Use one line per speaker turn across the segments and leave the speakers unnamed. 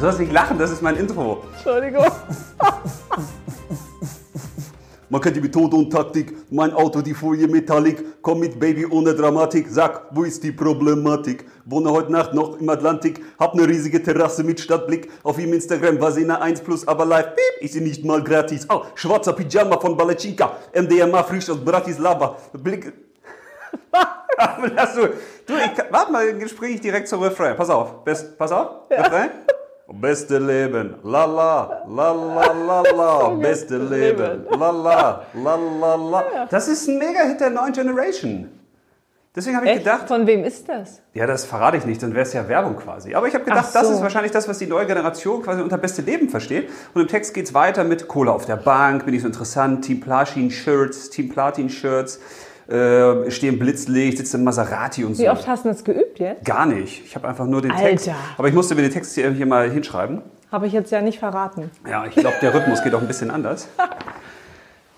sollst nicht lachen, das ist mein Intro.
Entschuldigung.
Man kennt die Methode und Taktik, mein Auto, die Folie Metallic. Komm mit Baby ohne Dramatik, sag, wo ist die Problematik? Wohne heute Nacht noch im Atlantik, hab ne riesige Terrasse mit Stadtblick. Auf ihm Instagram war Sena 1 Plus, aber live, piep, ist sie nicht mal gratis. Oh, schwarzer Pyjama von Balachinka, MDMA frisch aus Bratislava. Blick. Aber lass du, du ich, kann- warte mal, dann springe ich direkt zum Refrain. Pass auf, Best, pass auf, Refrain. Beste Leben, la la, la la la la, beste Leben, la la, la la la. Das ist ein Mega-Hit der neuen Generation. Deswegen habe ich gedacht,
Von wem ist das?
ja, das verrate ich nicht, dann wäre es ja Werbung quasi. Aber ich habe gedacht,
Ach
das
so.
ist wahrscheinlich das, was die neue Generation quasi unter beste Leben versteht. Und im Text geht es weiter mit Cola auf der Bank, bin ich so interessant, Team Platin-Shirts, Team Platin-Shirts, äh, stehe im Blitzlicht, sitze im Maserati und so.
Wie oft hast du das geübt jetzt?
Gar nicht. Ich habe einfach nur den
Alter.
Text. Aber ich musste mir den Text hier, hier mal hinschreiben.
Habe ich jetzt ja nicht verraten.
Ja, ich glaube, der Rhythmus geht auch ein bisschen anders.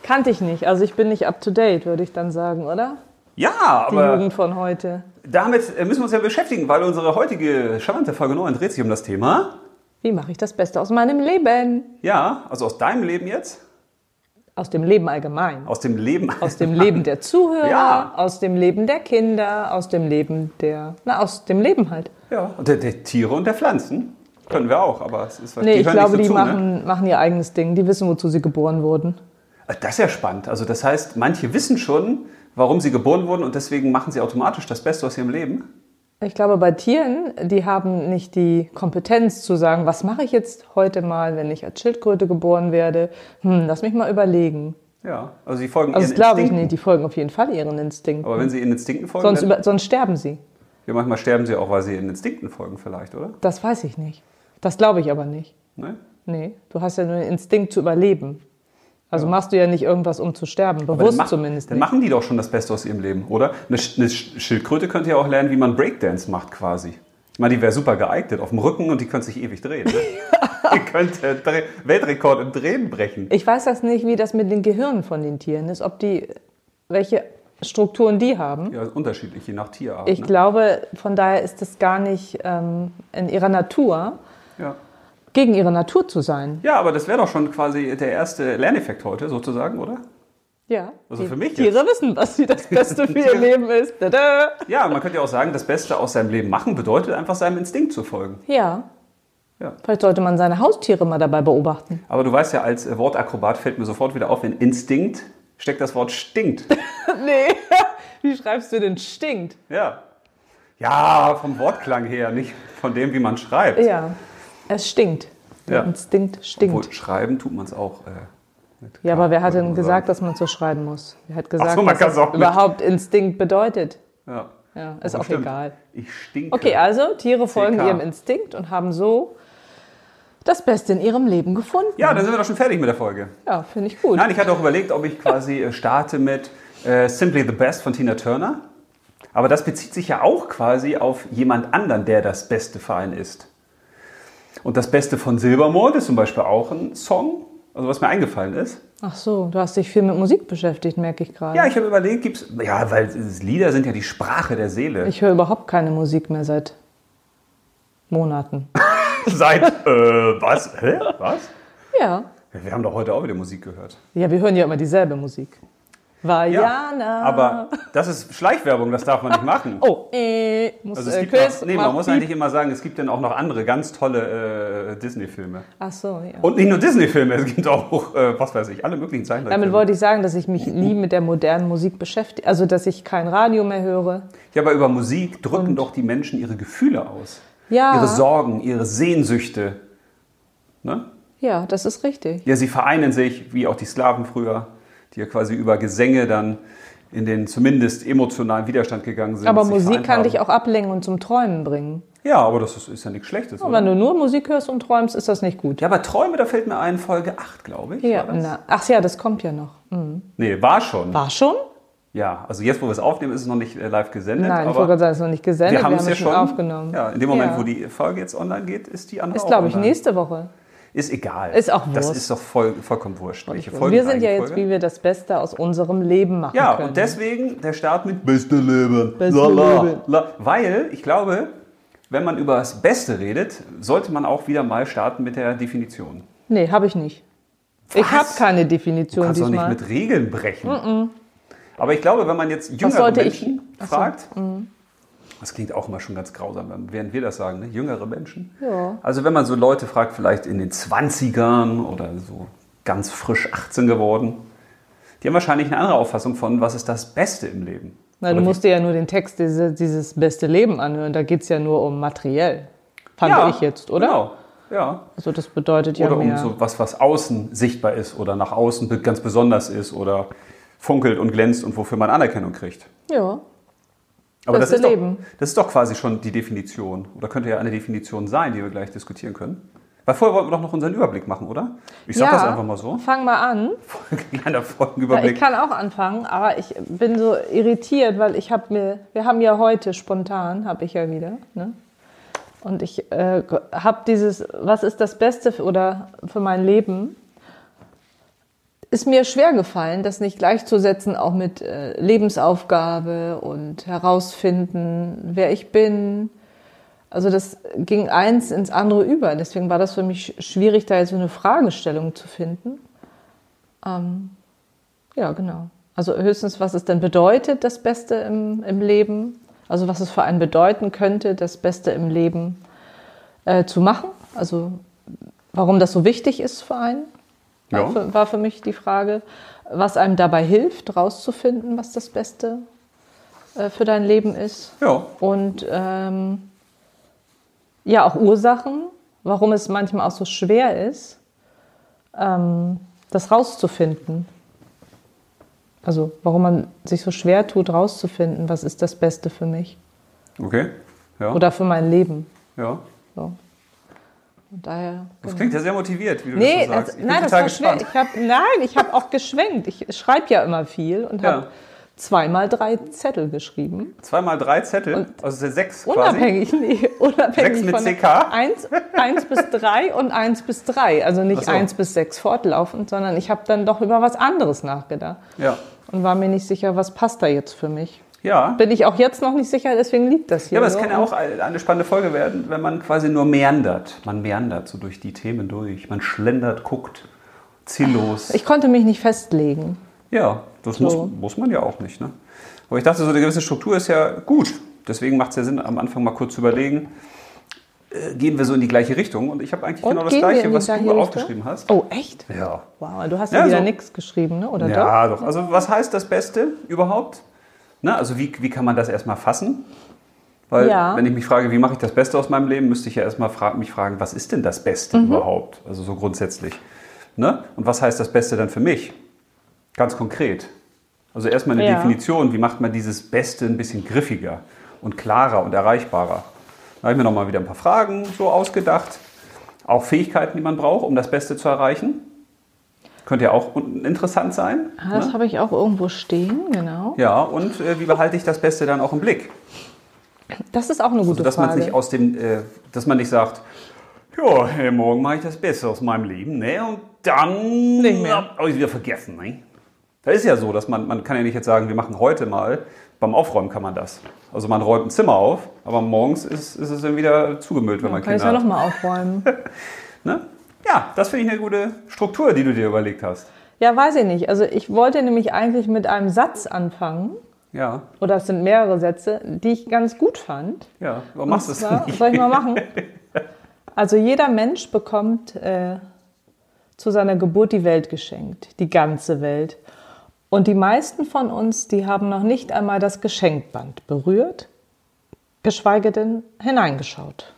Kannte ich nicht. Also ich bin nicht up to date, würde ich dann sagen, oder?
Ja,
Die
aber
Jugend von heute.
damit äh, müssen wir uns ja beschäftigen, weil unsere heutige charmante Folge 9 dreht sich um das Thema.
Wie mache ich das Beste aus meinem Leben?
Ja, also aus deinem Leben jetzt,
Aus dem Leben allgemein.
aus dem Leben.
Aus dem Leben der Zuhörer,
Ja.
aus dem Leben der Kinder, aus dem Leben der. Na, aus dem Leben halt.
ja, und der, der Tiere und der Pflanzen. Können wir auch, aber es ist
Nee, ich
hören
glaube,
nicht so
die
zu, ne?
machen, machen ihr eigenes Ding. Die wissen, wozu sie geboren wurden.
Äh, Das ist ja spannend. Also das heißt, manche wissen schon, warum sie geboren wurden und deswegen machen sie automatisch das Beste aus ihrem Leben.
Ich glaube, bei Tieren, die haben nicht die Kompetenz zu sagen, was mache ich jetzt heute mal, wenn ich als Schildkröte geboren werde? Hm, lass mich mal überlegen.
Ja, also sie folgen
Also, das
ihren
glaube ich
Instinkten.
nicht. Die folgen auf jeden Fall ihren Instinkten.
Aber wenn sie ihren Instinkten folgen,
Sonst,
dann-
über, sonst sterben sie.
Ja, manchmal sterben sie auch, weil sie ihren Instinkten folgen vielleicht, oder?
Das weiß ich nicht. Das glaube ich aber nicht.
Ne?
Nee, du hast ja nur den Instinkt zu überleben. Also machst du ja nicht irgendwas, um zu sterben. Bewusst
mach-
zumindest
Dann
nicht.
machen die doch schon das Beste aus ihrem Leben, oder? Eine, Sch- eine Sch- Schildkröte könnte ja auch lernen, wie man Breakdance macht quasi. Ich meine, die wäre super geeignet auf dem Rücken und die könnte sich ewig drehen. Ne? die könnte Dre Weltrekord im Drehen brechen.
Ich weiß das nicht, wie das mit den Gehirnen von den Tieren ist, ob die, welche Strukturen die haben.
Ja, ist unterschiedlich, je nach Tierart.
Ich
ne?
glaube, von daher ist es gar nicht ähm, in ihrer Natur,
ja.
gegen ihre Natur zu sein.
ja, aber das wäre doch schon quasi der erste Lerneffekt heute sozusagen, oder?
Ja.
Also
die
für mich
Tiere wissen, was sie das Beste für ihr Leben ist. Tada!
Ja, man könnte ja auch sagen, das Beste aus seinem Leben machen bedeutet einfach seinem Instinkt zu folgen.
Ja.
Ja.
Vielleicht sollte man seine Haustiere mal dabei beobachten.
Aber du weißt ja, als äh, Wortakrobat fällt mir sofort wieder auf, in Instinkt steckt das Wort stinkt.
nee. Wie schreibst du denn stinkt?
Ja. Ja, vom Wortklang her, nicht von dem, wie man schreibt.
Ja, es stinkt.
Ja.
Der Instinkt stinkt.
Obwohl, schreiben tut man es auch. Äh, mit
ja, aber wer hat
würde
denn
man
gesagt, dass man so schreiben muss? Wer hat gesagt,
man
dass
kann's auch
das
mit-
überhaupt Instinkt bedeutet?
sagen. Ja.
Ja, ist
Aber
auch
stimmt.
egal.
Ich stinke.
Okay, also Tiere folgen
CK.
ihrem Instinkt und haben so das Beste in ihrem Leben gefunden.
Ja, dann sind wir doch schon fertig mit der Folge.
Ja, finde ich gut.
Nein, ich hatte auch überlegt, ob ich quasi äh, starte mit äh, Simply the Best von Tina Turner. Aber das bezieht sich ja auch quasi auf jemand anderen, der das Beste für einen ist. Und das Beste von Silbermond ist zum Beispiel auch ein Song, also was mir eingefallen ist.
Ach so, du hast dich viel mit Musik beschäftigt, merke ich gerade.
Ja, ich habe überlegt, gibt's ja, weil äh, Lieder sind ja die Sprache der Seele.
Ich höre überhaupt keine Musik mehr seit Monaten.
Seit äh, was? Hä? Was?
Ja.
Wir haben doch heute auch wieder Musik gehört.
Ja, wir hören ja immer dieselbe Musik. Vajana.
Aber das ist Schleichwerbung, das darf man nicht machen.
Oh, äh, muss
Also
äh,
es gibt
Quiz,
auch, nee,
mach
man muss
piep.
eigentlich immer sagen, es gibt dann auch noch andere ganz tolle äh, Disney-Filme.
Ach so, ja.
Und nicht nur Disney-Filme, es gibt auch, äh, was weiß ich, alle möglichen
Damit
Zeichentrickfilme.
wollte ich sagen, dass ich mich
Mhm.
nie mit der modernen Musik beschäftige, also dass ich kein Radio mehr höre.
Ja, aber über Musik drücken doch die Menschen ihre Gefühle aus.
Ja.
Ihre Sorgen, ihre Sehnsüchte. Ne?
Ja, das ist richtig.
Ja, sie vereinen sich, wie auch die Slawen früher, die ja quasi über Gesänge dann in den zumindest emotionalen Widerstand gegangen sind.
Aber
sich
Musik
vereint
kann
haben.
dich auch ablenken und zum Träumen bringen.
Ja, aber das ist, ist ja nichts Schlechtes.
Und
Oder?
wenn du nur Musik hörst und träumst, ist das nicht gut.
Ja, aber Träume, da fällt mir ein, Folge 8, glaube ich.
Ja,
war das?
na, ach ja, das kommt ja noch. Mhm.
Nee, war schon.
War schon?
Ja, also jetzt, wo wir es aufnehmen, ist es noch nicht äh, live gesendet.
Nein, ich wollte
aber
gerade sagen, es ist noch nicht gesendet,
wir haben es ja
schon
schon
aufgenommen.
Ja, in dem Moment,
Ja.
wo die Folge jetzt online geht, ist die andere
Ist,
auch
glaube ich,
online.
nächste Woche.
Ist egal.
Ist auch
Das
Wurst.
ist doch voll, vollkommen wurscht. Welche Folge
Wir sind ja
eigentlich
jetzt,
Folge?
wie wir das Beste aus unserem Leben machen
Ja,
können.
und deswegen der Start mit Beste Leben.
Beste
la, la,
Leben.
La, weil, ich glaube, Wenn man über das Beste redet, sollte man auch wieder mal starten mit der Definition.
Nee, habe ich nicht. Ich habe keine
Du
Definition
kannst doch nicht
diesmal.
mit Regeln brechen. Aber ich glaube, wenn man jetzt jüngere
sollte ich-
Menschen
Ach so. Mm.
fragt, das klingt auch immer schon ganz grausam, während wir das sagen, ne? jüngere Menschen.
Ja.
Also wenn man so Leute fragt, vielleicht in den 20ern oder so ganz frisch 18 geworden, die haben wahrscheinlich eine andere Auffassung von, was ist das Beste im Leben.
Na, du
Oder wie-
musst dir ja nur den Text diese, dieses beste Leben anhören. Da geht es ja nur um materiell. Fand
Ja,
ich jetzt, oder?
Genau, ja.
Also das bedeutet ja
Oder
mehr.
um so was, was außen sichtbar ist oder nach außen be- ganz besonders ist oder funkelt und glänzt und wofür man Anerkennung kriegt.
ja.
Aber das, ist
Beste
doch,
Leben.
das ist doch quasi schon die Definition. Oder könnte ja eine Definition sein, die wir gleich diskutieren können. Weil vorher wollten wir doch noch unseren Überblick machen, oder? Ich sag
ja,
das einfach mal so.
Fang mal an.
Kleiner
Ja, ich
Folgenüberblick.
kann auch anfangen, aber ich bin so irritiert, weil ich habe mir, wir haben ja heute spontan, habe ich ja wieder, ne? Und ich äh, habe dieses, was ist das Beste für, oder für mein Leben, ist mir schwer gefallen, das nicht gleichzusetzen, auch mit äh, Lebensaufgabe und herausfinden, wer ich bin. Also das ging eins ins andere über. Deswegen war das für mich schwierig, da jetzt so eine Fragestellung zu finden. Ja, genau. Also höchstens, was es denn bedeutet, das Beste im, im Leben. Also was es für einen bedeuten könnte, das Beste im Leben äh, zu machen. Also warum das so wichtig ist für einen, war,
Ja.
für, war für mich die Frage. Was einem dabei hilft, rauszufinden, was das Beste äh, für dein Leben ist.
Ja.
Und ähm, ja, auch Ursachen, warum es manchmal auch so schwer ist, ähm, das rauszufinden. Also, warum man sich so schwer tut, rauszufinden, was ist das Beste für mich
Okay. Ja.
oder für mein Leben.
ja.
So. Und daher.
Das klingt ja sehr motiviert, wie du das
Nee,
so sagst.
das,
Ich bin
nein, das
total
war schwer.
gespannt.
Ich hab, nein, ich habe auch geschwenkt. Ich schreibe ja immer viel und
Ja.
habe zweimal drei Zettel geschrieben.
Zweimal drei Zettel, also sechs quasi.
Unabhängig, nee, unabhängig
Sechs mit
von der-
CK?
Eins, eins bis drei und eins bis drei. Also
Ach
nicht
so.
eins bis sechs fortlaufend, sondern ich habe dann doch über was anderes nachgedacht
Ja.
und war mir nicht sicher, was passt da jetzt für mich.
Ja.
Bin ich auch jetzt noch nicht sicher, deswegen liegt das hier.
Ja, aber es
so.
kann ja auch eine spannende Folge werden, wenn man quasi nur meandert. Man meandert so durch die Themen durch. Man schlendert, guckt, ziellos.
Ich konnte mich nicht festlegen.
Ja, das
So.
muss, muss man ja auch nicht. Ne? Aber ich dachte, so eine gewisse Struktur ist ja gut. Deswegen macht es ja Sinn, am Anfang mal kurz zu überlegen, äh, gehen wir so in die gleiche Richtung. Und ich habe eigentlich
Und
genau das
gehen wir in
Gleiche,
die
was
gleiche
du
Richtung?
aufgeschrieben hast.
Oh, echt?
Ja.
Wow, du hast
Ja,
ja, wieder
so.
nichts geschrieben, ne? oder doch?
Ja, doch. Also was heißt das Beste überhaupt? Na, also wie, wie kann man das erstmal fassen? Weil
Ja.
wenn ich mich frage, wie mache ich das Beste aus meinem Leben, müsste ich ja erstmal fra mich fragen, was ist denn das
Mhm.
Beste überhaupt? Also so grundsätzlich. Ne? Und was heißt das Beste dann für mich? Ganz konkret. Also erstmal eine
Ja.
Definition, wie macht man dieses Beste ein bisschen griffiger und klarer und erreichbarer? Da habe ich mir nochmal wieder ein paar Fragen so ausgedacht. Auch Fähigkeiten, die man braucht, um das Beste zu erreichen. Könnte ja auch un- interessant sein. ne?
Ah, das habe ich auch irgendwo stehen, genau.
Ja, und äh, wie behalte ich das Beste dann auch im Blick?
Das ist auch eine gute
Also, dass man
Frage.
nicht aus dem, äh, dass man nicht sagt, ja, hey, morgen mache ich das Beste aus meinem Leben, ne? Und dann
Nicht mehr.
habe ich wieder vergessen, ne? Das ist ja so, dass man, man kann ja nicht jetzt sagen, wir machen heute mal, beim Aufräumen kann man das. Also man räumt ein Zimmer auf, aber morgens ist, ist es dann wieder zugemüllt, wenn man
kann ich
Kinder
ja
hat.
nochmal aufräumen.
Ne? Ja, das finde ich eine gute Struktur, die du dir überlegt hast.
ja, weiß ich nicht. Also ich wollte nämlich eigentlich mit einem Satz anfangen.
Ja,
oder es sind mehrere Sätze, die ich ganz gut fand.
ja. Warum machst du es
Zwar,
denn nicht?
Soll ich mal machen? Also jeder Mensch bekommt äh, zu seiner Geburt die Welt geschenkt, die ganze Welt. Und die meisten von uns, die haben noch nicht einmal das Geschenkband berührt, geschweige denn hineingeschaut.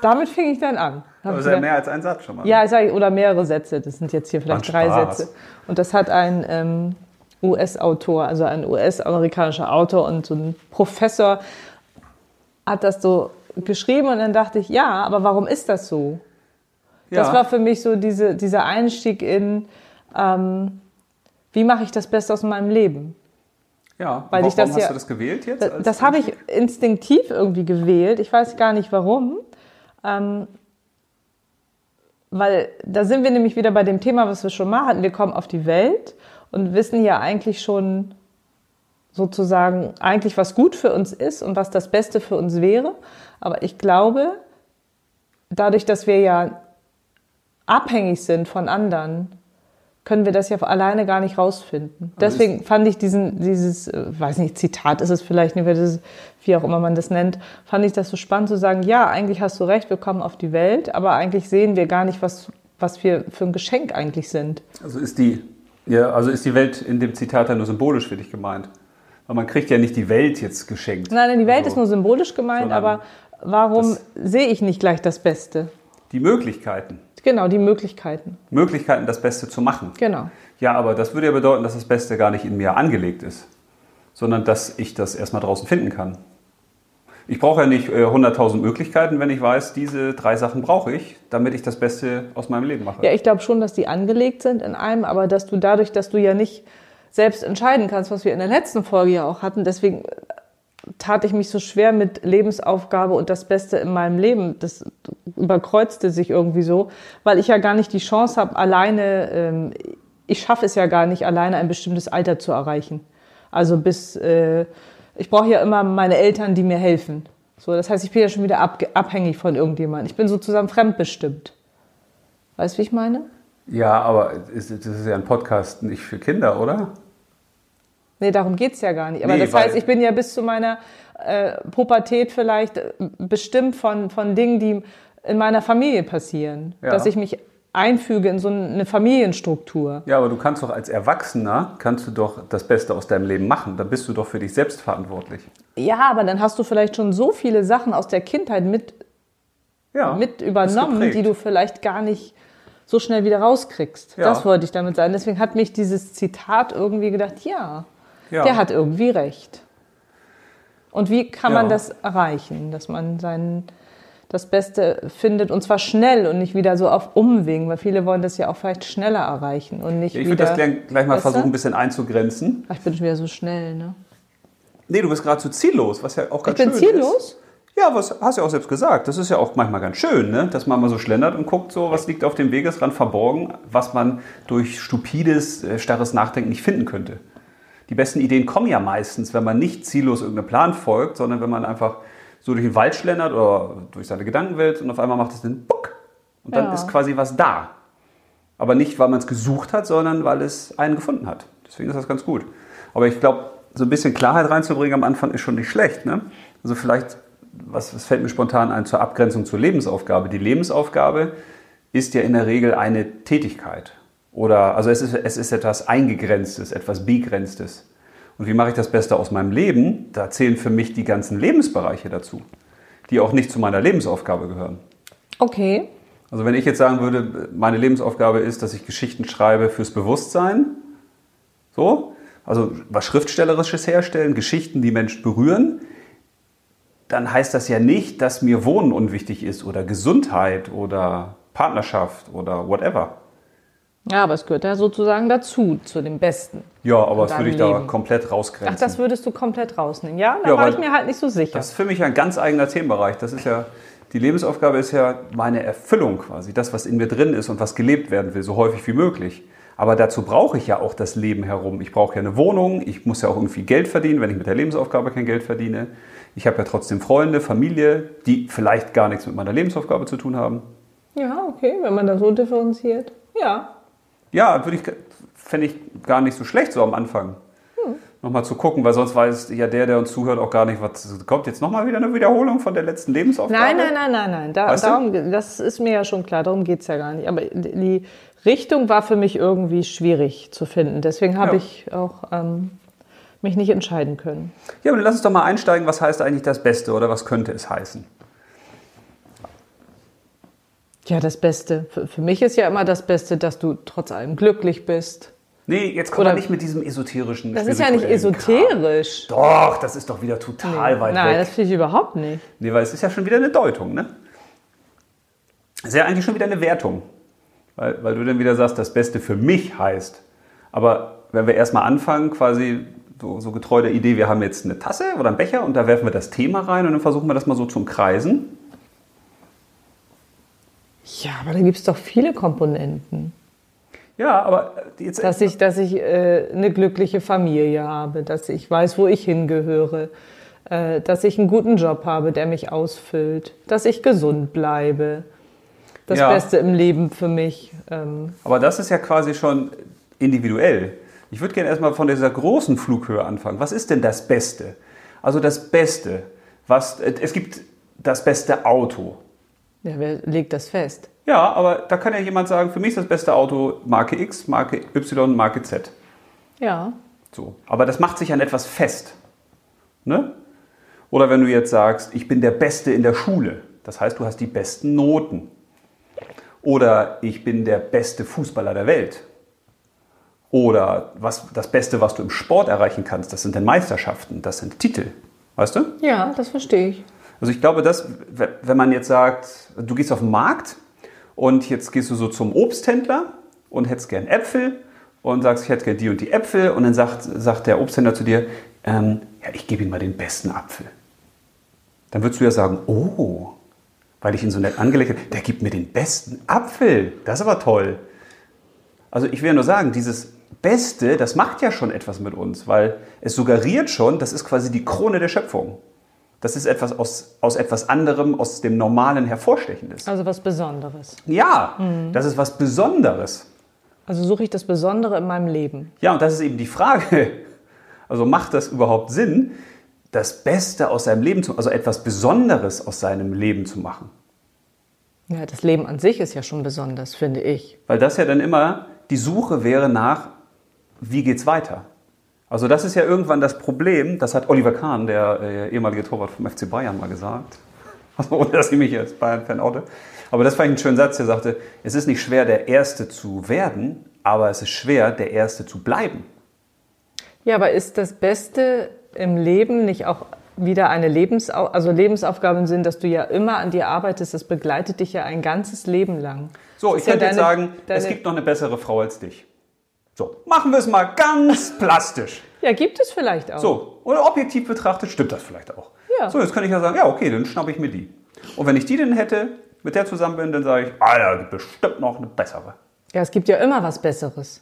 Damit fing ich dann an. Hab
Aber es
ich
ist ja
gedacht,
mehr als ein Satz schon mal.
ja, ich sag, oder mehrere Sätze. Das sind jetzt hier vielleicht
Macht
drei
Spaß.
Sätze. Und das hat ein ähm, US-Autor, also ein US-amerikanischer Autor und so ein Professor hat das so geschrieben und dann dachte ich, ja, aber warum ist das so?
Ja.
Das war für mich so diese, dieser Einstieg in, ähm, wie mache ich das Beste aus meinem Leben?
Ja,
Weil
warum
ich das
hast
ja-
du das gewählt jetzt?
Das,
als-
das habe ich instinktiv irgendwie gewählt. Ich weiß gar nicht warum. Ähm, weil da sind wir nämlich wieder bei dem Thema, was wir schon mal hatten. Wir kommen auf die Welt und wissen ja eigentlich schon, sozusagen eigentlich was gut für uns ist und was das Beste für uns wäre. Aber ich glaube, dadurch, dass wir ja abhängig sind von anderen, können wir das ja alleine gar nicht rausfinden. Deswegen fand ich diesen, dieses, äh, weiß nicht, Zitat ist es vielleicht nicht, weil das ist- wie auch immer man das nennt, fand ich das so spannend zu sagen, ja, eigentlich hast du recht, wir kommen auf die Welt, aber eigentlich sehen wir gar nicht, was, was wir für ein Geschenk eigentlich sind.
Also ist die, ja, also ist die Welt in dem Zitat ja nur symbolisch für dich gemeint. Weil man kriegt ja nicht die Welt jetzt geschenkt.
Nein, nein, die Welt
Also
ist nur symbolisch gemeint,
sondern
aber warum
das-
sehe ich nicht gleich das Beste?
Die Möglichkeiten.
Genau, die Möglichkeiten.
Möglichkeiten, das Beste zu machen.
Genau.
Ja, aber das würde ja bedeuten, dass das Beste gar nicht in mir angelegt ist, sondern dass ich das erstmal draußen finden kann. Ich brauche ja nicht äh, 100.000 Möglichkeiten, wenn ich weiß, diese drei Sachen brauche ich, damit ich das Beste aus meinem Leben mache.
Ja, ich glaube schon, dass die angelegt sind in einem, aber dass du dadurch, dass du ja nicht selbst entscheiden kannst, was wir in der letzten Folge ja auch hatten, deswegen äh, tat ich mich so schwer mit Lebensaufgabe und das Beste in meinem Leben. Das überkreuzte sich irgendwie so, weil ich ja gar nicht die Chance habe, alleine, ähm, ich schaffe es ja gar nicht, alleine ein bestimmtes Alter zu erreichen. Also bis, äh, ich brauche ja immer meine Eltern, die mir helfen. So, das heißt, ich bin ja schon wieder abge- abhängig von irgendjemandem. Ich bin sozusagen fremdbestimmt. Weißt du, wie ich meine?
Ja, aber ist- das ist ja ein Podcast nicht für Kinder, oder?
Nee, darum geht's ja gar nicht. Aber
Nee,
das heißt,
weil-
ich bin ja bis zu meiner äh, Pubertät vielleicht äh, bestimmt von, von Dingen, die in meiner Familie passieren.
Ja.
Dass ich mich einfüge in so eine Familienstruktur.
Ja, aber du kannst doch als Erwachsener, kannst du doch das Beste aus deinem Leben machen. Dann bist du doch für dich selbst verantwortlich.
Ja, aber dann hast du vielleicht schon so viele Sachen aus der Kindheit mit,
Ja,
mit
ist
übernommen,
geprägt.
die du vielleicht gar nicht so schnell wieder rauskriegst.
Ja.
Das wollte ich damit sagen. Deswegen hat mich dieses Zitat irgendwie gedacht, ja,
Ja.
der hat irgendwie recht. Und wie kann man
Ja.
das erreichen, dass man sein, das Beste findet und zwar schnell und nicht wieder so auf Umwegen, weil viele wollen das ja auch vielleicht schneller erreichen und nicht
Ich würde
wieder.
das gleich, gleich mal
Weißt du?
versuchen, ein bisschen einzugrenzen.
Ach, ich bin schon wieder so schnell, ne?
Nee, du bist gerade so ziellos, was ja auch
Ich
ganz
bin
schön ist.
ziellos.
Ja, was hast du ja auch selbst gesagt. Das ist ja auch manchmal ganz schön, ne? dass man mal so schlendert und guckt, so was liegt auf dem Wegesrand verborgen, was man durch stupides, äh, starres Nachdenken nicht finden könnte. Die besten Ideen kommen ja meistens, wenn man nicht ziellos irgendeinem Plan folgt, sondern wenn man einfach so durch den Wald schlendert oder durch seine Gedankenwelt und auf einmal macht es den Buck und dann
Ja.
ist quasi was da. Aber nicht, weil man es gesucht hat, sondern weil es einen gefunden hat. Deswegen ist das ganz gut. Aber ich glaube, so ein bisschen Klarheit reinzubringen am Anfang ist schon nicht schlecht. Ne? Also vielleicht, was, was fällt mir spontan ein zur Abgrenzung zur Lebensaufgabe? Die Lebensaufgabe ist ja in der Regel eine Tätigkeit. Oder, also es ist, es ist etwas Eingegrenztes, etwas Begrenztes. Und wie mache ich das Beste aus meinem Leben? Da zählen für mich die ganzen Lebensbereiche dazu, die auch nicht zu meiner Lebensaufgabe gehören.
Okay.
Also wenn ich jetzt sagen würde, meine Lebensaufgabe ist, dass ich Geschichten schreibe fürs Bewusstsein, so, also was Schriftstellerisches herstellen, Geschichten, die Menschen berühren, dann heißt das ja nicht, dass mir Wohnen unwichtig ist oder Gesundheit oder Partnerschaft oder whatever.
Ja, aber es gehört ja sozusagen dazu, zu dem Besten.
Ja, aber das
Dein
würde ich da
Leben.
komplett rausgrenzen.
Ach, das würdest du komplett rausnehmen. Ja, da
Ja,
war
weil-
ich mir halt nicht so sicher.
Das ist für mich ein ganz eigener Themenbereich. Das ist ja, die Lebensaufgabe ist ja meine Erfüllung quasi. Das, was in mir drin ist und was gelebt werden will, so häufig wie möglich. Aber dazu brauche ich ja auch das Leben herum. Ich brauche ja eine Wohnung, ich muss ja auch irgendwie Geld verdienen, wenn ich mit der Lebensaufgabe kein Geld verdiene. Ich habe ja trotzdem Freunde, Familie, die vielleicht gar nichts mit meiner Lebensaufgabe zu tun haben.
ja, okay, wenn man das so differenziert. Ja.
Ja, würde ich, fände ich gar nicht so schlecht so am Anfang.
Hm.
Nochmal zu gucken, weil sonst weiß ja der, der uns zuhört, auch gar nicht, was kommt jetzt nochmal wieder eine Wiederholung von der letzten Lebensaufgabe.
Nein, nein, nein, nein, nein. Da,
Weißt du?
darum, ge- das ist mir ja schon klar, darum geht's ja gar nicht. Aber die Richtung war für mich irgendwie schwierig zu finden. Deswegen habe
Ja.
ich auch ähm, mich nicht entscheiden können.
Ja, aber dann lass uns doch mal einsteigen, was heißt eigentlich das Beste oder was könnte es heißen?
Ja, das Beste. Für, für mich ist ja immer das Beste, dass du trotz allem glücklich bist.
Nee, jetzt kommt
Oder-
man nicht mit diesem esoterischen.
Das ist ja nicht
spirituellen
esoterisch.
Kram. Doch, das ist doch wieder total weit
Nein, das
weg.
finde ich überhaupt nicht.
Nee, weil es ist ja schon wieder eine Deutung, ne? Das ist ja eigentlich schon wieder eine Wertung. Weil, weil du dann wieder sagst, das Beste für mich heißt. Aber wenn wir erstmal anfangen, quasi so, so getreu der Idee, wir haben jetzt eine Tasse oder einen Becher und da werfen wir das Thema rein und dann versuchen wir das mal so zu umkreisen.
Ja, aber da gibt's doch viele Komponenten.
Ja, aber jetzt.
Dass ich, dass ich äh, eine glückliche Familie habe, dass ich weiß, wo ich hingehöre, äh, dass ich einen guten Job habe, der mich ausfüllt, dass ich gesund bleibe, das
Ja.
Beste im Leben für mich. Ähm,
Aber das ist ja quasi schon individuell. Ich würde gerne erstmal von dieser großen Flughöhe anfangen. Was ist denn das Beste? Also das Beste, was äh, es gibt das beste Auto.
ja, wer legt das fest?
Ja, aber da kann ja jemand sagen, für mich ist das beste Auto Marke X, Marke Y, Marke Z.
Ja.
So. Aber das macht sich an etwas fest. Ne? Oder wenn du jetzt sagst, ich bin der Beste in der Schule. Das heißt, du hast die besten Noten. Oder ich bin der beste Fußballer der Welt. Oder was, das Beste, was du im Sport erreichen kannst, das sind dann Meisterschaften, das sind Titel. Weißt du?
Ja, das verstehe ich.
Also ich glaube, dass, w- wenn man jetzt sagt, du gehst auf den Markt und jetzt gehst du so zum Obsthändler und hättest gern Äpfel und sagst, ich hätte gern die und die Äpfel und dann sagt, sagt der Obsthändler zu dir, ähm, ja, ich gebe ihm mal den besten Apfel. Dann würdest du ja sagen, oh, weil ich ihn so nett angelegt habe, der gibt mir den besten Apfel. Das ist aber toll. Also ich will ja nur sagen, dieses Beste, das macht ja schon etwas mit uns, weil es suggeriert schon, das ist quasi die Krone der Schöpfung. Das ist etwas aus, aus etwas anderem, aus dem Normalen hervorstechendes.
Also was Besonderes.
Ja, das ist was Besonderes.
Also suche ich das Besondere in meinem Leben.
Ja, und das ist eben die Frage. Also macht das überhaupt Sinn, das Beste aus seinem Leben zu, also etwas Besonderes aus seinem Leben zu machen?
Ja, das Leben an sich ist ja schon besonders, finde ich.
Weil das ja dann immer die Suche wäre nach, wie geht's weiter? Also das ist ja irgendwann das Problem, das hat Oliver Kahn, der äh, ehemalige Torwart vom FC Bayern, mal gesagt. Also ohne, dass ich mich als Bayern-Fan oute. Aber das fand ich einen schönen Satz, der sagte, es ist nicht schwer, der Erste zu werden, aber es ist schwer, der Erste zu bleiben.
Ja, aber ist das Beste im Leben nicht auch wieder eine Lebensau also Lebensaufgaben sind, dass du ja immer an dir arbeitest, das begleitet dich ja ein ganzes Leben lang.
So,
Das
ich
ist ja
könnte jetzt
deine-
sagen, es
deine-
gibt noch eine bessere Frau als dich. So, machen wir es mal ganz plastisch.
Ja, gibt es vielleicht auch.
So, Also, oder objektiv betrachtet stimmt das vielleicht auch.
Ja.
So, jetzt könnte ich ja sagen, ja, okay, dann schnappe ich mir die. Und wenn ich die denn hätte, mit der zusammen bin, dann sage ich, ah ja, gibt bestimmt noch eine bessere.
Ja, es gibt ja immer was Besseres.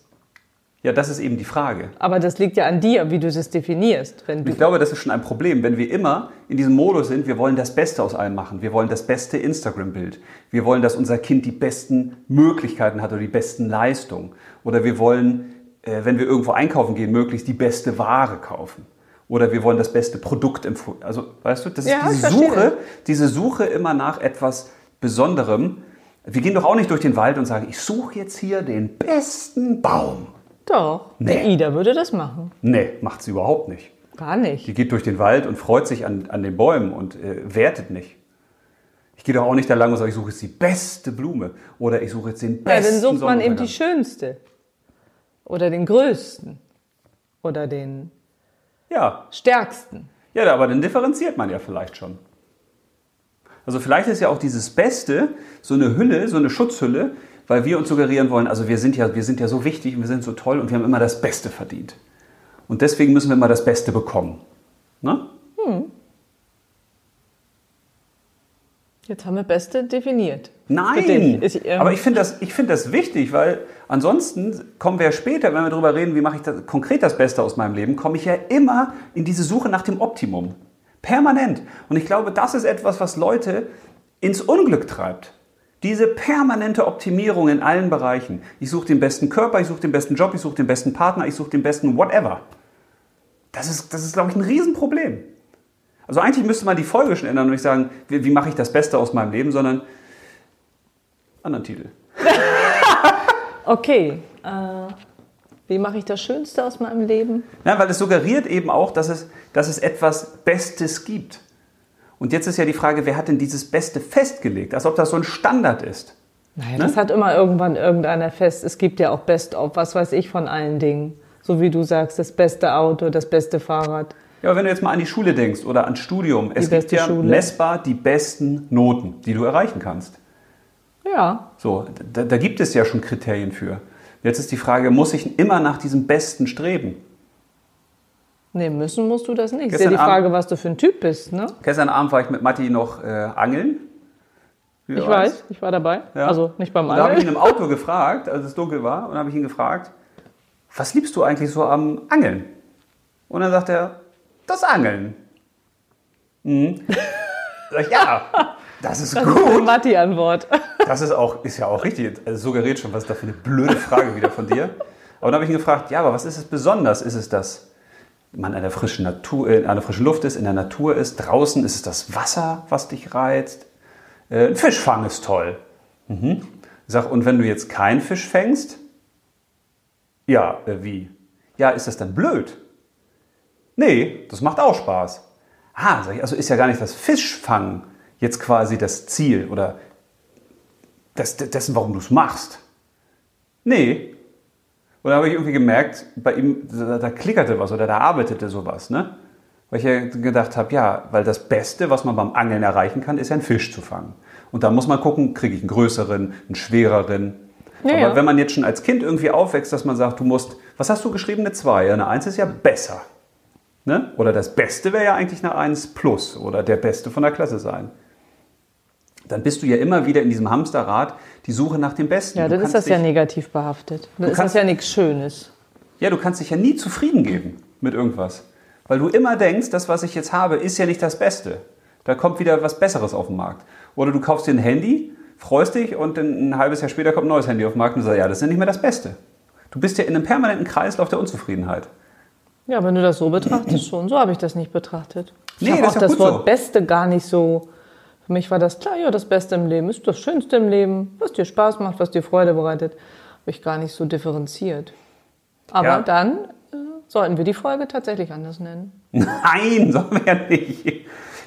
Ja, das ist eben die Frage.
Aber das liegt ja an dir, wie du das definierst. Wenn
Und
du,
ich glaube, das ist schon ein Problem, wenn wir immer in diesem Modus sind, wir wollen das Beste aus allem machen. Wir wollen das beste Instagram-Bild. Wir wollen, dass unser Kind die besten Möglichkeiten hat oder die besten Leistungen. Oder wir wollen, äh, wenn wir irgendwo einkaufen gehen, möglichst die beste Ware kaufen. Oder wir wollen das beste Produkt empfohlen. Also, weißt du, das ist
Ja, ich
diese
verstehe.
Suche, diese Suche immer nach etwas Besonderem. Wir gehen doch auch nicht durch den Wald und sagen, ich suche jetzt hier den besten Baum.
doch,
Nee.
die Ida würde das machen.
Nee, macht's überhaupt nicht.
Gar nicht.
Die geht durch den Wald und freut sich an, an den Bäumen und äh, wertet nicht. Ich gehe doch auch nicht da lang und sage, ich suche jetzt die beste Blume oder ich suche jetzt den
Ja,
besten
dann sucht man eben die
Sonnenuntergang.
schönste. Oder den größten. Oder den
Ja,
stärksten.
ja, aber dann differenziert man ja vielleicht schon. Also vielleicht ist ja auch dieses Beste so eine Hülle, so eine Schutzhülle, weil wir uns suggerieren wollen, also wir sind ja, wir sind ja so wichtig und wir sind so toll und wir haben immer das Beste verdient. Und deswegen müssen wir immer das Beste bekommen. Ne?
Jetzt haben wir Beste definiert. Für
Nein,
dich. Ist, ähm,
aber ich finde das, ich find das wichtig, weil ansonsten kommen wir ja später, wenn wir darüber reden, wie mache ich das, konkret das Beste aus meinem Leben, komme ich ja immer in diese Suche nach dem Optimum. Permanent. Und ich glaube, das ist etwas, was Leute ins Unglück treibt. Diese permanente Optimierung in allen Bereichen. Ich suche den besten Körper, ich suche den besten Job, ich suche den besten Partner, ich suche den besten whatever. Das ist, das ist glaube ich, ein Riesenproblem. Also eigentlich müsste man die Folge schon ändern und nicht sagen, wie, wie mache ich das Beste aus meinem Leben, sondern anderen Titel.
Okay. Äh, wie mache ich das Schönste aus meinem Leben?
Ja, weil es suggeriert eben auch, dass es, dass es etwas Bestes gibt. Und jetzt ist ja die Frage, wer hat denn dieses Beste festgelegt? Als ob das so ein Standard ist.
Naja,
ne?
das hat immer irgendwann irgendeiner fest. Es gibt ja auch Best of, was weiß ich von allen Dingen. So wie du sagst, das beste Auto, das beste Fahrrad.
Ja, aber wenn du jetzt mal an die Schule denkst oder ans Studium, es gibt
beste
ja
Schule.
messbar die besten Noten, die du erreichen kannst.
Ja.
So, da, da gibt es ja schon Kriterien für. Jetzt ist die Frage, muss ich immer nach diesem Besten streben?
Nee, müssen musst du das nicht. Ist ja
Gestern
die
Abend-
Frage, was du für ein Typ bist, ne?
Gestern Abend war ich mit Matti noch äh, angeln. wie du
Ich weiß, ich war dabei.
Ja.
Also nicht beim
Und da habe ich ihn
Angeln.
im Auto gefragt, als es dunkel war, und habe ich ihn gefragt, was liebst du eigentlich so am Angeln? Und dann sagt er, das Angeln. Mhm. Sag ich, ja, das ist gut.
Matti-Antwort.
Das ist, auch, ist ja auch richtig. Also suggeriert schon, was ist da für eine blöde Frage wieder von dir. Aber dann habe ich ihn gefragt, ja, aber was ist es besonders? Ist es das, man in der frischen Natur, in einer frischen Luft ist, in der Natur ist, draußen ist es das Wasser, was dich reizt? Äh, ein Fischfang ist toll. Mhm. Ich sag, und wenn du jetzt keinen Fisch fängst? Ja, äh, wie? Ja, ist das dann blöd? Nee, das macht auch Spaß. Ah, sag ich, also ist ja gar nicht das Fischfangen jetzt quasi das Ziel oder das, dessen, warum du es machst. Nee. Und da habe ich irgendwie gemerkt, bei ihm, da, da klickerte was oder da arbeitete sowas, ne? Weil ich ja gedacht habe, ja, weil das Beste, was man beim Angeln erreichen kann, ist ja einen Fisch zu fangen. Und da muss man gucken, kriege ich einen größeren, einen schwereren.
Ja,
Aber
ja.
wenn man jetzt schon als Kind irgendwie aufwächst, dass man sagt, du musst, was hast du geschrieben, eine 2? Ja, eine 1 ist ja besser. Ne? Oder das Beste wäre ja eigentlich eine 1 plus oder der Beste von der Klasse sein. Dann bist du ja immer wieder in diesem Hamsterrad, die Suche nach dem Besten.
Ja,
Du
dann ist
kannst
das ja
dich-
negativ behaftet. Dann ist das
kannst-
ja nichts Schönes.
Ja, du kannst dich ja nie zufrieden geben mit irgendwas. Weil du immer denkst, das, was ich jetzt habe, ist ja nicht das Beste. Da kommt wieder was Besseres auf den Markt. Oder du kaufst dir ein Handy, freust dich und dann ein halbes Jahr später kommt ein neues Handy auf den Markt und du sagst, ja, das ist ja nicht mehr das Beste. Du bist ja in einem permanenten Kreislauf der Unzufriedenheit.
Ja, wenn du das so betrachtest, schon. So habe ich das nicht betrachtet. Ich
Nee,
habe
das
auch
ist ja
das
gut
Wort
so.
Beste gar nicht so. Für mich war das klar, ja, das Beste im Leben ist das Schönste im Leben, was dir Spaß macht, was dir Freude bereitet. Habe ich gar nicht so differenziert. Aber
Ja.
dann äh, sollten wir die Folge tatsächlich anders nennen.
Nein, sollen wir ja nicht.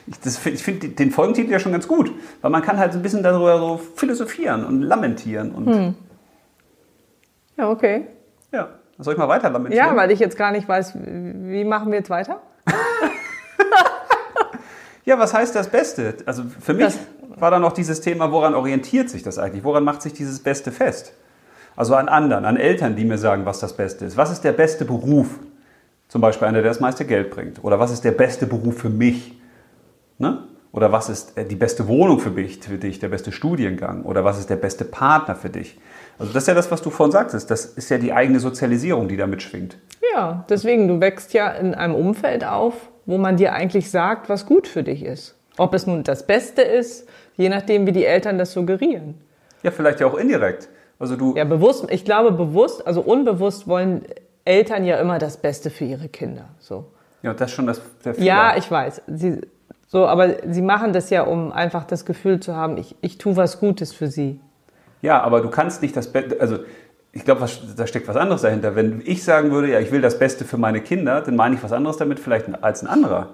Ich, das find- ich finde den Folgentitel ja schon ganz gut, weil man kann halt so ein bisschen darüber so philosophieren und lamentieren. Und
Ja, okay.
ja, soll ich mal weiter lamentieren?
Ja, weil ich jetzt gar nicht weiß, wie wie machen wir jetzt weiter?
Ja, was heißt das Beste? Also für mich
Das-
war dann noch dieses Thema, woran orientiert sich das eigentlich? Woran macht sich dieses Beste fest? Also an anderen, an Eltern, die mir sagen, was das Beste ist. Was ist der beste Beruf? Zum Beispiel einer, der das meiste Geld bringt. Oder was ist der beste Beruf für mich? Ne? Oder was ist äh, die beste Wohnung für mich, für dich, der beste Studiengang? Oder was ist der beste Partner für dich? Also das ist ja das, was du vorhin sagtest. Das ist ja die eigene Sozialisierung, die da mitschwingt.
Ja, deswegen, du wächst ja in einem Umfeld auf, wo man dir eigentlich sagt, was gut für dich ist. Ob es nun das Beste ist, je nachdem, wie die Eltern das suggerieren.
Ja, vielleicht ja auch indirekt. Also du,
Ja, bewusst, ich glaube, bewusst, also unbewusst wollen Eltern ja immer das Beste für ihre Kinder. So.
ja, das ist schon das, der
Ja,
Fehler.
ich weiß. Sie, so, aber sie machen das ja, um einfach das Gefühl zu haben, ich, ich tue was Gutes für sie.
Ja, aber du kannst nicht das Beste, also ich glaube, was- da steckt was anderes dahinter. Wenn ich sagen würde, ja, ich will das Beste für meine Kinder, dann meine ich was anderes damit vielleicht als ein anderer.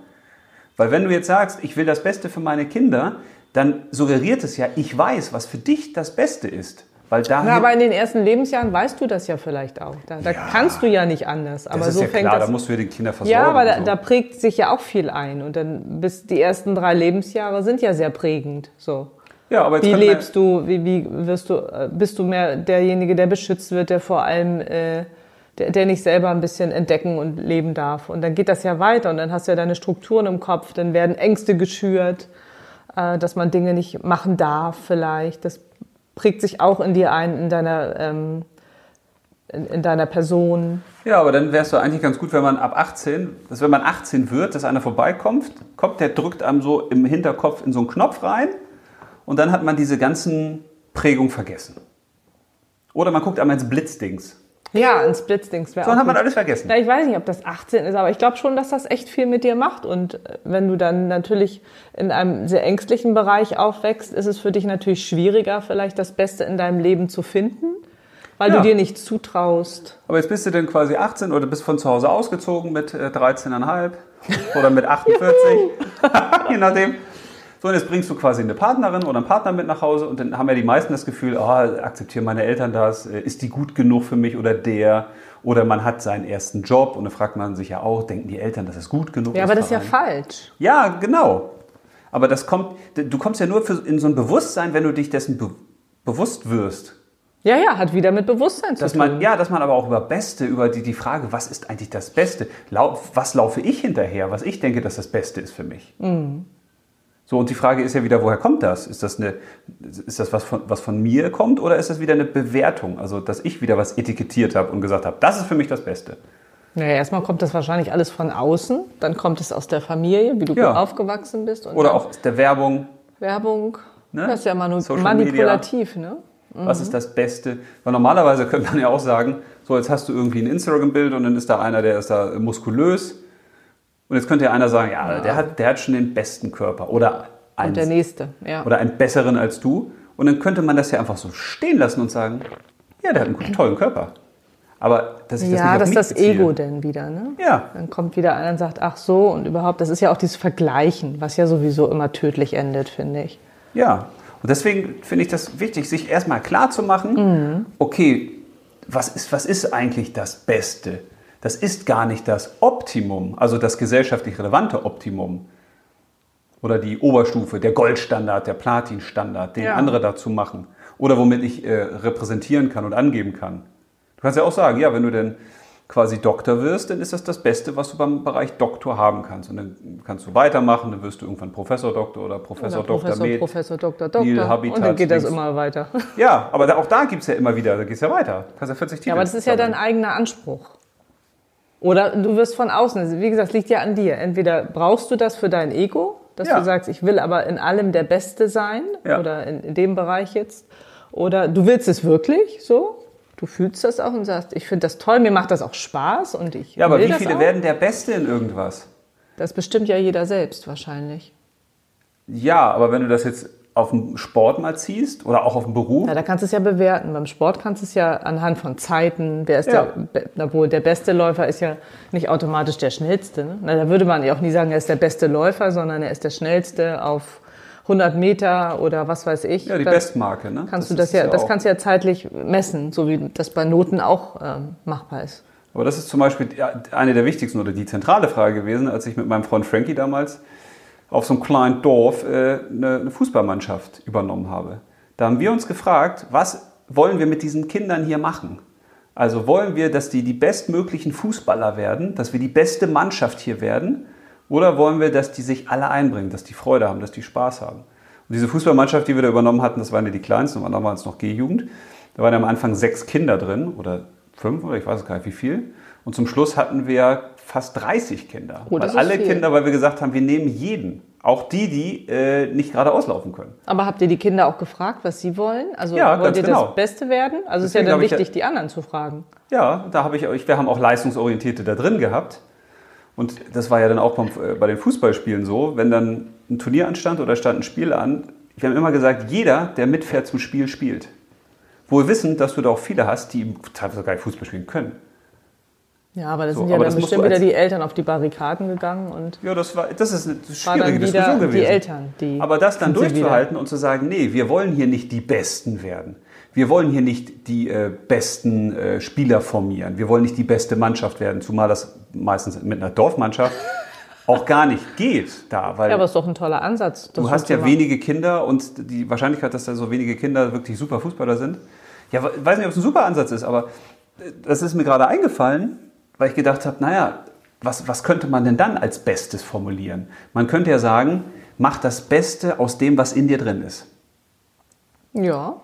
Weil wenn du jetzt sagst, ich will das Beste für meine Kinder, dann suggeriert es ja, ich weiß, was für dich das Beste ist. Weil da
Na, aber in den ersten Lebensjahren weißt du das ja vielleicht auch. Da, da
Ja.
kannst du ja nicht anders. Aber
das ist
so
ja
fängt
klar,
das
da musst du ja die Kinder versorgen.
Ja, aber
und
da,
so.
da prägt sich ja auch viel ein. Und dann bis die ersten drei Lebensjahre sind ja sehr prägend. So.
ja, aber jetzt
Wie
können wir-
lebst du, wie, wie wirst du, äh, bist du mehr derjenige, der beschützt wird, der vor allem, äh, der, der nicht selber ein bisschen entdecken und leben darf. Und dann geht das ja weiter und dann hast du ja deine Strukturen im Kopf, dann werden Ängste geschürt, äh, dass man Dinge nicht machen darf vielleicht. Das prägt sich auch in dir ein, in deiner, ähm, in, in deiner Person.
Ja, aber dann wäre es doch eigentlich ganz gut, wenn man ab 18, dass wenn man 18 wird, dass einer vorbeikommt, kommt, der drückt einem so im Hinterkopf in so einen Knopf rein und dann hat man diese ganzen Prägungen vergessen. Oder man guckt einmal ins Blitzdings.
Ja, ins Blitzdings wäre
Dann hat man alles vergessen.
Na, ich weiß nicht, ob das 18 ist, aber ich glaube schon, dass das echt viel mit dir macht. Und äh, wenn du dann natürlich in einem sehr ängstlichen Bereich aufwächst, ist es für dich natürlich schwieriger, vielleicht das Beste in deinem Leben zu finden, weil
Ja.
du dir nicht zutraust.
Aber jetzt bist du dann quasi 18 oder bist von zu Hause ausgezogen mit äh, 13,5 oder mit 48, je nachdem. So, und jetzt bringst du quasi eine Partnerin oder einen Partner mit nach Hause und dann haben ja die meisten das Gefühl, oh, akzeptieren meine Eltern das, Äh, ist die gut genug für mich oder der? Oder man hat seinen ersten Job und dann fragt man sich ja auch, denken die Eltern, das ist gut genug?
Ja, aber das ist ja
für einen?
falsch.
Ja, genau. Aber das kommt, du kommst ja nur für, in so ein Bewusstsein, wenn du dich dessen be bewusst wirst.
Ja, ja, hat wieder mit Bewusstsein zu
Dass
tun.
man, ja, dass man aber auch über Beste, über die, die Frage, was ist eigentlich das Mhm. Beste, lau was laufe ich hinterher, was ich denke, dass das Beste ist für mich. So, und die Frage ist ja wieder, woher kommt das? Ist das, eine, ist das was, von, was von mir kommt oder ist das wieder eine Bewertung? Also, dass ich wieder was etikettiert habe und gesagt habe, das ist für mich das Beste.
Naja, erstmal kommt das wahrscheinlich alles von außen, dann kommt es aus der Familie, wie du
Ja.
aufgewachsen bist. Und
Oder
dann
auch aus der Werbung,
Werbung.
Ne?
Das ist ja manu-
Social
manipulativ, ne?
was ist das Beste? Weil normalerweise könnte man ja auch sagen, so, jetzt hast du irgendwie ein Instagram-Bild und dann ist da einer, der ist da muskulös. Und jetzt könnte ja einer sagen, ja, Der, hat, der hat schon den besten Körper. Oder
Und der
einen
nächste, ja.
oder einen besseren als du. Und dann könnte man das ja einfach so stehen lassen und sagen, ja, der hat einen tollen Körper. Aber dass ich das
ja,
nicht auf
das ist
mich
das
beziehe.
Ego denn wieder, ne?
Ja.
Dann kommt wieder einer und sagt, ach so, und überhaupt, das ist ja auch dieses Vergleichen, was ja sowieso immer tödlich endet, finde ich.
Ja. Und deswegen finde ich das wichtig, sich erstmal klar zu machen, okay, was ist, was ist eigentlich das Beste? Das ist gar nicht das Optimum, also das gesellschaftlich relevante Optimum. Oder die Oberstufe, der Goldstandard, der Platinstandard, den
Ja.
andere dazu machen. Oder womit ich äh, repräsentieren kann und angeben kann. Du kannst ja auch sagen, ja, wenn du denn quasi Doktor wirst, dann ist das das Beste, was du beim Bereich Doktor haben kannst. Und dann kannst du weitermachen, dann wirst du irgendwann Professor Doktor oder Professor
Oder
Doktor
Professor,
Med.
Professor, Doktor,
Nil
Doktor. Und dann
Habitat,
geht das
links.
immer weiter.
Ja, aber da, auch da gibt es ja immer wieder, da geht's ja weiter. Du kannst ja 40 Titel.
Ja, aber das ist ja dein
sammeln.
eigener Anspruch. Oder du wirst von außen, also wie gesagt, liegt ja an dir. Entweder brauchst du das für dein Ego, dass
Ja.
du sagst, ich will aber in allem der Beste sein
Ja.
oder in, in dem Bereich jetzt. Oder du willst es wirklich so. Du fühlst das auch und sagst, ich finde das toll, mir macht das auch Spaß und ich
Ja, aber
will
wie
das
viele
auch.
werden der Beste in irgendwas?
Das bestimmt ja jeder selbst wahrscheinlich.
Ja, aber wenn du das jetzt auf den Sport mal ziehst oder auch auf den Beruf,
Ja, da kannst du es ja bewerten. Beim Sport kannst du es ja anhand von Zeiten, wer ist
Ja.
der, be- na wohl, der beste Läufer ist ja nicht automatisch der schnellste. Ne? Na, da würde man ja auch nie sagen, er ist der beste Läufer, sondern er ist der schnellste auf 100 Meter oder was weiß ich.
ja, die
Dann
Bestmarke, ne?
Kannst du das
ist
ja, das
auch-
kannst du ja zeitlich messen, so wie das bei Noten auch ähm, machbar ist.
Aber das ist zum Beispiel die- eine der wichtigsten oder die zentrale Frage gewesen, als ich mit meinem Freund Frankie damals auf so einem kleinen Dorf äh, eine, eine Fußballmannschaft übernommen habe. Da haben wir uns gefragt, was wollen wir mit diesen Kindern hier machen? Also wollen wir, dass die die bestmöglichen Fußballer werden, dass wir die beste Mannschaft hier werden? Oder wollen wir, dass die sich alle einbringen, dass die Freude haben, dass die Spaß haben? Und diese Fußballmannschaft, die wir da übernommen hatten, das waren ja die kleinsten, waren damals noch G-Jugend. Da waren am Anfang sechs Kinder drin oder fünf oder ich weiß gar nicht wie viel. Und zum Schluss hatten wir fast 30 Kinder.
Oh, das
weil
ist
alle
viel.
Kinder, weil wir gesagt haben, wir nehmen jeden. Auch die, die äh, nicht geradeaus laufen können.
Aber habt ihr die Kinder auch gefragt, was sie wollen? Also
Ja,
wollt
ganz
ihr
genau.
das Beste werden? Also es ist ja
Deswegen
dann
glaub ich ja-
wichtig, die anderen zu fragen.
Ja, da habe ich, euch- wir haben auch Leistungsorientierte da drin gehabt. Und das war ja dann auch beim, äh, bei den Fußballspielen so, wenn dann ein Turnier anstand oder stand ein Spiel an, wir haben immer gesagt, jeder, der mitfährt zum Spiel, spielt. Wohl wissend, dass du da auch viele hast, die teilweise gar nicht Fußball spielen können.
Ja, aber das
So,
sind ja
aber
dann
das musst du
bestimmt wieder
als-
die Eltern auf die Barrikaden gegangen und
Ja, das, war, das ist eine
war
schwierige
dann wieder
Diskussion gewesen.
die Eltern, die.
Aber das dann
sind sie
durchzuhalten und zu sagen, nee, wir wollen hier nicht die Besten werden. Wir wollen hier nicht die äh, besten äh, Spieler formieren. Wir wollen nicht die beste Mannschaft werden, zumal das meistens mit einer Dorfmannschaft auch gar nicht geht da, weil
Wieder. Ja, aber ist doch ein toller Ansatz. das
du
so
hast
zu
ja
machen.
wenige Kinder und die Wahrscheinlichkeit, dass da so wenige Kinder wirklich super Fußballer sind. Ja, we- weiß nicht, ob es ein super Ansatz ist, aber äh, das ist mir gerade eingefallen, weil ich gedacht habe, naja, was, was könnte man denn dann als Bestes formulieren? Man könnte ja sagen, mach das Beste aus dem, was in dir drin ist.
Ja.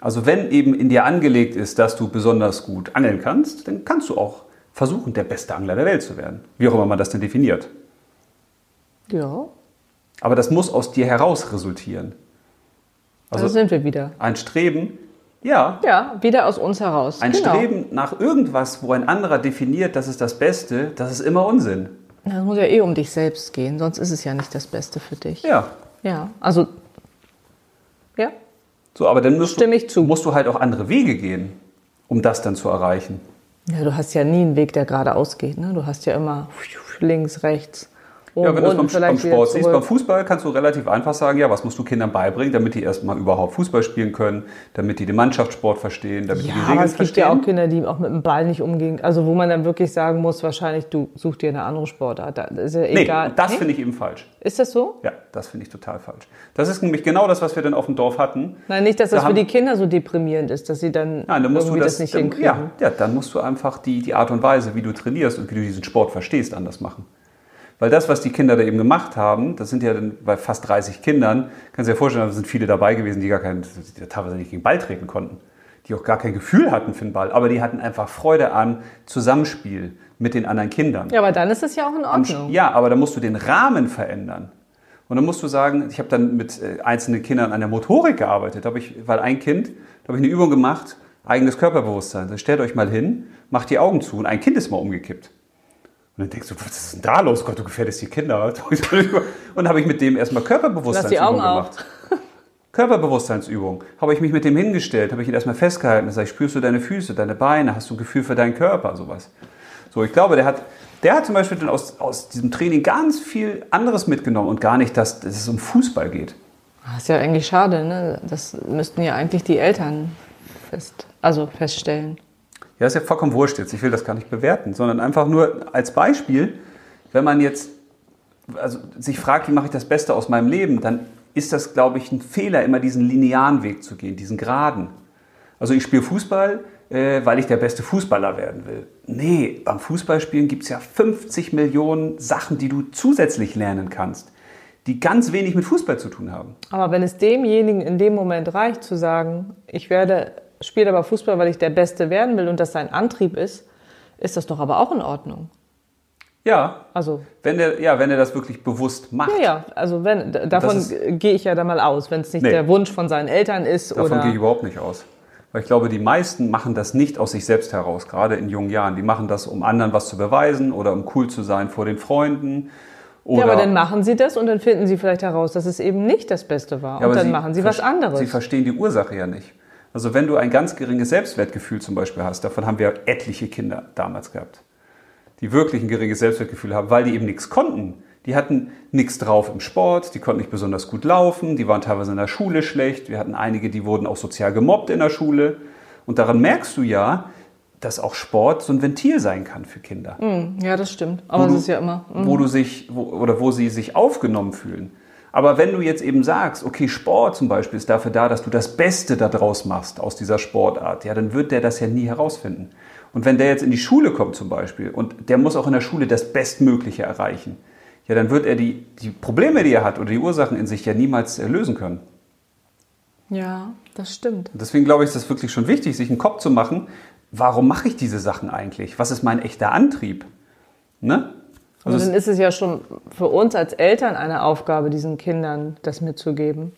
Also wenn eben in dir angelegt ist, dass du besonders gut angeln kannst, dann kannst du auch versuchen, der beste Angler der Welt zu werden. Wie auch immer man das denn definiert.
Ja.
Aber das muss aus dir heraus resultieren.
Also sind wir wieder.
Ein Streben, ja,
Ja, wieder aus uns heraus.
ein
genau.
Streben nach irgendwas, wo ein anderer definiert, das ist das Beste, das ist immer Unsinn.
Das muss ja eh um dich selbst gehen, sonst ist es ja nicht das Beste für dich.
Ja.
Ja, also. Ja.
So, aber dann musst,
Stimme
du,
ich zu.
musst du halt auch andere Wege gehen, um das dann zu erreichen.
Ja, du hast ja nie einen Weg, der geradeaus geht. Ne? Du hast ja immer links, rechts. Oben,
ja, wenn du es beim, beim
vielleicht wieder
Sport siehst,
zurück.
beim Fußball kannst du relativ einfach sagen, ja, was musst du Kindern beibringen, damit die erstmal überhaupt Fußball spielen können, damit die den Mannschaftssport verstehen, damit die die
Ja,
Regeln
aber es gibt
verstehen.
ja auch Kinder, die auch mit dem Ball nicht umgehen. Also wo man dann wirklich sagen muss, wahrscheinlich du such dir eine andere Sportart. Da ist ja
nee,
egal.
das
Nee?
finde ich eben falsch.
ist das so?
Ja, das finde ich total falsch. Das ist nämlich genau das, was wir dann auf dem Dorf hatten.
Nein, nicht, dass das
Da
für
haben-
die Kinder so deprimierend ist, dass sie dann,
Nein, dann musst du
irgendwie
das,
das, nicht
dann,
hinkriegen.
Ja, ja, dann musst du einfach die, die Art und Weise, wie du trainierst und wie du diesen Sport verstehst, anders machen. Weil das, was die Kinder da eben gemacht haben, das sind ja dann bei fast 30 Kindern, kannst du dir vorstellen, da sind viele dabei gewesen, die gar keinen, die teilweise nicht gegen Ball treten konnten, die auch gar kein Gefühl hatten für den Ball, aber die hatten einfach Freude an Zusammenspiel mit den anderen Kindern.
Ja, aber dann ist es ja auch in
Am
Ordnung.
Sch- Ja, aber da musst du den Rahmen verändern. Und dann musst du sagen, ich habe dann mit äh, einzelnen Kindern an der Motorik gearbeitet, da hab ich, weil ein Kind, da habe ich eine Übung gemacht, eigenes Körperbewusstsein. Dann stellt euch mal hin, macht die Augen zu und ein Kind ist mal umgekippt. Und dann denkst du, was ist denn da los? Gott, du gefährdest die Kinder. Und habe ich mit dem erstmal Körperbewusstsein
Lass die Augen auf.
gemacht. Körperbewusstseinsübung. Habe ich mich mit dem hingestellt, habe ich ihn erstmal festgehalten, sag ich, spürst du deine Füße, deine Beine, hast du ein Gefühl für deinen Körper, sowas. So, ich glaube, der hat, der hat zum Beispiel dann aus, aus diesem Training ganz viel anderes mitgenommen und gar nicht, dass, dass es um Fußball geht.
Das ist ja eigentlich schade, ne? Das müssten ja eigentlich die Eltern fest, also feststellen.
Ja, ist ja vollkommen wurscht jetzt. Ich will das gar nicht bewerten, sondern einfach nur als Beispiel, wenn man jetzt also sich fragt, wie mache ich das Beste aus meinem Leben, dann ist das, glaube ich, ein Fehler, immer diesen linearen Weg zu gehen, diesen geraden. Also ich spiele Fußball, äh, weil ich der beste Fußballer werden will. Nee, beim Fußballspielen gibt es ja 50 Millionen Sachen, die du zusätzlich lernen kannst, die ganz wenig mit Fußball zu tun haben.
Aber wenn es demjenigen in dem Moment reicht zu sagen, ich werde spiele aber Fußball, weil ich der Beste werden will und das sein Antrieb ist, ist das doch aber auch in Ordnung.
Ja,
Also
wenn der, ja, wenn er das wirklich bewusst macht.
ja, ja, also wenn d- davon
ist-
gehe ich ja da mal aus, wenn es nicht
Nee.
der Wunsch von seinen Eltern ist
Davon gehe ich
oder
überhaupt nicht aus. Weil ich glaube, die meisten machen das nicht aus sich selbst heraus, gerade in jungen Jahren. Die machen das, um anderen was zu beweisen oder um cool zu sein vor den Freunden.
ja,
Oder,
aber dann machen sie das und dann finden sie vielleicht heraus, dass es eben nicht das Beste war.
Ja, aber
und dann machen sie was
vers-
anderes.
Sie verstehen die Ursache ja nicht. Also wenn du ein ganz geringes Selbstwertgefühl zum Beispiel hast, davon haben wir etliche Kinder damals gehabt, die wirklich ein geringes Selbstwertgefühl haben, weil die eben nichts konnten. Die hatten nichts drauf im Sport, die konnten nicht besonders gut laufen, die waren teilweise in der Schule schlecht. Wir hatten einige, die wurden auch sozial gemobbt in der Schule. Und daran merkst du ja, dass auch Sport so ein Ventil sein kann für Kinder
Hm, ja, das stimmt. Aber
du-
es ist ja immer. hm.
wo du sich wo, oder wo sie sich aufgenommen fühlen. Aber wenn du jetzt eben sagst, okay, Sport zum Beispiel ist dafür da, dass du das Beste daraus machst aus dieser Sportart, ja, dann wird der das ja nie herausfinden. Und wenn der jetzt in die Schule kommt zum Beispiel und der muss auch in der Schule das Bestmögliche erreichen, ja, dann wird er die, die Probleme, die er hat oder die Ursachen in sich ja niemals äh, lösen können.
Ja, das stimmt.
Und Deswegen glaube ich, ist es wirklich schon wichtig, sich einen Kopf zu machen, warum mache ich diese Sachen eigentlich? Was ist mein echter Antrieb? Ne?
Also
es-
dann ist es ja schon für uns als Eltern eine Aufgabe, diesen Kindern das mitzugeben.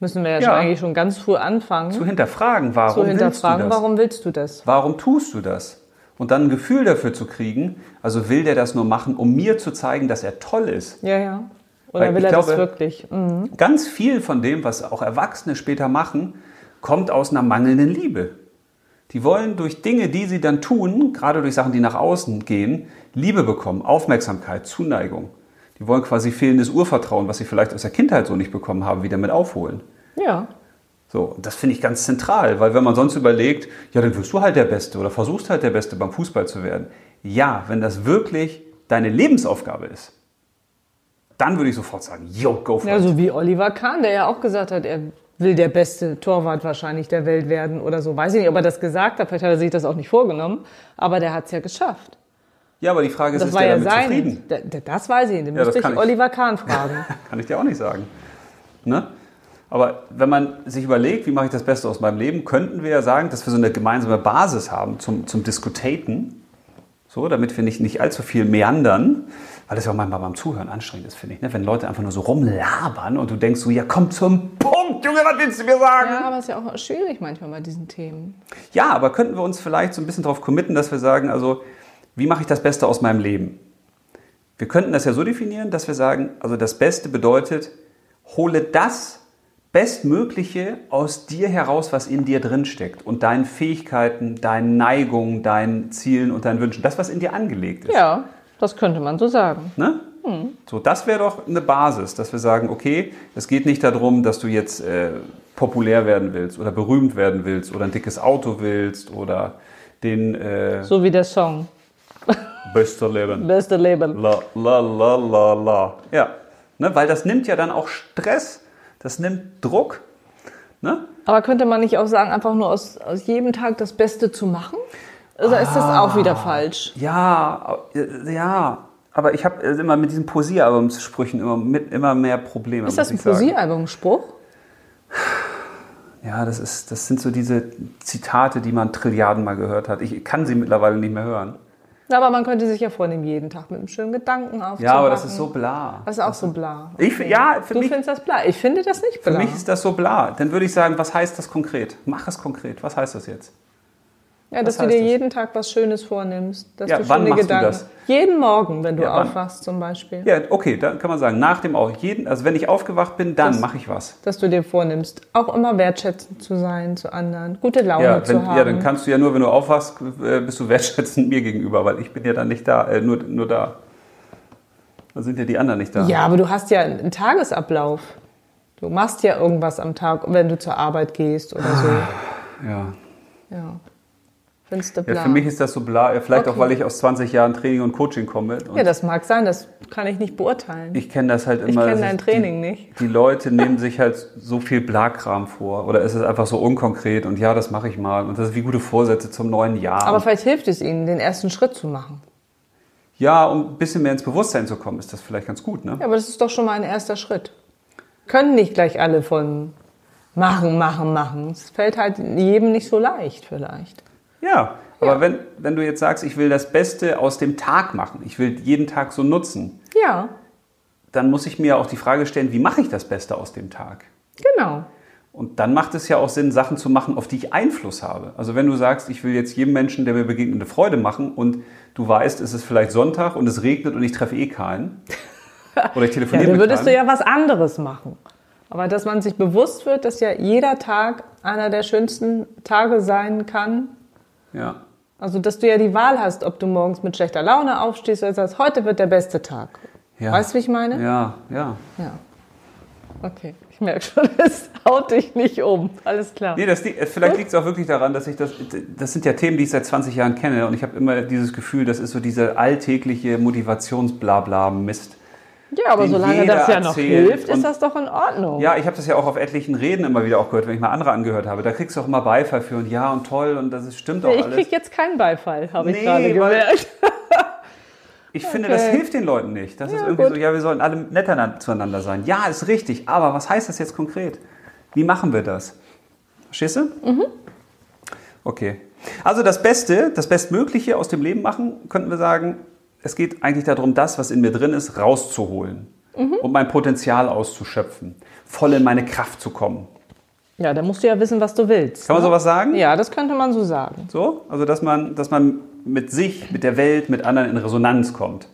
Müssen wir ja,
Ja.
Schon eigentlich schon ganz früh anfangen
zu hinterfragen, warum
zu hinterfragen,
willst du das?
warum willst du das?
Warum tust du das? Und dann ein Gefühl dafür zu kriegen, also will der das nur machen, um mir zu zeigen, dass er toll ist.
Ja, ja.
Weil
Oder will
ich
er das
glaube-
wirklich? Mhm.
Ganz viel von dem, was auch Erwachsene später machen, kommt aus einer mangelnden Liebe. Die wollen durch Dinge, die sie dann tun, gerade durch Sachen, die nach außen gehen, Liebe bekommen, Aufmerksamkeit, Zuneigung. Die wollen quasi fehlendes Urvertrauen, was sie vielleicht aus der Kindheit so nicht bekommen haben, wieder mit aufholen.
Ja.
So, und das finde ich ganz zentral, weil wenn man sonst überlegt, ja, dann wirst du halt der Beste oder versuchst halt der Beste beim Fußball zu werden. Ja, wenn das wirklich deine Lebensaufgabe ist, dann würde ich sofort sagen, yo, go for
ja,
it.
so wie Oliver Kahn, der ja auch gesagt hat, er will der beste Torwart wahrscheinlich der Welt werden oder so. Weiß ich nicht, ob er das gesagt hat, vielleicht hat er sich das auch nicht vorgenommen, aber der hat es ja geschafft.
Ja, aber die Frage ist,
Das
ist
war
der
ja
damit
sein.
zufrieden?
Da- da- Das weiß ich, den
Ja, das
müsste ich
kann ich.
Oliver Kahn fragen.
Kann ich dir auch nicht sagen. Ne? Aber wenn man sich überlegt, wie mache ich das Beste aus meinem Leben, könnten wir ja sagen, dass wir so eine gemeinsame Basis haben zum, zum Diskutaten, so, damit wir nicht, nicht allzu viel meandern, weil das ja auch manchmal beim Zuhören anstrengend ist, finde ich. Ne? Wenn Leute einfach nur so rumlabern und du denkst so, ja komm zum Punkt, Junge, was willst du mir sagen?
ja, aber es ist ja auch schwierig manchmal bei diesen Themen.
Ja, aber könnten wir uns vielleicht so ein bisschen darauf committen, dass wir sagen, also, wie mache ich das Beste aus meinem Leben? Wir könnten das ja so definieren, dass wir sagen, also das Beste bedeutet, hole das Bestmögliche aus dir heraus, was in dir drin steckt und deinen Fähigkeiten, deinen Neigungen, deinen Zielen und deinen Wünschen, das, was in dir angelegt ist.
Ja, das könnte man so sagen.
Ne?
Hm.
So, das wäre doch eine Basis, dass wir sagen, okay, es geht nicht darum, dass du jetzt äh, populär werden willst oder berühmt werden willst oder ein dickes Auto willst oder den äh,
So wie der Song.
beste Leben.
Beste Leben.
La, la, la, la, la. Ja, ne? weil das nimmt ja dann auch Stress, das nimmt Druck. Ne?
Aber könnte man nicht auch sagen, einfach nur aus, aus jedem Tag das Also
Ah.
Beste zu machen? Oder ist das auch wieder falsch?
Ja, äh, ja, Aber ich habe immer mit diesen Posieralbumssprüchen immer, mit, immer mehr Probleme.
Ist das
muss
ein
ich sagen.
Poesiealbumspruch?
Ja, das, ist, das sind so diese Zitate, die man Trilliarden mal gehört hat. Ich kann sie mittlerweile nicht mehr hören.
Na, Aber man könnte sich ja vornehmen, jeden Tag mit einem schönen Gedanken aufzuwachen.
Ja, aber das ist so bla.
Das ist auch so bla.
Ich fi- ja, für
du
mich-
findest das bla. Ich finde das nicht bla.
Für mich ist das so bla. Dann würde ich sagen, was heißt das konkret? Mach es konkret. Was heißt das jetzt?
ja, dass
was
du dir
heißt das?
jeden Tag was Schönes vornimmst. Dass
Ja,
du
wann
schöne
machst du
Gedanken.
das?
Jeden Morgen, wenn du
Ja, wann?
aufwachst zum Beispiel.
Ja, okay, dann kann man sagen, nach dem auch jeden, also wenn ich aufgewacht bin, dann
Das-
mache ich was.
Dass du dir vornimmst, auch immer wertschätzend zu sein zu anderen, gute Laune
Ja, wenn,
zu haben.
ja, dann kannst du ja nur, wenn du aufwachst, äh, bist du wertschätzend mir gegenüber, weil ich bin ja dann nicht da, äh, nur, nur da. Dann sind ja die anderen nicht da.
Ja, aber du hast ja einen Tagesablauf. Du machst ja irgendwas am Tag, wenn du zur Arbeit gehst oder so.
ja.
Ja. Findest du bla.
Ah. ja für mich ist das so bla, äh, vielleicht auch,
Okay.
weil ich aus 20 Jahren Training und Coaching komme. Und
ja, das mag sein, das kann ich nicht beurteilen.
ich kenne das halt immer.
Ich kenne
dass
dein
die-
Training nicht.
die Leute nehmen sich halt so viel Blagkram vor oder es ist einfach so unkonkret und ja, das mache ich mal und das ist wie gute Vorsätze zum neuen Jahr.
Aber vielleicht hilft es ihnen, den ersten Schritt zu machen.
ja, um ein bisschen mehr ins Bewusstsein zu kommen, ist das vielleicht ganz gut, ne?
Ja, aber das ist doch schon mal ein erster Schritt. Können nicht gleich alle von machen, machen, machen. Es fällt halt jedem nicht so leicht vielleicht.
Ja, aber Wenn, wenn du jetzt sagst, ich will das Beste aus dem Tag machen, ich will jeden Tag so nutzen,
Ja,
dann muss ich mir auch die Frage stellen, wie mache ich das Beste aus dem Tag?
genau.
Und dann macht es ja auch Sinn, Sachen zu machen, auf die ich Einfluss habe. Also wenn du sagst, ich will jetzt jedem Menschen, der mir begegnet, eine Freude machen und du weißt, es ist vielleicht Sonntag und es regnet und ich treffe eh keinen. Oder ich
Ja,
telefoniere
dann
mit
würdest du
keinem.
ja was anderes machen. Aber dass man sich bewusst wird, dass ja jeder Tag einer der schönsten Tage sein kann.
Ja.
Also, dass du ja die Wahl hast, ob du morgens mit schlechter Laune aufstehst oder sagst, heute wird der beste Tag.
Ja.
Weißt du, wie ich meine?
Ja, ja.
Ja. Okay, ich merke schon, es haut dich nicht um. Alles klar.
Nee, das, li- äh, vielleicht liegt es auch wirklich daran, dass ich das, das sind ja Themen, die ich seit 20 Jahren kenne und ich habe immer dieses Gefühl, das ist so dieser alltägliche Motivationsblabla-Mist.
Ja, aber
den
solange
jeder
das ja noch
erzählt
hilft,
und-
ist das doch in Ordnung.
Ja, ich habe das ja auch auf etlichen Reden immer wieder auch gehört, wenn ich mal andere angehört habe. Da kriegst du auch immer Beifall für und ja und toll und das ist, stimmt auch
Also ich
alles.
kriege jetzt keinen Beifall, habe
Nee,
ich gerade
weil-
gemerkt.
Ich finde,
Okay.
das hilft den Leuten nicht. Das ist irgendwie
gut.
so, ja, wir sollten alle netter na- zueinander sein. Ja, ist richtig, aber was heißt das jetzt konkret? Wie machen wir das? Verstehst du?
Mhm.
Okay. Also das Beste, das Bestmögliche aus dem Leben machen, könnten wir sagen, es geht eigentlich darum, das, was in mir drin ist, rauszuholen
Mhm.
und mein Potenzial auszuschöpfen, voll in meine Kraft zu kommen.
Ja, da musst du ja wissen, was du willst.
Kann man
ne?
sowas sagen?
Ja, das könnte man so sagen.
So, also dass man, dass man mit sich, mit der Welt, mit anderen in Resonanz kommt.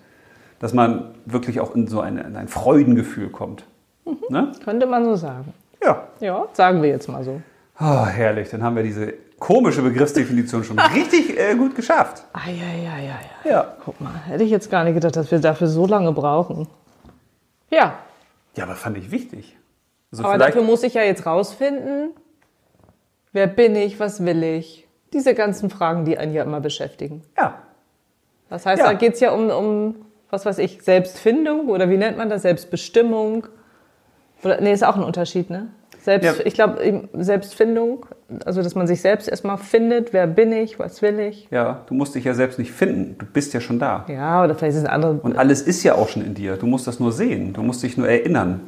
Dass man wirklich auch in so ein, in ein Freudengefühl kommt.
Mhm.
Ne?
Könnte man so sagen.
Ja.
Ja, sagen wir jetzt mal so.
Oh, herrlich, dann haben wir diese komische Begriffsdefinition schon richtig äh, gut geschafft.
Eieieiei.
Ja.
Guck mal, hätte ich jetzt gar nicht gedacht, dass wir dafür so lange brauchen. Ja,
Ja, aber fand ich wichtig. Also
aber
vielleicht,
dafür muss ich ja jetzt rausfinden, wer bin ich, was will ich. Diese ganzen Fragen, die einen ja immer beschäftigen.
ja.
Das heißt,
Ja.
da geht es ja um, um, was weiß ich, Selbstfindung oder wie nennt man das? Selbstbestimmung. Oder, nee, ist auch ein Unterschied, ne? Selbst,
Ja.
Ich glaube, Selbstfindung, also dass man sich selbst erstmal findet, wer bin ich, was will ich.
ja, du musst dich ja selbst nicht finden. Du bist ja schon da.
Ja, oder vielleicht ist es ein anderer.
Und alles ist ja auch schon in dir. Du musst das nur sehen. Du musst dich nur erinnern.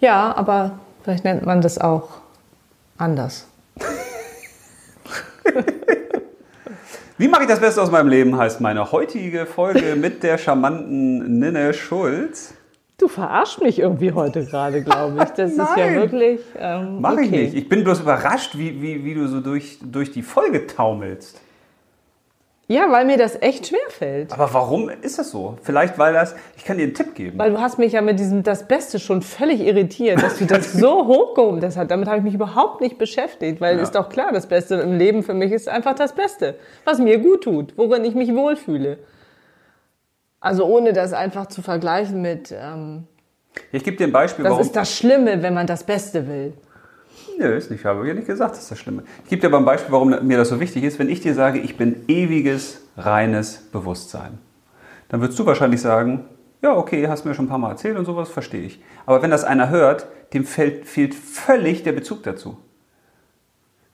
Ja, aber vielleicht nennt man das auch anders.
Wie mache ich das Beste aus meinem Leben, heißt meine heutige Folge mit der charmanten Ninne Schulz.
Du verarschst mich irgendwie heute gerade, glaube ich. Das ist ja
Nein.
wirklich. Ähm,
Mach ich
okay.
nicht. Ich bin bloß überrascht, wie, wie, wie du so durch, durch die Folge taumelst.
Ja, weil mir das echt schwerfällt.
Aber warum ist das so? Vielleicht, weil das. Ich kann dir einen Tipp geben.
Weil du hast mich ja mit diesem Das Beste schon völlig irritiert, dass du das so hochgehoben das hat. Damit habe ich mich überhaupt nicht beschäftigt, weil
Ja.
ist doch klar, das Beste im Leben für mich ist einfach das Beste, was mir gut tut, worin ich mich wohlfühle. Also ohne das einfach zu vergleichen mit, ähm,
Ich gebe dir ein Beispiel,
das
warum.
ist das Schlimme, wenn man das Beste will.
Nö, ist nicht. Ich habe ja nicht gesagt, das ist das Schlimme. Ich gebe dir aber ein Beispiel, warum mir das so wichtig ist. Wenn ich dir sage, ich bin ewiges, reines Bewusstsein, dann würdest du wahrscheinlich sagen, ja, okay, hast mir schon ein paar Mal erzählt und sowas, verstehe ich. Aber wenn das einer hört, dem fällt, fehlt völlig der Bezug dazu.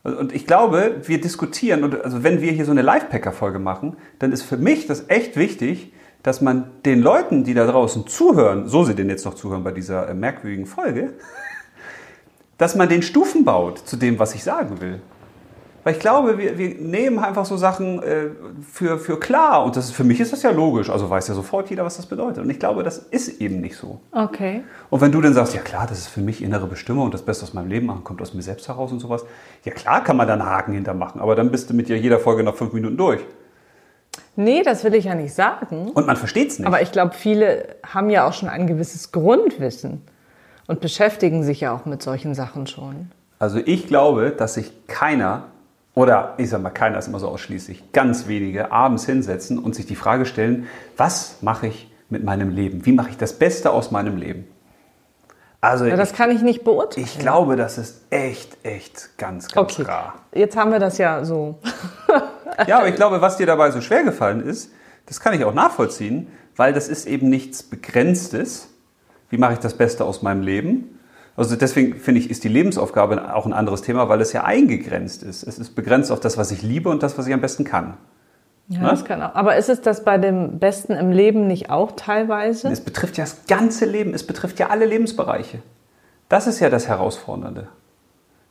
Also, Und ich glaube, wir diskutieren, und also wenn wir hier so eine Lifepacker-Folge machen, dann ist für mich das echt wichtig, dass man den Leuten, die da draußen zuhören, so sie denn jetzt noch zuhören bei dieser äh, merkwürdigen Folge, dass man den Stufen baut zu dem, was ich sagen will. Weil ich glaube, wir, wir nehmen einfach so Sachen äh, für, für klar und das ist, für mich ist das ja logisch. Also weiß ja sofort jeder, was das bedeutet. Und ich glaube, das ist eben nicht so.
Okay.
Und wenn du dann sagst, ja klar, das ist für mich innere Bestimmung und das Beste aus meinem Leben machen, kommt aus mir selbst heraus und sowas, ja klar kann man da einen Haken hintermachen, aber dann bist du mit ja jeder Folge nach fünf Minuten durch.
Nee, das will ich ja nicht sagen.
Und man versteht es nicht.
Aber ich glaube, viele haben ja auch schon ein gewisses Grundwissen und beschäftigen sich ja auch mit solchen Sachen schon.
Also ich glaube, dass sich keiner, oder ich sag mal, keiner ist immer so ausschließlich, ganz wenige abends hinsetzen und sich die Frage stellen, was mache ich mit meinem Leben? Wie mache ich das Beste aus meinem Leben? Also
Ja, das
ich,
kann ich nicht beurteilen.
ich glaube, das ist echt, echt ganz, ganz
Okay,
rar.
jetzt haben wir das ja so.
Ja, aber ich glaube, was dir dabei so schwer gefallen ist, das kann ich auch nachvollziehen, weil das ist eben nichts Begrenztes. Wie mache ich das Beste aus meinem Leben? Also deswegen finde ich, ist die Lebensaufgabe auch ein anderes Thema, weil es ja eingegrenzt ist. Es ist begrenzt auf das, was ich liebe und das, was ich am besten kann.
Ja,
Ne?
das kann auch. Aber ist es das bei dem Besten im Leben nicht auch teilweise?
Es betrifft ja das ganze Leben, es betrifft ja alle Lebensbereiche. Das ist ja das Herausfordernde.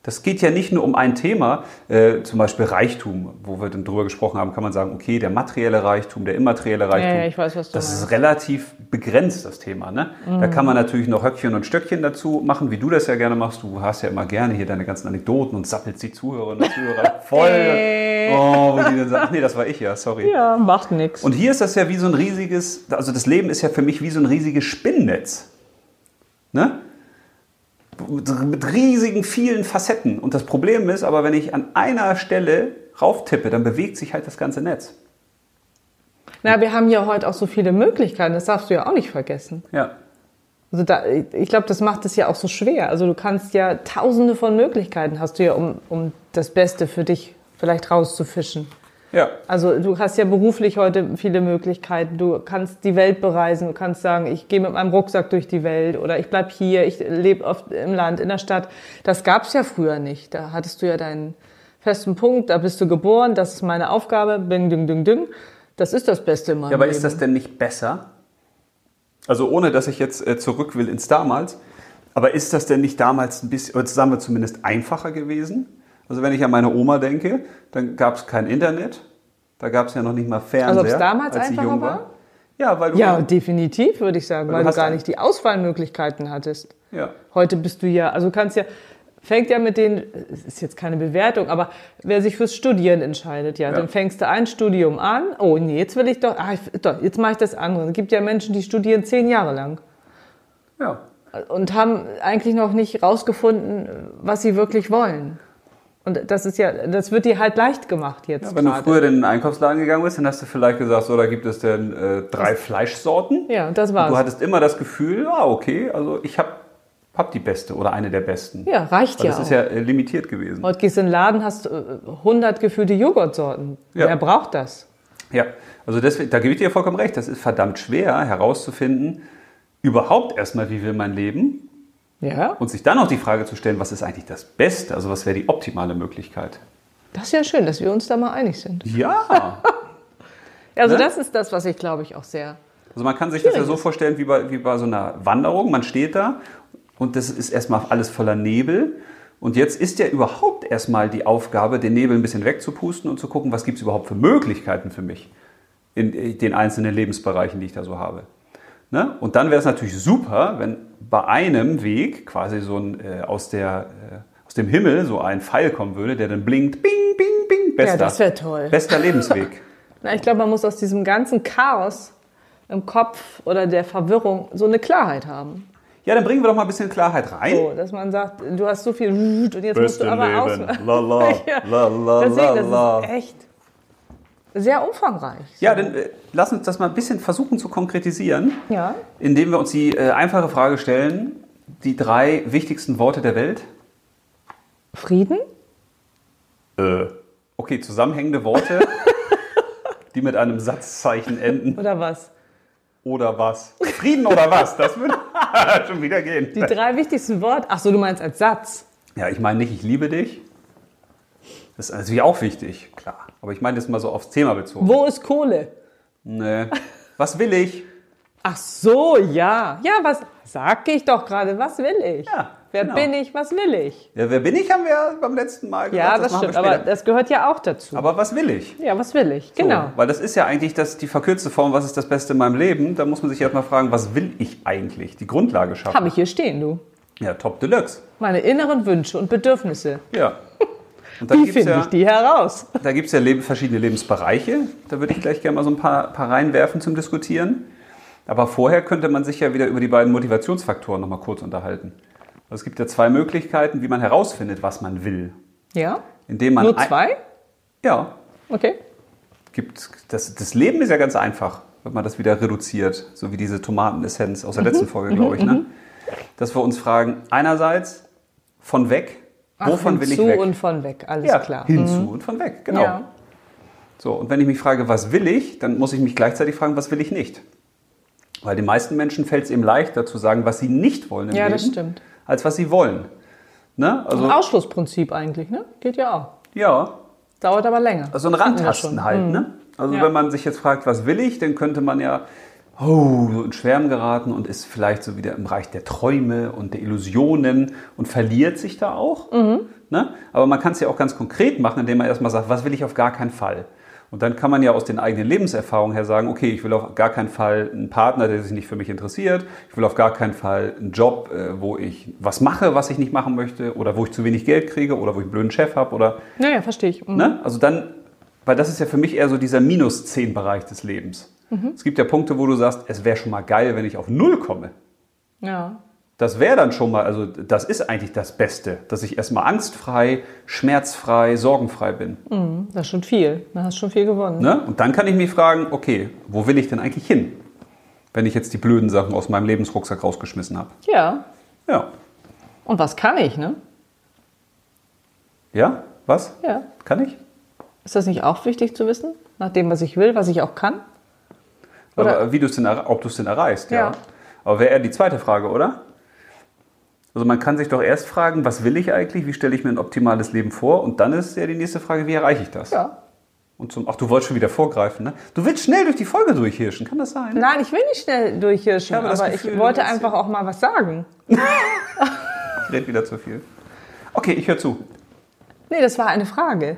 Das geht ja nicht nur um ein Thema, äh, zum Beispiel Reichtum, wo wir dann drüber gesprochen haben, kann man sagen, okay, der materielle Reichtum, der immaterielle Reichtum.
ja, ich weiß, was du
das ist
meinst. Mhm.
relativ begrenzt, das Thema. Ne? Da kann man natürlich noch Höckchen und Stöckchen dazu machen, wie du das ja gerne machst. Du hast ja immer gerne hier deine ganzen Anekdoten und sappelst die Zuhörerinnen und Zuhörer voll.
Äh.
oh, wo die dann sagen, ach nee, das war ich ja, sorry.
Ja, macht nichts.
Und hier ist das ja wie so ein riesiges, also das Leben ist ja für mich wie so ein riesiges Spinnennetz. Ne? Mit, mit riesigen, vielen Facetten. Und das Problem ist aber, wenn ich an einer Stelle rauftippe, dann bewegt sich halt das ganze Netz.
Na, wir haben ja heute auch so viele Möglichkeiten, das darfst du ja auch nicht vergessen.
Ja.
Also da, ich glaube, das macht es ja auch so schwer. Also du kannst ja tausende von Möglichkeiten hast du ja, um, um das Beste für dich vielleicht rauszufischen.
Ja.
Also du hast ja beruflich heute viele Möglichkeiten. Du kannst die Welt bereisen. Du kannst sagen, ich gehe mit meinem Rucksack durch die Welt oder ich bleib hier, ich lebe oft im Land, in der Stadt. Das gab's ja früher nicht. Da hattest du ja deinen festen Punkt, da bist du geboren, das ist meine Aufgabe, bing, ding, ding, ding. Das ist das Beste in meinem
Ja, aber
Leben.
ist das denn nicht besser? Also ohne, dass ich jetzt äh, zurück will ins damals, aber ist das denn nicht damals ein bisschen, oder sagen wir zumindest einfacher gewesen? Also wenn ich an meine Oma denke, dann gab es kein Internet, da gab es ja noch nicht mal Fernseher,
Also ob es damals
als sie
einfacher
jung war.
war?
Ja, weil du... halt-
Ja, definitiv, würde ich sagen, weil
du
du
hast
gar
ein-
nicht die Auswahlmöglichkeiten hattest.
ja.
Heute bist du ja, also kannst ja, fängt ja mit den, es ist jetzt keine Bewertung, aber wer sich fürs Studieren entscheidet, ja,
Ja.
dann fängst du ein Studium an. Oh nee, jetzt will ich doch, ah, ich, doch jetzt mache ich das andere. Es gibt ja Menschen, die studieren zehn Jahre lang
ja.
und haben eigentlich noch nicht rausgefunden, was sie wirklich wollen. Und das ist ja, das wird dir halt leicht gemacht jetzt.
Ja, wenn du
gerade.
früher in den Einkaufsladen gegangen bist, dann hast du vielleicht gesagt, so, da gibt es denn äh, drei Fleischsorten.
ja, das
Du
war's.
hattest immer das Gefühl, ah, okay, also ich habe hab die beste oder eine der besten.
Ja, reicht
Weil
ja.
das
auch.
ist ja äh, limitiert gewesen.
Heute gehst du in den Laden, hast äh, 100 gefühlte Joghurtsorten.
Ja.
Wer braucht das?
Ja, also deswegen, da gebe ich dir vollkommen recht. Das ist verdammt schwer herauszufinden, überhaupt erstmal, wie will man leben
Ja,
und sich dann auch die Frage zu stellen, was ist eigentlich das Beste, also was wäre die optimale Möglichkeit.
das ist ja schön, dass wir uns da mal einig sind.
Ja,
Also
Ne?
das ist das, was ich glaube ich auch sehr.
also man kann sich das ja so vorstellen wie bei, wie bei so einer Wanderung. Man steht da und das ist erstmal alles voller Nebel. Und jetzt ist ja überhaupt erstmal die Aufgabe, den Nebel ein bisschen wegzupusten und zu gucken, was gibt es überhaupt für Möglichkeiten für mich in äh, den einzelnen Lebensbereichen, die ich da so habe. Ne? Und dann wäre es natürlich super, wenn bei einem Weg quasi so ein äh, aus, der, äh, aus dem Himmel so ein Pfeil kommen würde, der dann blinkt, bing, bing, bing, bester,
das wär toll.
bester Lebensweg.
Na, ich glaube, man muss aus diesem ganzen Chaos im Kopf oder der Verwirrung so eine Klarheit haben.
Ja, dann bringen wir doch mal ein bisschen Klarheit rein.
So, dass man sagt, du hast so viel und jetzt musst du
Beste
aber
Leben.
aus.
La, la, la, la, la,
Deswegen,
la.
das ist echt sehr umfangreich.
Ja, dann äh, lass uns das mal ein bisschen versuchen zu konkretisieren,
Ja.
indem wir uns die äh, einfache Frage stellen, die drei wichtigsten Worte der Welt.
Frieden?
Äh. Okay, zusammenhängende Worte, die mit einem Satzzeichen enden.
Oder was?
Oder was? Frieden oder was? Das würde schon wieder gehen.
Die drei wichtigsten Worte. Ach so, du meinst als Satz.
Ja, ich meine nicht, ich liebe dich. Das ist natürlich auch wichtig, klar. Aber ich meine das mal so aufs Thema bezogen.
Wo ist Kohle?
Nee. Ne. Was will ich?
Ach so, ja. Ja, was sag ich doch gerade, was will ich?
Ja,
Wer
genau.
bin ich, was will ich?
Ja, wer bin ich, haben wir ja beim letzten Mal gesagt.
Ja, das,
machen wir
stimmt, aber
später.
das gehört ja auch dazu.
aber was will ich?
ja, was will ich? Genau.
So, weil das ist ja eigentlich das, die verkürzte Form, was ist das Beste in meinem Leben? Da muss man sich erstmal fragen, was will ich eigentlich? Die Grundlage schaffen.
Habe ich hier stehen, du.
Ja, top deluxe.
Meine inneren Wünsche und Bedürfnisse.
Ja. Und dann
Wie
gibt's
finde
ja,
ich die heraus?
Da gibt es ja leb- verschiedene Lebensbereiche. Da würde ich gleich gerne mal so ein paar, paar reinwerfen zum Diskutieren. Aber vorher könnte man sich ja wieder über die beiden Motivationsfaktoren nochmal kurz unterhalten. Also es gibt ja zwei Möglichkeiten, wie man herausfindet, was man will.
Ja?
Indem man
Nur
ein-
zwei?
Ja,
Okay.
gibt das, das Leben ist ja ganz einfach, wenn man das wieder reduziert, so wie diese Tomatenessenz aus der
Mhm.
letzten Folge, glaube ich, ne? Dass wir uns fragen, einerseits von weg,
Ach,
wovon will ich
hinzu
weg?
und von weg, alles
ja,
klar. Mhm.
hinzu und von weg, genau.
Ja.
So, und wenn ich mich frage, was will ich, dann muss ich mich gleichzeitig fragen, was will ich nicht. Weil den meisten Menschen fällt es eben leichter zu sagen, was sie nicht wollen im
Ja,
Leben,
das stimmt.
als was sie wollen. Ne? Also,
Ausschlussprinzip eigentlich, ne? Geht ja auch.
ja,
Dauert aber länger.
also ein
Hatten wir
Rantasten
schon. Mhm.
halt. Ne? Also
Ja.
wenn man sich jetzt fragt, was will ich, dann könnte man ja oh, so in Schwärmen geraten und ist vielleicht so wieder im Bereich der Träume und der Illusionen und verliert sich da auch.
Mhm.
Ne? Aber man kann es ja auch ganz konkret machen, indem man erstmal sagt, was will ich auf gar keinen Fall. Und dann kann man ja aus den eigenen Lebenserfahrungen her sagen, okay, ich will auf gar keinen Fall einen Partner, der sich nicht für mich interessiert. Ich will auf gar keinen Fall einen Job, äh, wo ich was mache, was ich nicht machen möchte oder wo ich zu wenig Geld kriege oder wo ich einen blöden Chef habe oder
Naja, verstehe ich. Mhm.
Ne? Also dann, weil das ist ja für mich eher so dieser minus 10 Bereich des Lebens.
Mhm.
Es gibt ja Punkte, wo du sagst, es wäre schon mal geil, wenn ich auf Null komme.
Ja.
Das wäre dann schon mal, also das ist eigentlich das Beste, dass ich erstmal angstfrei, schmerzfrei, sorgenfrei bin.
Mhm. Das ist schon viel. Da hast schon viel gewonnen.
Ne? Und dann kann ich mich fragen, okay, wo will ich denn eigentlich hin, wenn ich jetzt die blöden Sachen aus meinem Lebensrucksack rausgeschmissen habe?
Ja.
Ja.
Und was kann ich, ne?
Ja? Was?
Ja.
Kann ich?
Ist das nicht auch wichtig zu wissen? Nach dem, was ich will, was ich auch kann? Oder-
Aber wie du's denn, erre- ob du es denn erreichst, ja.
Ja.
Aber wäre eher die zweite Frage, oder? Also man kann sich doch erst fragen, was will ich eigentlich, wie stelle ich mir ein optimales Leben vor? Und dann ist ja die nächste Frage, wie erreiche ich das?
Ja.
Und zum, ach, du wolltest schon wieder vorgreifen, ne? Du willst schnell durch die Folge durchhirschen, kann das sein?
Nein, ich will nicht schnell
Ich
durchhirschen,
habe das
aber
Gefühl,
ich wollte
du willst-
einfach auch mal was sagen.
Ich rede wieder zu viel. Okay, ich höre zu.
Nee, das war eine Frage.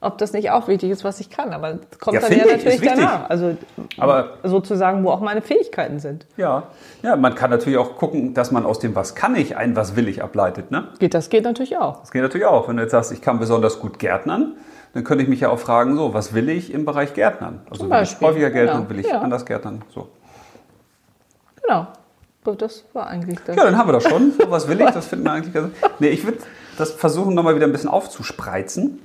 Ob das nicht auch wichtig ist, was ich kann. Aber das kommt
Ja,
dann ja
finde ich, ist
natürlich
wichtig.
danach. Also
Aber
sozusagen, wo auch meine Fähigkeiten sind.
ja, ja, man kann natürlich auch gucken, dass man aus dem Was kann ich ein Was will ich ableitet, ne?
Geht, das geht natürlich auch.
Das geht natürlich auch. Wenn du jetzt sagst, ich kann besonders gut Gärtnern, dann könnte ich mich ja auch fragen, so, was will ich im Bereich Gärtnern? Also
Zum
will ich
Beispiel,
häufiger Gärtnern,
genau.
will ich
Ja.
anders Gärtnern? So.
Genau. Gut, Das war eigentlich das.
Ja, dann haben wir das schon. So, was will ich? Das finden wir eigentlich ganz. Nee, ich würde das versuchen, nochmal wieder ein bisschen aufzuspreizen.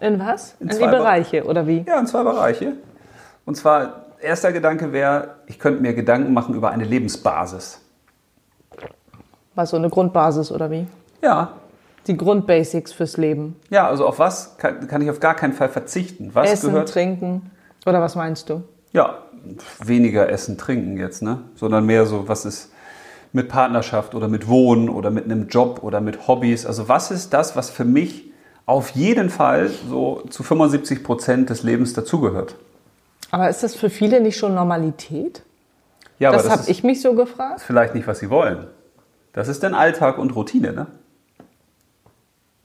In was? In, die
zwei Be-
Bereiche, oder wie?
Ja, in zwei Bereiche. Und zwar, erster Gedanke wäre, ich könnte mir Gedanken machen über eine Lebensbasis.
War so eine Grundbasis, oder wie?
Ja.
Die Grundbasics fürs Leben.
Ja, also auf was kann, kann ich auf gar keinen Fall verzichten? Was
Essen,
gehört
trinken. Oder was meinst du?
Ja, weniger essen, trinken jetzt, ne? Sondern mehr so, was ist mit Partnerschaft oder mit Wohnen oder mit einem Job oder mit Hobbys? Also was ist das, was für mich auf jeden Fall so zu 75 Prozent des Lebens dazugehört?
Aber ist das für viele nicht schon Normalität?
Ja,
das
aber das
habe
ist
ich mich so gefragt.
vielleicht nicht, was sie wollen. Das ist dann Alltag und Routine, ne?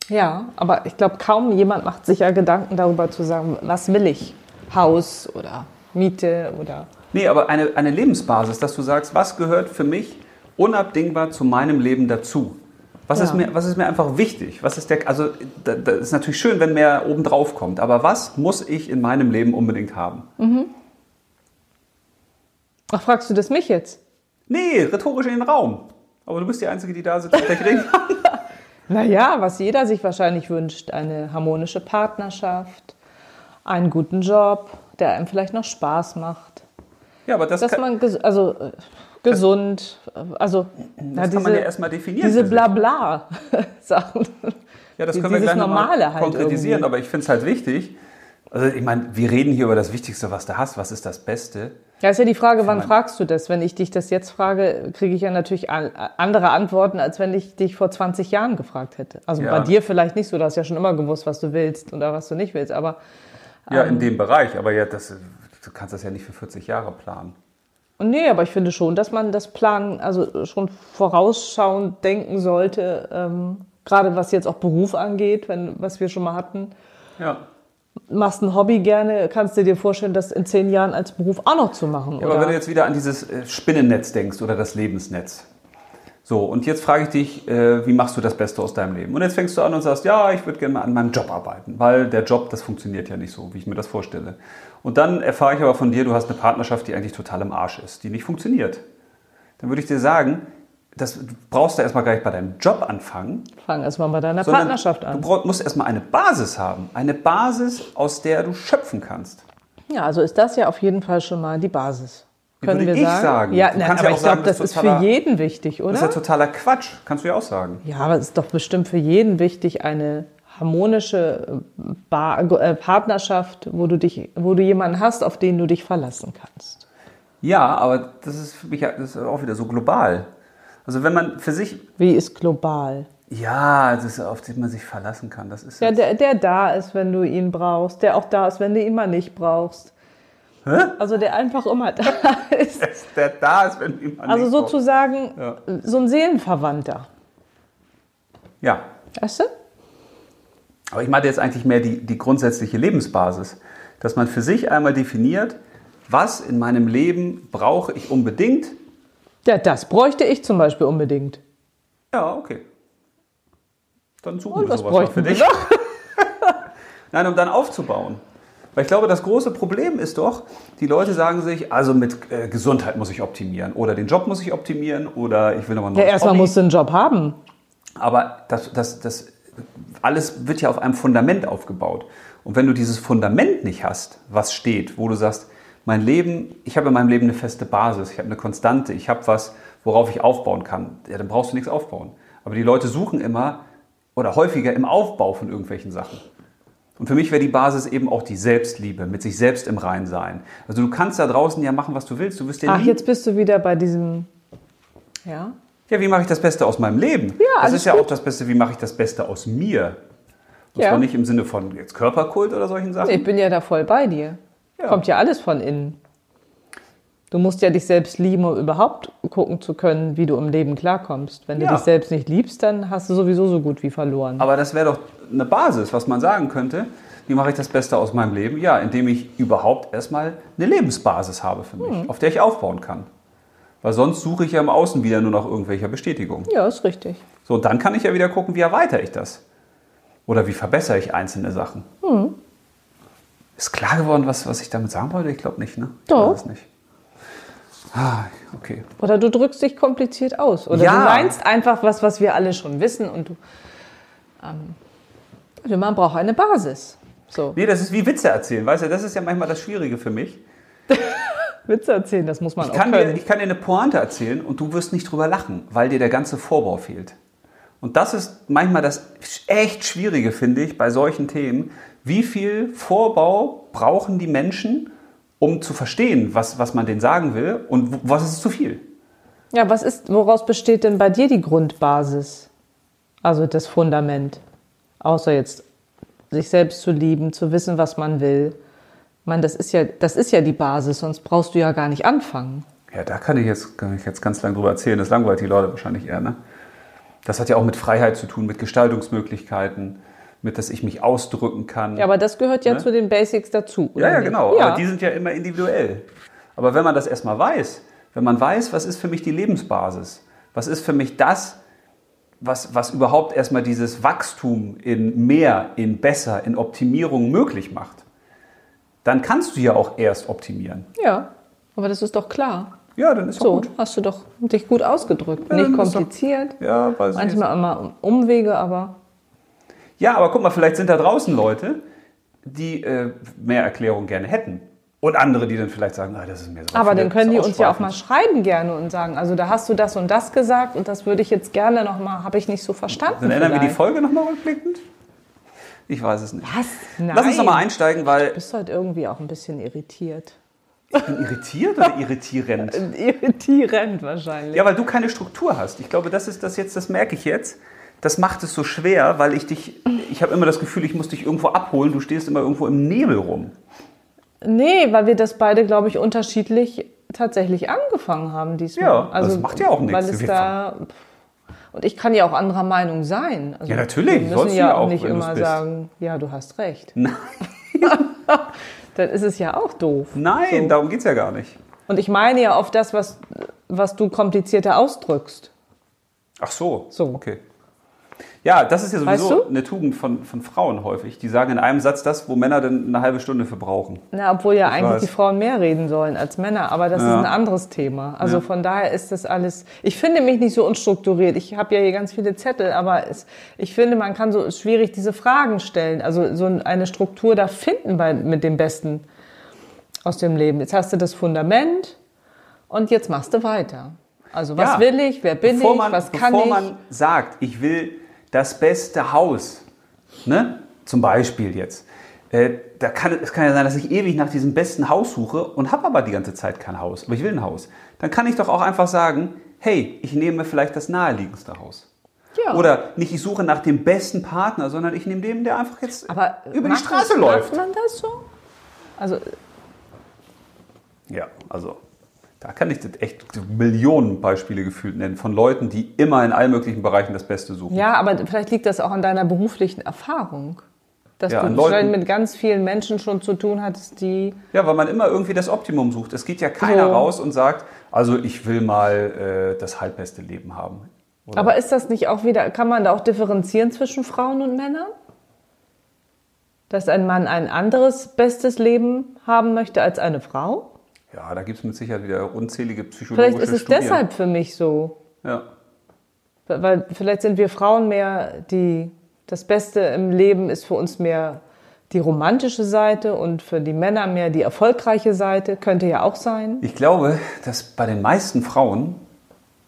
Ja, aber ich glaube, kaum jemand macht sich ja Gedanken darüber zu sagen, was will ich? Haus oder Miete oder.
Nee, aber eine, eine Lebensbasis, dass du sagst, was gehört für mich unabdingbar zu meinem Leben dazu? Was,
Ja.
ist, mir, was ist mir einfach wichtig? Was ist der, also, da, da ist natürlich schön, wenn mehr obendrauf kommt, aber was muss ich in meinem Leben unbedingt haben?
Ach, fragst du das mich jetzt?
Nee, rhetorisch in den Raum. Aber du bist die Einzige, die da sitzt und gleich redet.
Naja, was jeder sich wahrscheinlich wünscht: eine harmonische Partnerschaft, einen guten Job, der einem vielleicht noch Spaß macht.
Ja, aber das,
Dass
kann,
man ges also, äh, gesund, äh, also na,
das
diese,
kann man ja erstmal definieren.
diese
für sich.
Blabla-Sachen.
Ja, das
Die-
können wir
dieses
gleich nochmal
Normale halt
konkretisieren,
irgendwie.
aber ich finde es halt wichtig. Also ich meine, wir reden hier über das Wichtigste, was du hast. Was ist das Beste?
Ja, ist ja die Frage, wann
man-
fragst du das? Wenn ich dich das jetzt frage, kriege ich ja natürlich an- andere Antworten, als wenn ich dich vor 20 Jahren gefragt hätte. Also
Ja.
bei dir vielleicht nicht so, du hast ja schon immer gewusst, was du willst oder was du nicht willst, aber
Ja, in dem Bereich, aber ja, das, du kannst das ja nicht für 40 Jahre planen.
Und nee, aber ich finde schon, dass man das planen, also schon vorausschauend denken sollte, ähm, gerade was jetzt auch Beruf angeht, wenn, was wir schon mal hatten.
Ja.
Machst ein Hobby gerne, kannst du dir vorstellen, das in zehn Jahren als Beruf auch noch zu machen.
Aber wenn du
oder?
jetzt wieder an dieses äh, Spinnennetz denkst oder das Lebensnetz. So, und jetzt frage ich dich, äh, wie machst du das Beste aus deinem Leben? Und jetzt fängst du an und sagst, ja, ich würde gerne mal an meinem Job arbeiten, weil der Job, das funktioniert ja nicht so, wie ich mir das vorstelle. Und dann erfahre ich aber von dir, du hast eine Partnerschaft, die eigentlich total im Arsch ist, die nicht funktioniert. Dann würde ich dir sagen, das du brauchst du erstmal gar nicht bei deinem Job anfangen,
Fang erstmal bei deiner
sondern
Partnerschaft
Du
an.
brauch- musst erstmal eine Basis haben, eine Basis, aus der du schöpfen kannst.
Ja, also ist das ja auf jeden Fall schon mal die Basis.
Ja,
Können
würde
wir
ich
sagen?
sagen.
Ja,
Du
nein,
kannst
aber
ja auch
ich glaube,
sagen,
das
das
ist
ist totaler-
für jeden wichtig,
Das ist
oder?
ja totaler Quatsch, kannst du ja auch sagen.
Ja, aber es ist doch bestimmt für jeden wichtig, eine äh, harmonische äh, Ba- äh, Partnerschaft, wo du, dich, wo du jemanden hast, auf den du dich verlassen kannst.
Ja, aber das ist für mich ja- das ist auch wieder so global. Also wenn man für sich,
Wie ist global?
ja, das ist, auf den man sich verlassen kann, das ist
Ja,
jetzt-
der, der da ist, wenn du ihn brauchst, der auch da ist, wenn du ihn mal nicht brauchst. Also der einfach immer da ist.
der da ist, wenn jemand
Also
nicht kommt.
sozusagen äh,
Ja.
so ein Seelenverwandter.
Ja,
Weißt du?
aber ich meinte jetzt eigentlich mehr die, die grundsätzliche Lebensbasis, dass man für sich einmal definiert, was in meinem Leben brauche ich unbedingt.
Ja, das bräuchte ich zum Beispiel unbedingt.
Ja, okay. Dann suchen
Und
wir
was
Oh, sowas mal für
Oh, bräuchten wir
dich.
noch?
Nein, um dann aufzubauen. Weil ich glaube, das große Problem ist doch, die Leute sagen sich, also mit äh, Gesundheit muss ich optimieren oder den Job muss ich optimieren oder ich will nochmal ein
Ja,
neues
erstmal
Hobby. Mhm.
musst du einen Job haben.
Aber das, das, das alles wird ja auf einem Fundament aufgebaut. Und wenn du dieses Fundament nicht hast, was steht, wo du sagst, mein Leben, ich habe in meinem Leben eine feste Basis, ich habe eine Konstante, ich habe was, worauf ich aufbauen kann, ja, dann brauchst du nichts aufbauen. Aber die Leute suchen immer oder häufiger im Aufbau von irgendwelchen Sachen. Und für mich wäre die Basis eben auch die Selbstliebe, mit sich selbst im Reinen sein. Also du kannst da draußen ja machen, was du willst. Du wirst ja
Ach,
nie-
jetzt bist du wieder bei diesem. Ja.
ja, wie mache ich das Beste aus meinem Leben? das
alles
ist ja
gut.
auch das Beste, wie mache ich das Beste aus mir? Und
Ja.
zwar nicht im Sinne von jetzt Körperkult oder solchen Sachen.
Ich bin ja da voll bei dir.
Ja.
Kommt ja alles von innen. Du musst ja dich selbst lieben, um überhaupt gucken zu können, wie du im Leben klarkommst. Wenn du
Ja.
dich selbst nicht liebst, dann hast du sowieso so gut wie verloren.
Aber das wäre doch eine Basis, was man sagen könnte. Wie mache ich das Beste aus meinem Leben? Ja, indem ich überhaupt erstmal eine Lebensbasis habe für mich,
Mhm.
auf der ich aufbauen kann. Weil sonst suche ich ja im Außen wieder nur nach irgendwelcher Bestätigung.
Ja, ist richtig.
So, und dann kann ich ja wieder gucken, wie erweitere ich das? Oder wie verbessere ich einzelne Sachen?
Mhm.
Ist klar geworden, was, was ich damit sagen wollte? Ich glaube nicht, ne? Ich
Doch.
weiß es nicht. Ah, okay.
Oder du drückst dich kompliziert aus. Oder
Ja.
du meinst einfach was, was wir alle schon wissen. Und du. Ähm, man braucht eine Basis. So.
Nee, das ist wie Witze erzählen, weißt du? Das ist ja manchmal das Schwierige für mich.
Witze erzählen, das muss man
Ich
auch
kann, dir,
können.
ich kann dir eine Pointe erzählen und du wirst nicht drüber lachen, weil dir der ganze Vorbau fehlt. Und das ist manchmal das echt Schwierige, finde ich, bei solchen Themen. Wie viel Vorbau brauchen die Menschen, um zu verstehen, was, was man denen sagen will und w- was ist zu viel?
Ja, was ist, woraus besteht denn bei dir die Grundbasis? Also das Fundament. Außer jetzt sich selbst zu lieben, zu wissen, was man will. Ich meine, das ist ja, das ist ja die Basis, sonst brauchst du ja gar nicht anfangen.
Ja, da kann ich jetzt, kann ich jetzt ganz lang drüber erzählen. Das langweilt die Leute wahrscheinlich eher. Ne? Das hat ja auch mit Freiheit zu tun, mit Gestaltungsmöglichkeiten, mit dass ich mich ausdrücken kann.
Ja, aber das gehört ja
Ne?
zu den Basics dazu. oder
Ja, ja,
nicht?
genau.
Äh, Ja.
Aber die sind ja immer individuell. Aber wenn man das erstmal weiß, wenn man weiß, was ist für mich die Lebensbasis, was ist für mich das, was, was überhaupt erstmal dieses Wachstum in mehr, in besser, in Optimierung möglich macht, dann kannst du ja auch erst optimieren.
ja, aber das ist doch klar.
Ja, dann ist doch
So,
gut.
hast du doch dich gut ausgedrückt.
Ja,
nicht
dann ist doch-
kompliziert.
Ja, weiß ich nicht.
Manchmal immer um Umwege, aber
Ja, aber guck mal, vielleicht sind da draußen Leute, die äh, mehr Erklärung gerne hätten. Und andere, die dann vielleicht sagen, ah, das ist mir so
Aber
viel,
dann
das
können die
ist
uns ja auch mal
ausschweifend.
schreiben gerne und sagen, also da hast du das und das gesagt und das würde ich jetzt gerne nochmal, habe ich nicht so verstanden.
Dann ändern wir die
vielleicht.
Folge nochmal rückblickend? Ich weiß es nicht.
Was? Nein.
Lass uns nochmal einsteigen,
Du
weil
bist heute irgendwie auch ein bisschen irritiert.
ich bin irritiert oder irritierend?
Irritierend wahrscheinlich.
Ja, weil du keine Struktur hast. Ich glaube, das ist das jetzt, das merke ich jetzt. Das macht es so schwer, weil ich dich, ich habe immer das Gefühl, ich muss dich irgendwo abholen. Du stehst immer irgendwo im Nebel rum.
Nee, weil wir das beide, glaube ich, unterschiedlich tatsächlich angefangen haben diesmal. Also,
Ja, das macht ja auch nichts.
Weil es
Wir
da, und ich kann ja auch anderer Meinung sein. Also,
Ja, natürlich,
Wir
sollst
müssen
du
ja
ja
auch
auch,
nicht
wenn du's
immer
bist.
sagen, ja, du hast recht. Dann ist es ja auch doof.
Nein, darum geht es ja gar nicht.
Und ich meine ja auf das, was, was du komplizierter ausdrückst.
Ach so.
So.
Okay. Ja, das ist ja sowieso
Weißt du?
eine Tugend von, von Frauen häufig. Die sagen in einem Satz das, wo Männer dann eine halbe Stunde für brauchen.
Na, obwohl ja eigentlich
weiß.
die Frauen mehr reden sollen als Männer, aber das
Ja.
ist ein anderes Thema. Also
Ja.
von daher ist das alles. Ich finde mich nicht so unstrukturiert. Ich habe ja hier ganz viele Zettel, aber es, ich finde, man kann so schwierig diese Fragen stellen. Also so eine Struktur da finden bei, mit dem Besten aus dem Leben. Jetzt hast du das Fundament und jetzt machst du weiter. Also was
Ja.
will ich? Wer bin
bevor
ich?
Man,
was
bevor
kann ich?
man sagt, ich will das beste Haus, ne? zum Beispiel jetzt, äh, da kann, es kann ja sein, dass ich ewig nach diesem besten Haus suche und habe aber die ganze Zeit kein Haus, aber ich will ein Haus. Dann kann ich doch auch einfach sagen, hey, ich nehme vielleicht das naheliegendste Haus.
Ja.
Oder nicht, ich suche nach dem besten Partner, sondern ich nehme den, der einfach jetzt
aber
über die
macht
Straße
man,
läuft.
Macht man das so? Also
Ja, also da kann ich das echt Millionen Beispiele gefühlt nennen von Leuten, die immer in allen möglichen Bereichen das Beste suchen.
Ja, aber vielleicht liegt das auch an deiner beruflichen Erfahrung. Dass
Ja,
du
an Leuten.
wahrscheinlich mit ganz vielen Menschen schon zu tun hattest, die.
Ja, weil man immer irgendwie das Optimum sucht. Es geht ja keiner
So.
raus und sagt, also ich will mal äh, das halbbeste Leben haben. Oder?
Aber ist das nicht auch wieder, kann man da auch differenzieren zwischen Frauen und Männern? Dass ein Mann ein anderes bestes Leben haben möchte als eine Frau?
ja, da gibt es mit Sicherheit wieder unzählige psychologische
Vielleicht ist es
Studien.
deshalb für mich so.
Ja.
Weil vielleicht sind wir Frauen mehr die. Das Beste im Leben ist für uns mehr die romantische Seite und für die Männer mehr die erfolgreiche Seite. Könnte ja auch sein.
Ich glaube, dass bei den meisten Frauen,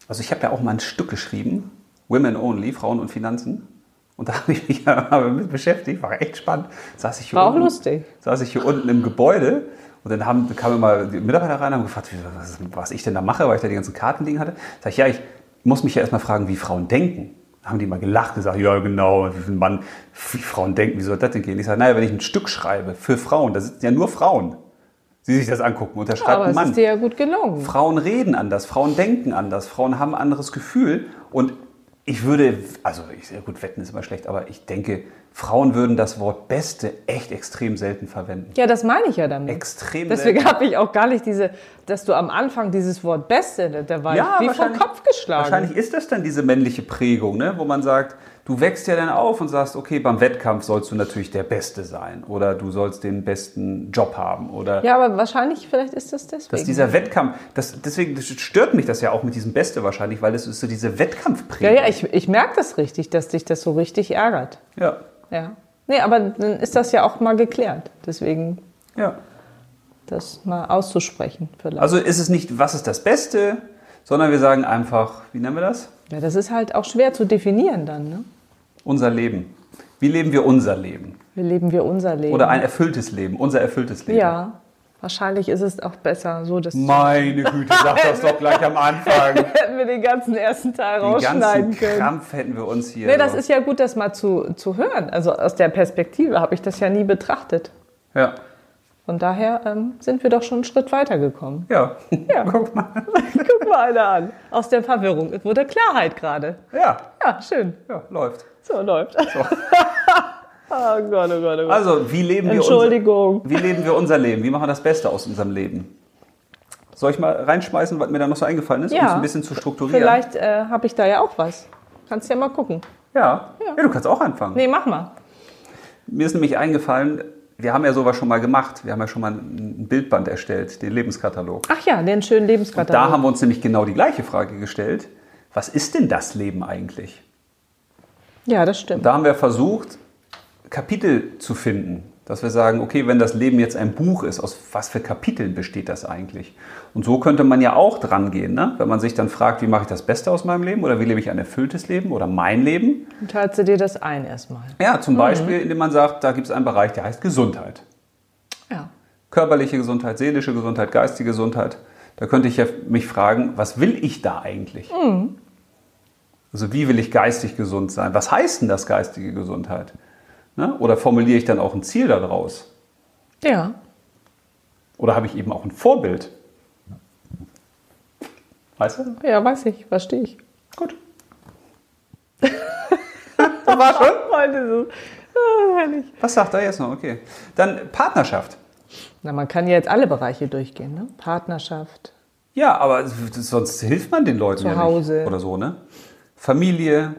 also ich habe ja auch mal ein Stück geschrieben, Women Only, Frauen und Finanzen. Und da habe ich mich ja mal mit beschäftigt, war echt spannend. Saß ich hier
War auch
unten,
lustig.
Saß ich hier unten im Gebäude und dann haben, kamen mal die Mitarbeiter rein und haben gefragt, wie- was, was ich denn da mache, weil ich da die ganzen Karten liegen hatte. Sag ich, ja, ich muss mich ja erstmal fragen, wie Frauen denken. Da haben die mal gelacht und gesagt, ja genau, wie ein Mann, wie Frauen denken, wie soll das denn gehen? Ich sage, naja, wenn ich ein Stück schreibe für Frauen, da sitzen ja nur Frauen, die sich das angucken und da schreibt
Aber
ein
es
Mann.
ist dir ja gut gelungen.
Frauen reden anders, Frauen denken anders, Frauen haben ein anderes Gefühl. Und ich würde, also ich, gut, wetten ist immer schlecht, aber ich denke, Frauen würden das Wort Beste echt extrem selten verwenden.
Ja, das meine ich ja damit.
Extrem
Deswegen
selten.
habe ich auch gar nicht diese, dass du am Anfang dieses Wort Beste, da- da war ich wie vom
wahrscheinlich-
Kopf geschlagen.
Wahrscheinlich ist das dann diese männliche Prägung, ne? wo man sagt, du wächst ja dann auf und sagst, okay, beim Wettkampf sollst du natürlich der Beste sein oder du sollst den besten Job haben oder
Ja, aber wahrscheinlich, vielleicht ist das deswegen.
dass dieser Wettkampf, das, deswegen stört mich das ja auch mit diesem Beste wahrscheinlich, weil das ist so diese
ja,
Wettkampfprägung.
ja, ich, ich merke das richtig, dass dich das so richtig ärgert.
ja.
Ja. Nee, aber dann ist das ja auch mal geklärt. Deswegen
ja.
das mal auszusprechen vielleicht.
Also ist es nicht, was ist das Beste, sondern wir sagen einfach, wie nennen wir das?
ja, das ist halt auch schwer zu definieren dann. Ne?
Unser Leben. Wie leben wir unser Leben?
Wie leben wir unser Leben?
Oder ein erfülltes Leben, unser erfülltes Leben.
ja, wahrscheinlich ist es auch besser, so dass
Meine Güte, sag das doch gleich am Anfang.
hätten wir den ganzen ersten Teil
Den
rausschneiden
ganzen
können.
Krampf hätten wir uns hier.
Nee, das
so-
ist ja gut, das mal zu, zu hören. Also aus der Perspektive habe ich das ja nie betrachtet.
Ja.
Von daher ähm, sind wir doch schon einen Schritt weitergekommen.
Ja.
Ja.
Guck mal.
Guck mal einer an. Aus der Verwirrung. Es wurde Klarheit gerade.
Ja.
Ja, schön.
Ja, läuft.
So läuft. oh Gott, oh Gott, oh Gott.
Also, wie leben wir unser,
Entschuldigung.
wie leben wir unser Leben? Wie machen wir das Beste aus unserem Leben? Soll ich mal reinschmeißen, was mir da noch so eingefallen ist, um
Ja.
es ein bisschen zu strukturieren?
Vielleicht äh, habe ich da ja auch was. Kannst ja mal gucken.
Ja. ja. Ja, du kannst auch anfangen.
Nee, mach mal.
Mir ist nämlich eingefallen, wir haben ja sowas schon mal gemacht. Wir haben ja schon mal ein Bildband erstellt, den Lebenskatalog.
Ach ja, den schönen Lebenskatalog.
Da haben wir uns nämlich genau die gleiche Frage gestellt. Was ist denn das Leben eigentlich?
ja, das stimmt.
Da haben wir versucht, Kapitel zu finden. Dass wir sagen, okay, wenn das Leben jetzt ein Buch ist, aus was für Kapiteln besteht das eigentlich? Und so könnte man ja auch dran gehen, ne? wenn man sich dann fragt, wie mache ich das Beste aus meinem Leben oder wie lebe ich ein erfülltes Leben oder mein Leben?
Dann teilst du dir das ein erstmal.
Ja, zum Beispiel, indem man sagt, da gibt es einen Bereich, der heißt Gesundheit.
Ja.
körperliche Gesundheit, seelische Gesundheit, geistige Gesundheit. Da könnte ich ja mich fragen, was will ich da eigentlich?
Mhm.
Also wie will ich geistig gesund sein? Was heißt denn das geistige Gesundheit? Ne? Oder formuliere ich dann auch ein Ziel daraus?
Ja.
Oder habe ich eben auch ein Vorbild? Weißt du?
Ja, weiß ich, verstehe ich.
Gut.
Das war schon voll dieses. Ah, herrlich.
Was sagt er jetzt noch? Okay. Dann Partnerschaft.
Na, man kann ja jetzt alle Bereiche durchgehen, ne? Partnerschaft.
Ja, aber s- sonst hilft man den Leuten
Zu
ja
Hause.
nicht. Oder so, ne? Familie,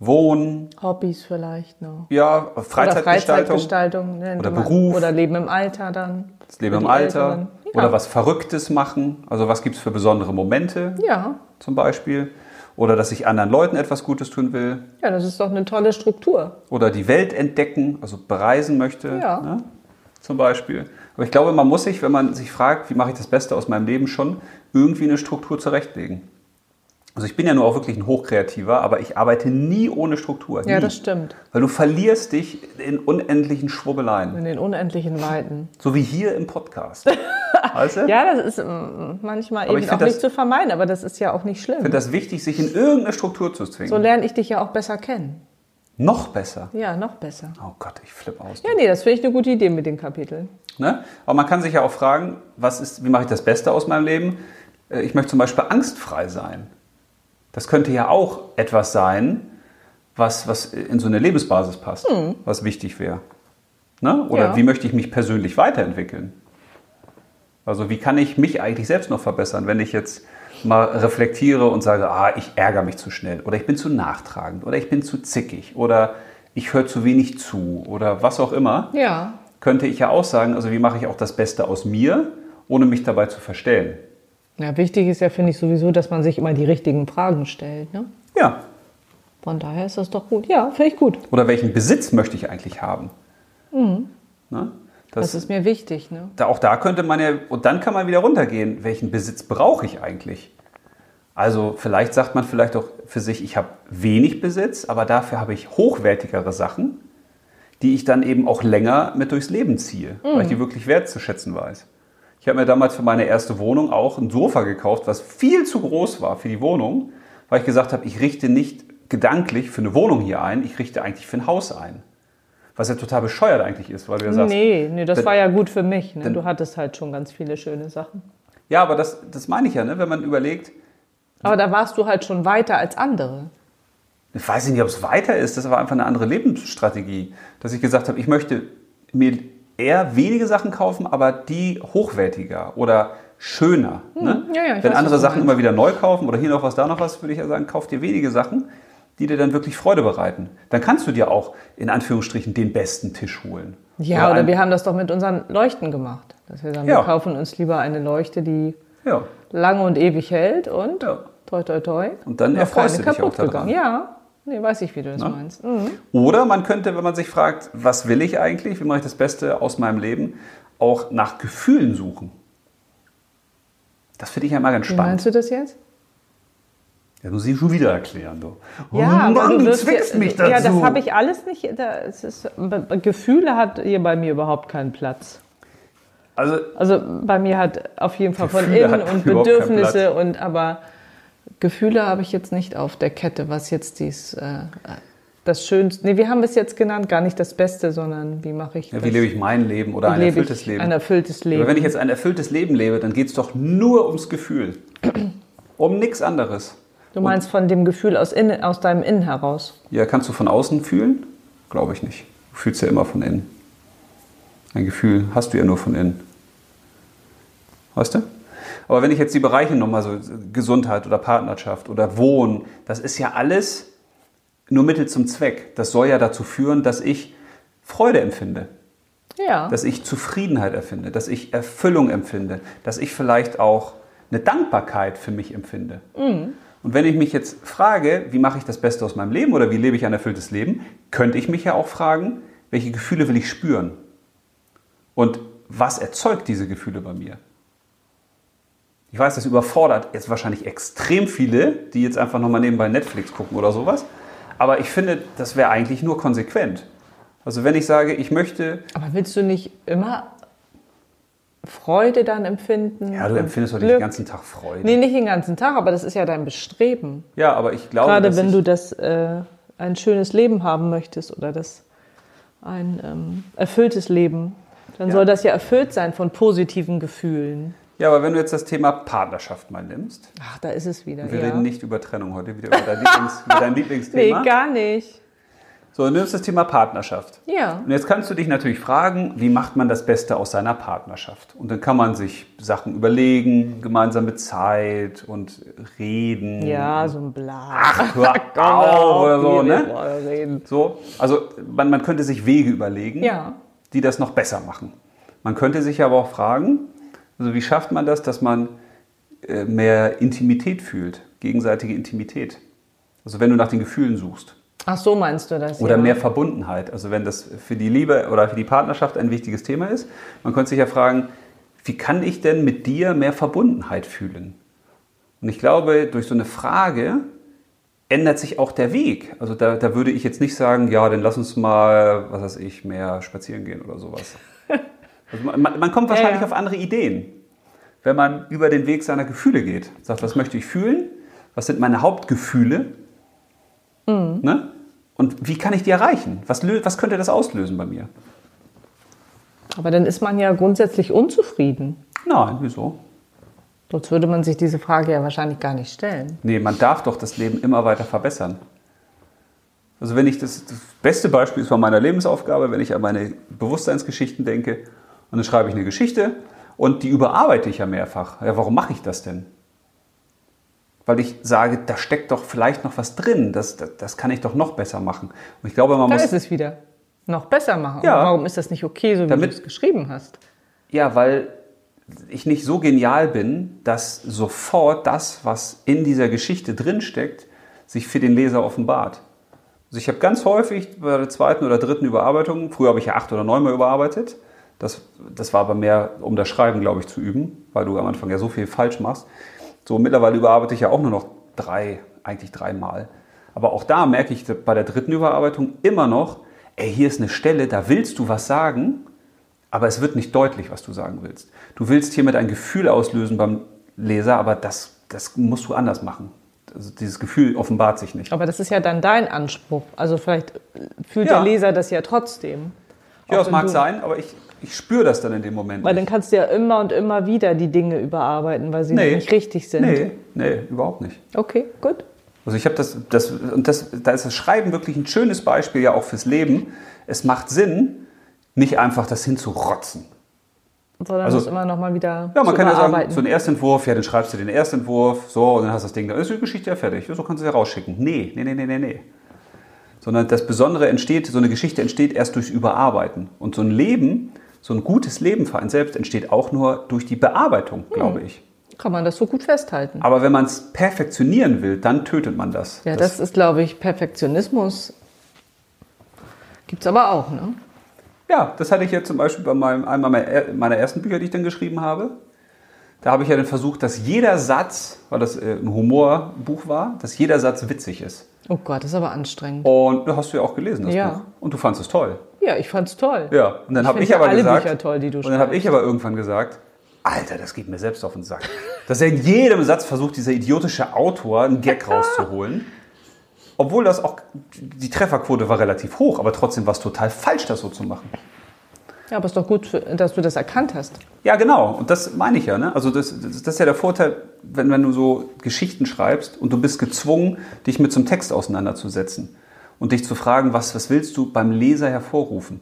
Wohnen,
Hobbys vielleicht noch.
ja,
Oder
Freizeitgestaltung,
Freizeitgestaltung nennt
Oder
man.
Beruf.
Oder Leben im Alter dann.
das Leben
Für
im
die
Alter
Älteren. Ja.
oder was Verrücktes machen. Also was gibt es für besondere Momente
Ja.
zum Beispiel? Oder dass ich anderen Leuten etwas Gutes tun will.
ja, das ist doch eine tolle Struktur.
Oder die Welt entdecken, also bereisen möchte.
Ja.
Ne? Zum Beispiel. Aber ich glaube, man muss sich, wenn man sich fragt, wie mache ich das Beste aus meinem Leben, schon irgendwie eine Struktur zurechtlegen. Also ich bin ja nur auch wirklich ein Hochkreativer, aber ich arbeite nie ohne Struktur. Nie.
Ja, das stimmt.
Weil du verlierst dich in unendlichen Schwurbeleien.
In den unendlichen Weiten.
So wie hier im Podcast. Weißt du?
Ja, das ist mm, manchmal
Aber ich
eben auch
find
nicht
das-
zu vermeiden, aber das ist ja auch nicht
Ich
schlimm.
finde das wichtig, sich in irgendeine Struktur zu zwingen.
So lerne ich dich ja auch besser kennen.
Noch besser.
Ja, noch besser.
Oh Gott, ich flippe aus.
Ja, nee, das finde ich eine gute Idee mit den Kapiteln.
Ne? Aber man kann sich ja auch fragen, was ist, wie mache ich das Beste aus meinem Leben? Äh, Ich möchte zum Beispiel angstfrei sein. Das könnte ja auch etwas sein, was, was in so eine Lebensbasis passt, was wichtig wäre. Ne? Oder
Ja.
wie möchte ich mich persönlich weiterentwickeln? Also wie kann ich mich eigentlich selbst noch verbessern, wenn ich jetzt mal reflektiere und sage, ah, ich ärgere mich zu schnell oder ich bin zu nachtragend oder ich bin zu zickig oder ich höre zu wenig zu oder was auch immer
Ja.
könnte ich ja auch sagen, also wie mache ich auch das Beste aus mir, ohne mich dabei zu verstellen.
Ja, wichtig ist ja, finde ich, sowieso, dass man sich immer die richtigen Fragen stellt. Ne?
Ja.
Von daher ist das doch gut. Ja, finde ich gut.
Oder welchen Besitz möchte ich eigentlich haben? Ne? Das,
Mhm. Das ist mir wichtig. Ne?
da, auch da könnte man ja, und dann kann man wieder runtergehen, welchen Besitz brauche ich eigentlich? Also vielleicht sagt man vielleicht auch für sich, ich habe wenig Besitz, aber dafür habe ich hochwertigere Sachen, die ich dann eben auch länger mit durchs Leben ziehe, weil ich die wirklich wertzuschätzen weiß. Ich habe mir damals für meine erste Wohnung auch ein Sofa gekauft, was viel zu groß war für die Wohnung, weil ich gesagt habe, ich richte nicht gedanklich für eine Wohnung hier ein, ich richte eigentlich für ein Haus ein. Was ja total bescheuert eigentlich ist, weil du ja sagst,
Nee, nee, das
Dann-
war ja gut für mich. Ne?
dann-
Du hattest halt schon ganz viele schöne Sachen.
Ja, aber das, das meine ich ja, ne? wenn man überlegt,
Aber da warst du halt schon weiter als andere.
ich weiß nicht, ob es weiter ist, das war einfach eine andere Lebensstrategie, dass ich gesagt habe, ich möchte mir eher wenige Sachen kaufen, aber die hochwertiger oder schöner. ne?
Hm. ja, ja, ich
Wenn
weiß,
andere
was du
Sachen immer wieder neu kaufen oder hier noch was, da noch was, würde ich ja sagen, kauf dir wenige Sachen, die dir dann wirklich Freude bereiten. Dann kannst du dir auch in Anführungsstrichen den besten Tisch holen.
Ja, oder,
ein-
wir haben das doch mit unseren Leuchten gemacht. Dass wir sagen,
Ja.
wir kaufen uns lieber eine Leuchte, die
ja.
lange und ewig hält und
Ja.
toi toi toi.
Und dann
Noch
erfreust
keine
du dich auch
kaputt
daran.
gegangen. Ja, nee, weiß ich, wie du das meinst. Mhm.
Oder man könnte, wenn man sich fragt, was will ich eigentlich, wie mache ich das Beste aus meinem Leben, auch nach Gefühlen suchen. Das finde ich ja mal ganz
Wie
spannend.
meinst du das jetzt?
Das muss ich schon wieder erklären. Du. oh
aber
Mann, du
wirst
zwickst
ja-
mich dazu.
Ja, das habe ich alles nicht. Da, es ist, Be- Be- Gefühle hat hier bei mir überhaupt keinen Platz.
Also,
Also bei mir hat auf jeden Fall von
Gefühle
innen
hat
und
überhaupt keinen
Bedürfnisse und aber Gefühle habe ich jetzt nicht auf der Kette, was jetzt dies äh, das Schönste. Nee, wir haben es jetzt genannt, gar nicht das Beste, sondern wie mache ich
ja,
das?
wie lebe ich mein Leben oder
Wie
ein
lebe
erfülltes
ich
Leben?
Ein erfülltes Leben.
Aber wenn ich jetzt ein erfülltes Leben lebe, dann geht es doch nur ums Gefühl. um nichts anderes.
du meinst von dem Gefühl aus, innen, aus deinem Innen heraus.
Ja, kannst du von außen fühlen? Glaube ich nicht. Du fühlst ja immer von innen. Ein Gefühl hast du ja nur von innen. Weißt du? Aber wenn ich jetzt die Bereiche nochmal so, Gesundheit oder Partnerschaft oder Wohnen, das ist ja alles nur Mittel zum Zweck. Das soll ja dazu führen, dass ich Freude empfinde,
Ja.
dass ich Zufriedenheit erfinde, dass ich Erfüllung empfinde, dass ich vielleicht auch eine Dankbarkeit für mich empfinde. Und wenn ich mich jetzt frage, wie mache ich das Beste aus meinem Leben oder wie lebe ich ein erfülltes Leben, könnte ich mich ja auch fragen, welche Gefühle will ich spüren? Und was erzeugt diese Gefühle bei mir? Ich weiß, das überfordert jetzt wahrscheinlich extrem viele, die jetzt einfach nochmal nebenbei Netflix gucken oder sowas. Aber ich finde, das wäre eigentlich nur konsequent. Also wenn ich sage, ich möchte
aber willst du nicht immer Freude dann empfinden?
Ja, du
und
empfindest doch nicht
Glück?
den ganzen Tag Freude.
Nee, nicht den ganzen Tag, aber das ist ja dein Bestreben.
Ja, aber ich glaube,
Gerade
dass
wenn
ich,
du das äh, ein schönes Leben haben möchtest oder das ein ähm, erfülltes Leben. Dann soll das ja erfüllt sein von positiven Gefühlen.
Ja, aber wenn du jetzt das Thema Partnerschaft mal nimmst,
Ach, da ist es wieder.
wir
ja.
reden nicht über Trennung heute, wieder über dein, Lieblings, über dein
Nee,
Lieblingsthema.
gar nicht.
so, du nimmst das Thema Partnerschaft.
Ja.
Und jetzt kannst du dich natürlich fragen, wie macht man das Beste aus seiner Partnerschaft? Und dann kann man sich Sachen überlegen, gemeinsame Zeit und reden.
Ja, so ein
Hm.
Bla.
Ach, hör auf oder so, ne?
Reden.
So, also man, man könnte sich Wege überlegen,
Ja.
die das noch besser machen. Man könnte sich aber auch fragen, also wie schafft man das, dass man äh, mehr Intimität fühlt, gegenseitige Intimität? Also wenn du nach den Gefühlen suchst
Ach, so meinst du das?
oder
ja.
mehr Verbundenheit, also wenn das für die Liebe oder für die Partnerschaft ein wichtiges Thema ist, man könnte sich ja fragen, wie kann ich denn mit dir mehr Verbundenheit fühlen? Und ich glaube, durch so eine Frage ändert sich auch der Weg. Also da, da würde ich jetzt nicht sagen, ja, dann lass uns mal, was weiß ich, mehr spazieren gehen oder sowas. Also man- man, man kommt wahrscheinlich
ja.
auf andere Ideen, wenn man über den Weg seiner Gefühle geht. Sagt, was möchte ich fühlen? Was sind meine Hauptgefühle?
Mhm.
Ne? Und wie kann ich die erreichen? Was, lö- was könnte das auslösen bei mir?
Aber dann ist man ja grundsätzlich unzufrieden.
Nein, wieso?
Sonst würde man sich diese Frage ja wahrscheinlich gar nicht stellen.
Nee, man darf doch das Leben immer weiter verbessern. Also wenn ich das, das beste Beispiel ist von meiner Lebensaufgabe, wenn ich an meine Bewusstseinsgeschichten denke und dann schreibe ich eine Geschichte und die überarbeite ich ja mehrfach. Ja, warum mache ich das denn? Weil ich sage, da steckt doch vielleicht noch was drin, das, das, das kann ich doch noch besser machen. Und ich glaube, man
Da
muss...
ist es wieder. Noch besser machen.
Ja.
Aber Warum ist das nicht okay, so wie
Damit-
du es geschrieben hast?
Ja, weil ich nicht so genial bin, dass sofort das, was in dieser Geschichte drinsteckt, sich für den Leser offenbart. Also ich habe ganz häufig bei der zweiten oder dritten Überarbeitung, früher habe ich ja acht oder neunmal überarbeitet, das, das war aber mehr, um das Schreiben, glaube ich, zu üben, weil du am Anfang ja so viel falsch machst. So mittlerweile überarbeite ich ja auch nur noch drei, eigentlich dreimal. Aber auch da merke ich bei der dritten Überarbeitung immer noch, ey, hier ist eine Stelle, da willst du was sagen, aber es wird nicht deutlich, was du sagen willst. Du willst hiermit ein Gefühl auslösen beim Leser, aber das, das musst du anders machen. Also dieses Gefühl offenbart sich nicht.
Aber das ist ja dann dein Anspruch. Also vielleicht fühlt
Ja.
der Leser das ja trotzdem.
Ja,
Auch
es
wenn
mag
du-
sein, aber ich, ich spüre das dann in dem Moment.
Weil dann
nicht.
kannst du ja immer und immer wieder die Dinge überarbeiten, weil sie
Nee.
nicht richtig sind.
Nee, nee, überhaupt nicht.
Okay, gut.
Also ich habe das, das, und das, da ist das Schreiben wirklich ein schönes Beispiel ja auch fürs Leben. Es macht Sinn, nicht einfach das hinzurotzen.
Sondern
Also-
also, immer noch mal wieder
Ja, man
zu
kann ja sagen,
bearbeiten.
so einen Erstentwurf, ja, dann schreibst du den Erstentwurf, so, und dann hast du das Ding, da ist die Geschichte ja fertig, so kannst du es ja rausschicken. Nee, nee, nee, nee, nee, nee. Sondern das Besondere entsteht, so eine Geschichte entsteht erst durchs Überarbeiten. Und so ein Leben, so ein gutes Leben für einen selbst entsteht auch nur durch die Bearbeitung,
Hm.
glaube ich.
kann man das so gut festhalten.
Aber wenn man es perfektionieren will, dann tötet man das.
Ja, das, ist, glaube ich, Perfektionismus. Gibt es aber auch, ne?
Ja, das hatte ich jetzt zum Beispiel bei meinem, einem meiner- meiner ersten Bücher, die ich dann geschrieben habe. Da habe ich ja dann versucht, dass jeder Satz, weil das äh, ein Humorbuch war, dass jeder Satz witzig ist.
Oh Gott, das ist aber anstrengend.
Und du hast du ja auch gelesen, das
Ja.
Buch. Und du fandest es toll.
Ja, ich fand's toll.
Ja. Und dann habe
find
ich aber
alle
gesagt,
Bücher toll, die du
und dann habe ich aber irgendwann gesagt, Alter, das geht mir selbst auf den Sack. Dass er in jedem Satz versucht, dieser idiotische Autor einen Gag rauszuholen. Obwohl das auch, die Trefferquote war relativ hoch, aber trotzdem war es total falsch, das so zu machen.
Ja, aber ist doch gut, für- dass du das erkannt hast.
Ja, genau. Und das meine ich ja. Ne? Also das, das, das ist ja der Vorteil, wenn, wenn du so Geschichten schreibst und du bist gezwungen, dich mit so einem Text auseinanderzusetzen und dich zu fragen, was, was willst du beim Leser hervorrufen?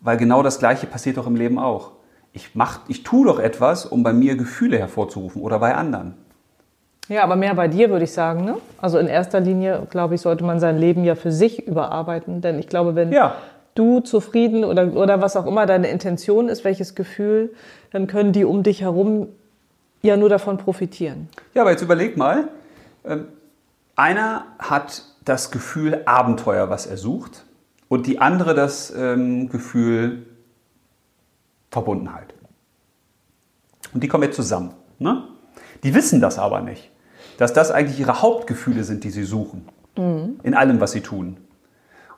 Weil genau das Gleiche passiert doch im Leben auch. Ich, mach, ich tue doch etwas, um bei mir Gefühle hervorzurufen oder bei anderen.
Ja, aber mehr bei dir würde ich sagen. Ne? Also in erster Linie, glaube ich, sollte man sein Leben ja für sich überarbeiten. Denn ich glaube, wenn
Ja.
du zufrieden oder, oder was auch immer deine Intention ist, welches Gefühl, dann können die um dich herum ja nur davon profitieren.
Ja, aber jetzt überleg mal. Ähm, einer hat das Gefühl Abenteuer, was er sucht, und die andere das ähm, Gefühl Verbundenheit. Und die kommen jetzt zusammen. Ne? Die wissen das aber nicht, dass das eigentlich ihre Hauptgefühle sind, die sie suchen. In allem, was sie tun.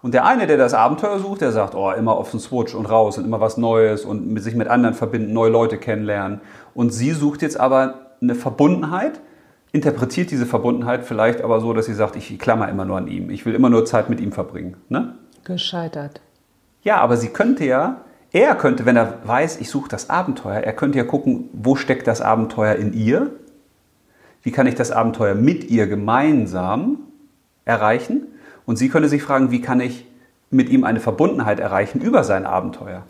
Und der eine, der das Abenteuer sucht, der sagt, oh, immer auf den Switch und raus und immer was Neues und mit- sich mit anderen verbinden, neue Leute kennenlernen. Und sie sucht jetzt aber eine Verbundenheit, interpretiert diese Verbundenheit vielleicht aber so, dass sie sagt, ich klammer immer nur an ihm, ich will immer nur Zeit mit ihm verbringen. Ne?
Gescheitert.
Ja, aber sie könnte ja Er könnte, wenn er weiß, ich suche das Abenteuer, er könnte ja gucken, wo steckt das Abenteuer in ihr? Wie kann ich das Abenteuer mit ihr gemeinsam erreichen? Und sie könnte sich fragen, wie kann ich mit ihm eine Verbundenheit erreichen über sein Abenteuer?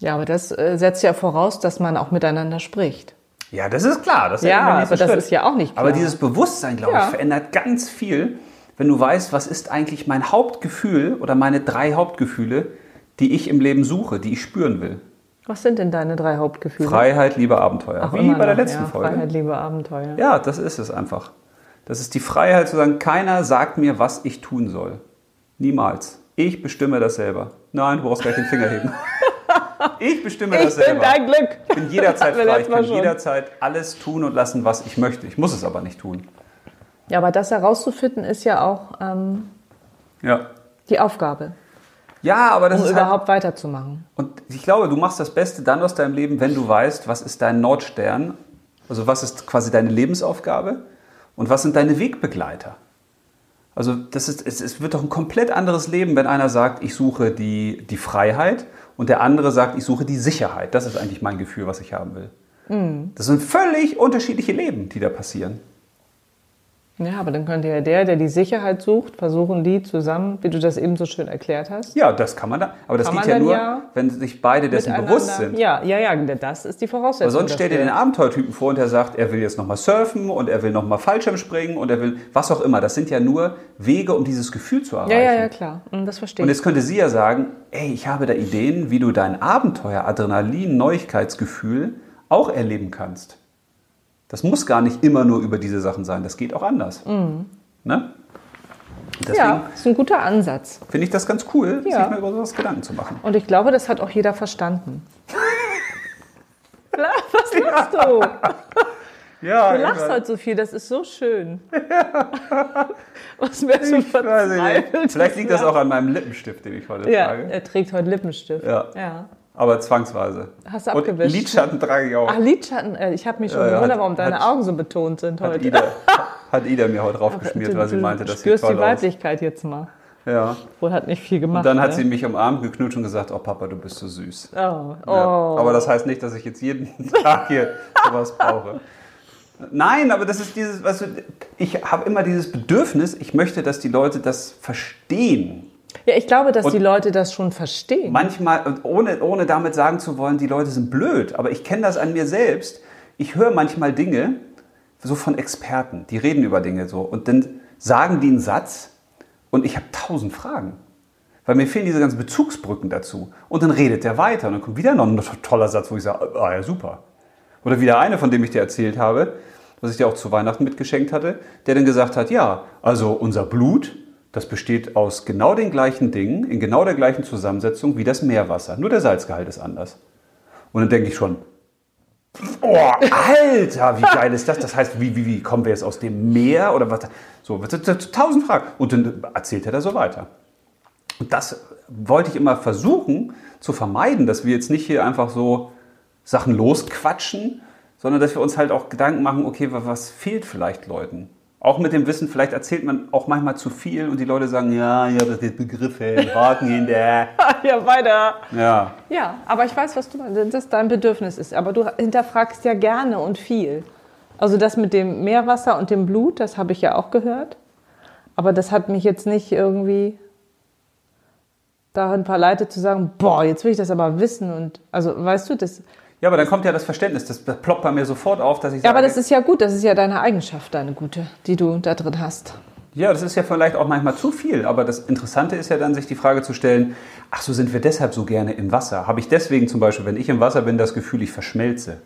Ja, aber das äh, setzt ja voraus, dass man auch miteinander spricht.
Ja, das ist klar. Das
Ja,
der nächste
aber das
Schritt.
ist ja auch nicht klar.
Aber dieses Bewusstsein, glaube
Ja.
ich, verändert ganz viel, wenn du weißt, was ist eigentlich mein Hauptgefühl oder meine drei Hauptgefühle, die ich im Leben suche, die ich spüren will.
Was sind denn deine drei Hauptgefühle?
Freiheit, Liebe, Abenteuer.
Auch
Wie
Mhm. immer
bei der
noch,
letzten
ja,
Folge.
Freiheit, Liebe, Abenteuer.
Ja, das ist es einfach. Das ist die Freiheit zu sagen, keiner sagt mir, was ich tun soll. Niemals. Ich bestimme das selber. Nein, du brauchst gleich den Finger heben. Ich bestimme
Ich
das selber.
bin dein Glück.
Ich bin jederzeit
Hatten wir
frei. Ich
letztes Mal
kann
schon.
jederzeit alles tun und lassen, was ich möchte. Ich muss es aber nicht tun.
Ja, aber das herauszufinden ist ja auch ähm,
Ja.
die Aufgabe,
Ja, aber das
um
ist halt
überhaupt weiterzumachen.
Und ich glaube, du machst das Beste dann aus deinem Leben, wenn du weißt, was ist dein Nordstern, also was ist quasi deine Lebensaufgabe und was sind deine Wegbegleiter. Also das ist, es, es wird doch ein komplett anderes Leben, wenn einer sagt, ich suche die, die Freiheit und der andere sagt, ich suche die Sicherheit. Das ist eigentlich mein Gefühl, was ich haben will.
Mhm.
Das sind völlig unterschiedliche Leben, die da passieren.
Ja, aber dann könnte ja der, der die Sicherheit sucht, versuchen, die zusammen, wie du das eben so schön erklärt hast,
Ja, das kann man da. Aber das
Kann
geht
man
ja
dann
nur,
ja
wenn sich beide dessen bewusst sind.
Ja, ja, ja, das ist die Voraussetzung.
Aber sonst stell dir
dafür.
den Abenteuertypen vor und der sagt, er will jetzt nochmal surfen und er will nochmal Fallschirmspringen und er will was auch immer. Das sind ja nur Wege, um dieses Gefühl zu erreichen.
Ja, ja, ja, klar. Mm, Das verstehe
Und
ich.
jetzt könnte sie ja sagen, ey, ich habe da Ideen, wie du dein Abenteuer, Adrenalin, Neuigkeitsgefühl auch erleben kannst. Das muss gar nicht immer nur über diese Sachen sein. Das geht auch anders. Ne? Und Deswegen
Mhm. Ja, ist ein guter Ansatz.
finde ich das ganz cool,
Ja.
sich mal über sowas Gedanken zu machen.
Und ich glaube, das hat auch jeder verstanden. La- Was lachst du?
Ja,
Du lachst heute so viel, das ist so schön. Was wärst du
Ich weiß nicht.
verzweifelt?
Vielleicht liegt das auch an meinem Lippenstift, den ich heute
Ja,
trage.
er trägt heute Lippenstift.
Ja.
ja.
Aber zwangsweise.
Hast du
Und
abgewischt?
Lidschatten trage ich auch.
Ach, Lidschatten. äh, Ich habe mich schon
Ja, ja,
gewundert,
hat-
warum deine
hat-
Augen so betont sind
hat,
heute.
Ida, hat Ida mir heute draufgeschmiert, weil sie
Du
meinte, das sieht
spürst
toll
die
aus.
Weiblichkeit jetzt mal.
Ja.
Wohl hat nicht viel gemacht.
Und dann hat
ne?
sie mich am Arm geknutscht und gesagt, oh Papa, du bist so süß.
Oh, oh.
Ja. Aber das heißt nicht, dass ich jetzt jeden Tag hier sowas brauche. Nein, aber das ist dieses, weißt du, ich habe immer dieses Bedürfnis, ich möchte, dass die Leute das verstehen.
Ja, ich glaube, dass
Und-
die Leute das schon verstehen.
Manchmal, und ohne, ohne damit sagen zu wollen, die Leute sind blöd, aber ich kenne das an mir selbst. Ich höre manchmal Dinge so von Experten, die reden über Dinge so und dann sagen die einen Satz und ich habe tausend Fragen. Weil mir fehlen diese ganzen Bezugsbrücken dazu. Und dann redet der weiter und dann kommt wieder noch ein to- toller Satz, wo ich sage, ah ja, super. Oder wieder eine, von dem ich dir erzählt habe, was ich dir auch zu Weihnachten mitgeschenkt hatte, der dann gesagt hat, ja, also unser Blut, das besteht aus genau den gleichen Dingen, in genau der gleichen Zusammensetzung wie das Meerwasser. Nur der Salzgehalt ist anders. Und dann denke ich schon, oh, Alter, wie geil ist das? Das heißt, wie, wie, wie kommen wir jetzt aus dem Meer oder was? So, was- das- tausend Fragen. Und dann erzählt er da so weiter. Und das wollte ich immer versuchen zu vermeiden, dass wir jetzt nicht hier einfach so Sachen losquatschen, sondern dass wir uns halt auch Gedanken machen, okay, wa- was fehlt vielleicht Leuten? Auch mit dem Wissen, vielleicht erzählt man auch manchmal zu viel und die Leute sagen, ja, ja, das sind Begriffe, Haken in der.
ja, weiter.
Ja,
Ja, aber ich weiß, was du meinst, dass dein Bedürfnis ist. Aber du hinterfragst ja gerne und viel. Also das mit dem Meerwasser und dem Blut, das habe ich ja auch gehört. Aber das hat mich jetzt nicht irgendwie darin verleitet zu sagen, boah, jetzt will ich das aber wissen. Und also weißt du, das.
Ja, aber dann kommt ja das Verständnis, das ploppt bei mir sofort auf, dass ich
Ja,
sage,
aber das ist ja gut, das ist ja deine Eigenschaft, deine gute, die du da drin hast.
ja, das ist ja vielleicht auch manchmal zu viel, aber das Interessante ist ja dann, sich die Frage zu stellen, ach so sind wir deshalb so gerne im Wasser? Habe ich deswegen zum Beispiel, wenn ich im Wasser bin, das Gefühl, ich verschmelze,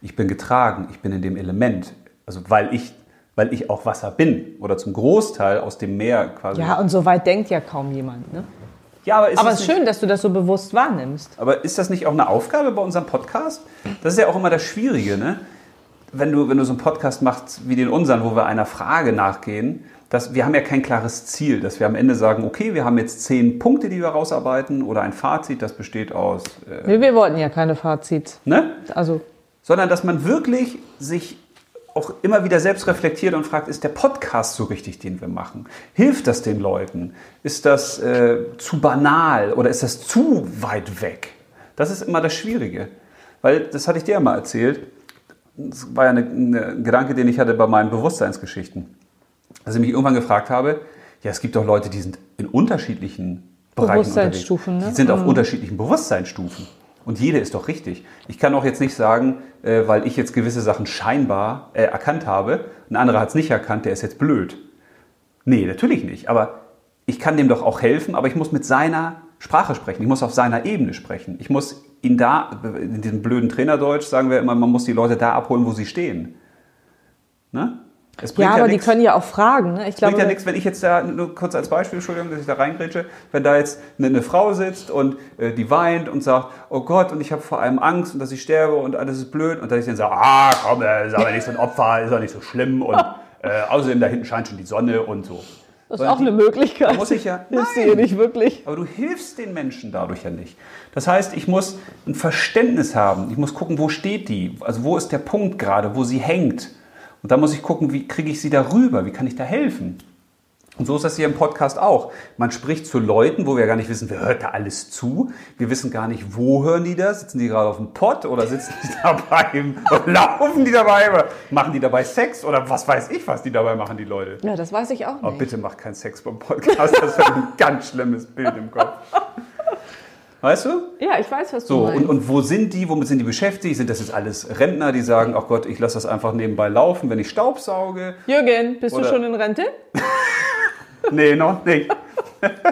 ich bin getragen, ich bin in dem Element, also weil ich, weil ich auch Wasser bin oder zum Großteil aus dem Meer quasi.
Ja, und so weit denkt ja kaum jemand. Ne?
Ja, aber ist
Aber
das
es ist
nicht-
schön, dass du das so bewusst wahrnimmst.
Aber ist das nicht auch eine Aufgabe bei unserem Podcast? Das ist ja auch immer das Schwierige, ne? Wenn du, wenn du so einen Podcast machst wie den unseren, wo wir einer Frage nachgehen, dass, wir haben ja kein klares Ziel, dass wir am Ende sagen, okay, wir haben jetzt zehn Punkte, die wir rausarbeiten oder ein Fazit, das besteht aus, äh,
Nee, wir wollten ja keine Fazits.
ne?
Also,
Sondern, dass man wirklich sich auch immer wieder selbst reflektiert und fragt, ist der Podcast so richtig, den wir machen? Hilft das den Leuten? Ist das äh, zu banal oder ist das zu weit weg? Das ist immer das Schwierige. Weil, das hatte ich dir ja mal erzählt, das war ja eine, eine, ein Gedanke, den ich hatte bei meinen Bewusstseinsgeschichten. Als ich mich irgendwann gefragt habe, ja, es gibt doch Leute, die sind in unterschiedlichen Bereichen
Bewusstseinsstufen,
unterwegs.
ne?
Die sind auf
Mhm.
unterschiedlichen Bewusstseinsstufen. Und jede ist doch richtig. Ich kann auch jetzt nicht sagen, äh, weil ich jetzt gewisse Sachen scheinbar äh, erkannt habe, ein anderer hat es nicht erkannt, der ist jetzt blöd. Nee, natürlich nicht. Aber ich kann dem doch auch helfen, aber ich muss mit seiner Sprache sprechen. Ich muss auf seiner Ebene sprechen. Ich muss ihn da, in diesem blöden Trainerdeutsch sagen wir immer, man muss die Leute da abholen, wo sie stehen. Ne? Es bringt
Ja, aber die
nichts-
können ja auch fragen. Ne? Ich
bringt
glaube,
ja nichts, wenn ich jetzt da, nur kurz als Beispiel, Entschuldigung, dass ich da reingrätsche, wenn da jetzt eine, eine Frau sitzt und äh, die weint und sagt, oh Gott, und ich habe vor allem Angst und dass ich sterbe und alles ist blöd und dass ich dann sage, ah, komm, äh, ist aber nicht so ein Opfer, ist doch nicht so schlimm und äh, außerdem da hinten scheint schon die Sonne und so.
das ist
Sondern
auch eine
die-
Möglichkeit.
Da muss ich ja-
Hilfst du
Nein.
ihr nicht wirklich?
aber du hilfst den Menschen dadurch ja nicht. Das heißt, ich muss ein Verständnis haben. Ich muss gucken, wo steht die? Also wo ist der Punkt gerade, wo sie hängt? Und da muss ich gucken, wie kriege ich sie darüber? Wie kann ich da helfen? Und so ist das hier im Podcast auch. Man spricht zu Leuten, wo wir gar nicht wissen, wer hört da alles zu. Wir wissen gar nicht, wo hören die das? Sitzen die gerade auf dem Pott oder sitzen die dabei im, und laufen die dabei? Oder machen die dabei Sex oder was weiß ich, was die dabei machen, die Leute?
Ja, das weiß ich auch
Oh,
nicht.
bitte mach keinen Sex beim Podcast, das wäre ein ganz schlimmes Bild im Kopf. Weißt du?
Ja, ich weiß, was du
So,
meinst.
und, und wo sind die, womit sind die beschäftigt? Sind das jetzt alles Rentner, die sagen, ach Gott, ich lasse das einfach nebenbei laufen, wenn ich Staub sauge?
Jürgen, bist
Oder-
du schon in Rente?
Nee, noch nicht.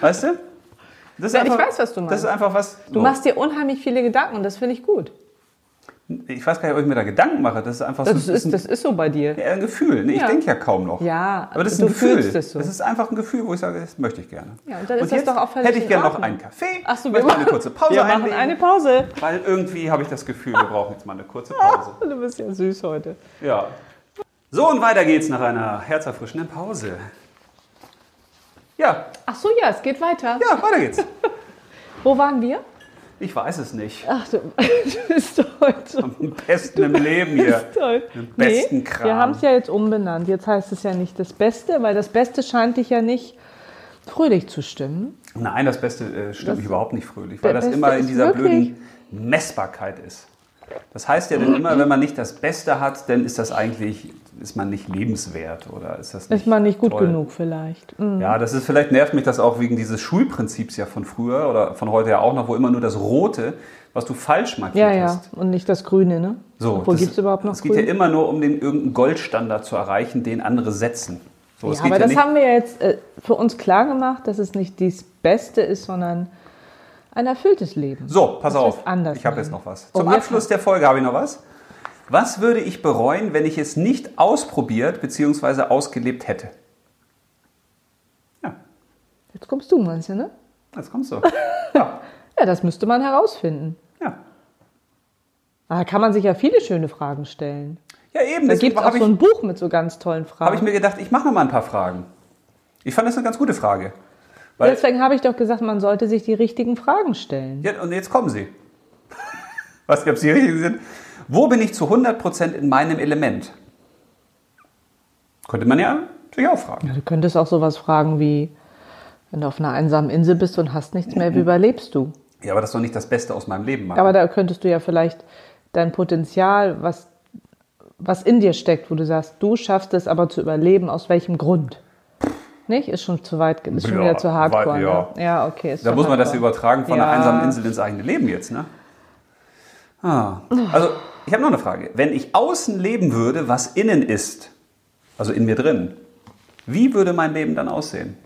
Weißt du? Das ist
Ja, ich weiß, was du meinst.
Das ist einfach was.
Du machst dir unheimlich viele Gedanken und das finde ich gut.
ich weiß gar nicht, ob ich mir da Gedanken mache. Das ist einfach
Das
so ein-
ist, das ist so bei dir.
ein Äh, Gefühl. Nee,
Ja.
Ich denke ja kaum noch.
Ja,
aber das ist
du
ein Gefühl.
fühlst es so.
Das ist einfach ein Gefühl, wo ich sage, das möchte ich gerne.
Ja, und dann ist das
jetzt
doch auch völlig
Hätte ich
in
gerne noch
Ordnung.
einen Kaffee.
Ach so,
möchte mal eine kurze Pause
wir machen
einlegen,
eine Pause.
Weil irgendwie habe ich das Gefühl, wir brauchen jetzt mal eine kurze Pause.
Du bist ja süß heute.
Ja. So, und weiter geht's nach einer herzerfrischenden Pause. Ja,
Ach so, ja, es geht weiter.
ja, weiter geht's.
Wo waren wir?
Ich weiß es nicht.
Ach, du, du bist heute.
Am besten im Leben hier.
Toll.
Den besten Kram.
Wir haben es ja jetzt umbenannt. Jetzt heißt es ja nicht das Beste, weil das Beste scheint dich ja nicht fröhlich zu stimmen.
Nein, das Beste äh, stimmt
Das-
mich überhaupt nicht fröhlich, weil
Der
das
Beste
immer in
ist
dieser
wirklich-
blöden Messbarkeit ist. Das heißt ja dann immer, wenn man nicht das Beste hat, dann ist das eigentlich, ist man nicht lebenswert oder ist das nicht
Ist man nicht gut
toll.
genug vielleicht. Mhm.
Ja, das ist vielleicht nervt mich das auch wegen dieses Schulprinzips ja von früher oder von heute ja auch noch, wo immer nur das Rote, was du falsch markiert
Ja, ja.
hast.
Und nicht das Grüne, ne?
So,
Wo
das-
gibt es überhaupt noch
Es geht ja
Grün?
immer nur um den irgendeinen Goldstandard zu erreichen, den andere setzen. So, es
ja,
geht
aber
ja
das
nicht,
haben wir jetzt äh, für uns klar gemacht, dass es nicht das Beste ist, sondern ein erfülltes Leben.
So, pass
Das
auf.
ist anders,
ich habe
Mann.
jetzt noch was.
Oh,
Zum
jetzt
Abschluss der Folge habe ich noch was. Was würde ich bereuen, wenn ich es nicht ausprobiert bzw. ausgelebt hätte? Ja,
Jetzt kommst du, meinst du, ne?
jetzt kommst du.
Ja, das müsste man herausfinden.
Ja,
Ah, Da kann man sich ja viele schöne Fragen stellen.
ja eben.
Da
deswegen
gibt es auch
habe
so
ich,
ein Buch mit so ganz tollen
habe ich
Fragen.
mir gedacht, ich mache noch mal ein paar Fragen. Ich fand das eine ganz gute Frage. Weil,
Deswegen habe ich doch gesagt, man sollte sich die richtigen Fragen stellen.
ja, und jetzt kommen sie. Weiß nicht, ob sie richtig sind. Wo bin ich zu 100% in meinem Element? Könnte man ja natürlich auch fragen.
Ja, du könntest auch sowas fragen wie, wenn du auf einer einsamen Insel bist und hast nichts mehr, wie überlebst du?
Ja, aber das ist doch nicht das Beste aus meinem Leben machen.
Aber da könntest du ja vielleicht dein Potenzial, was, was in dir steckt, wo du sagst, du schaffst es aber zu überleben, aus welchem Grund? Nicht? Ist schon zu weit, ist schon
Ja,
wieder zu hardcore.
weit- ja.
Ne? ja, okay. Ist
Da
schon
muss man das
hardcore.
übertragen von einer
Ja.
einsamen Insel ins eigene Leben jetzt, ne? Ah. Also, ich habe noch eine Frage. Wenn ich außen leben würde, was innen ist, also in mir drin, wie würde mein Leben dann aussehen?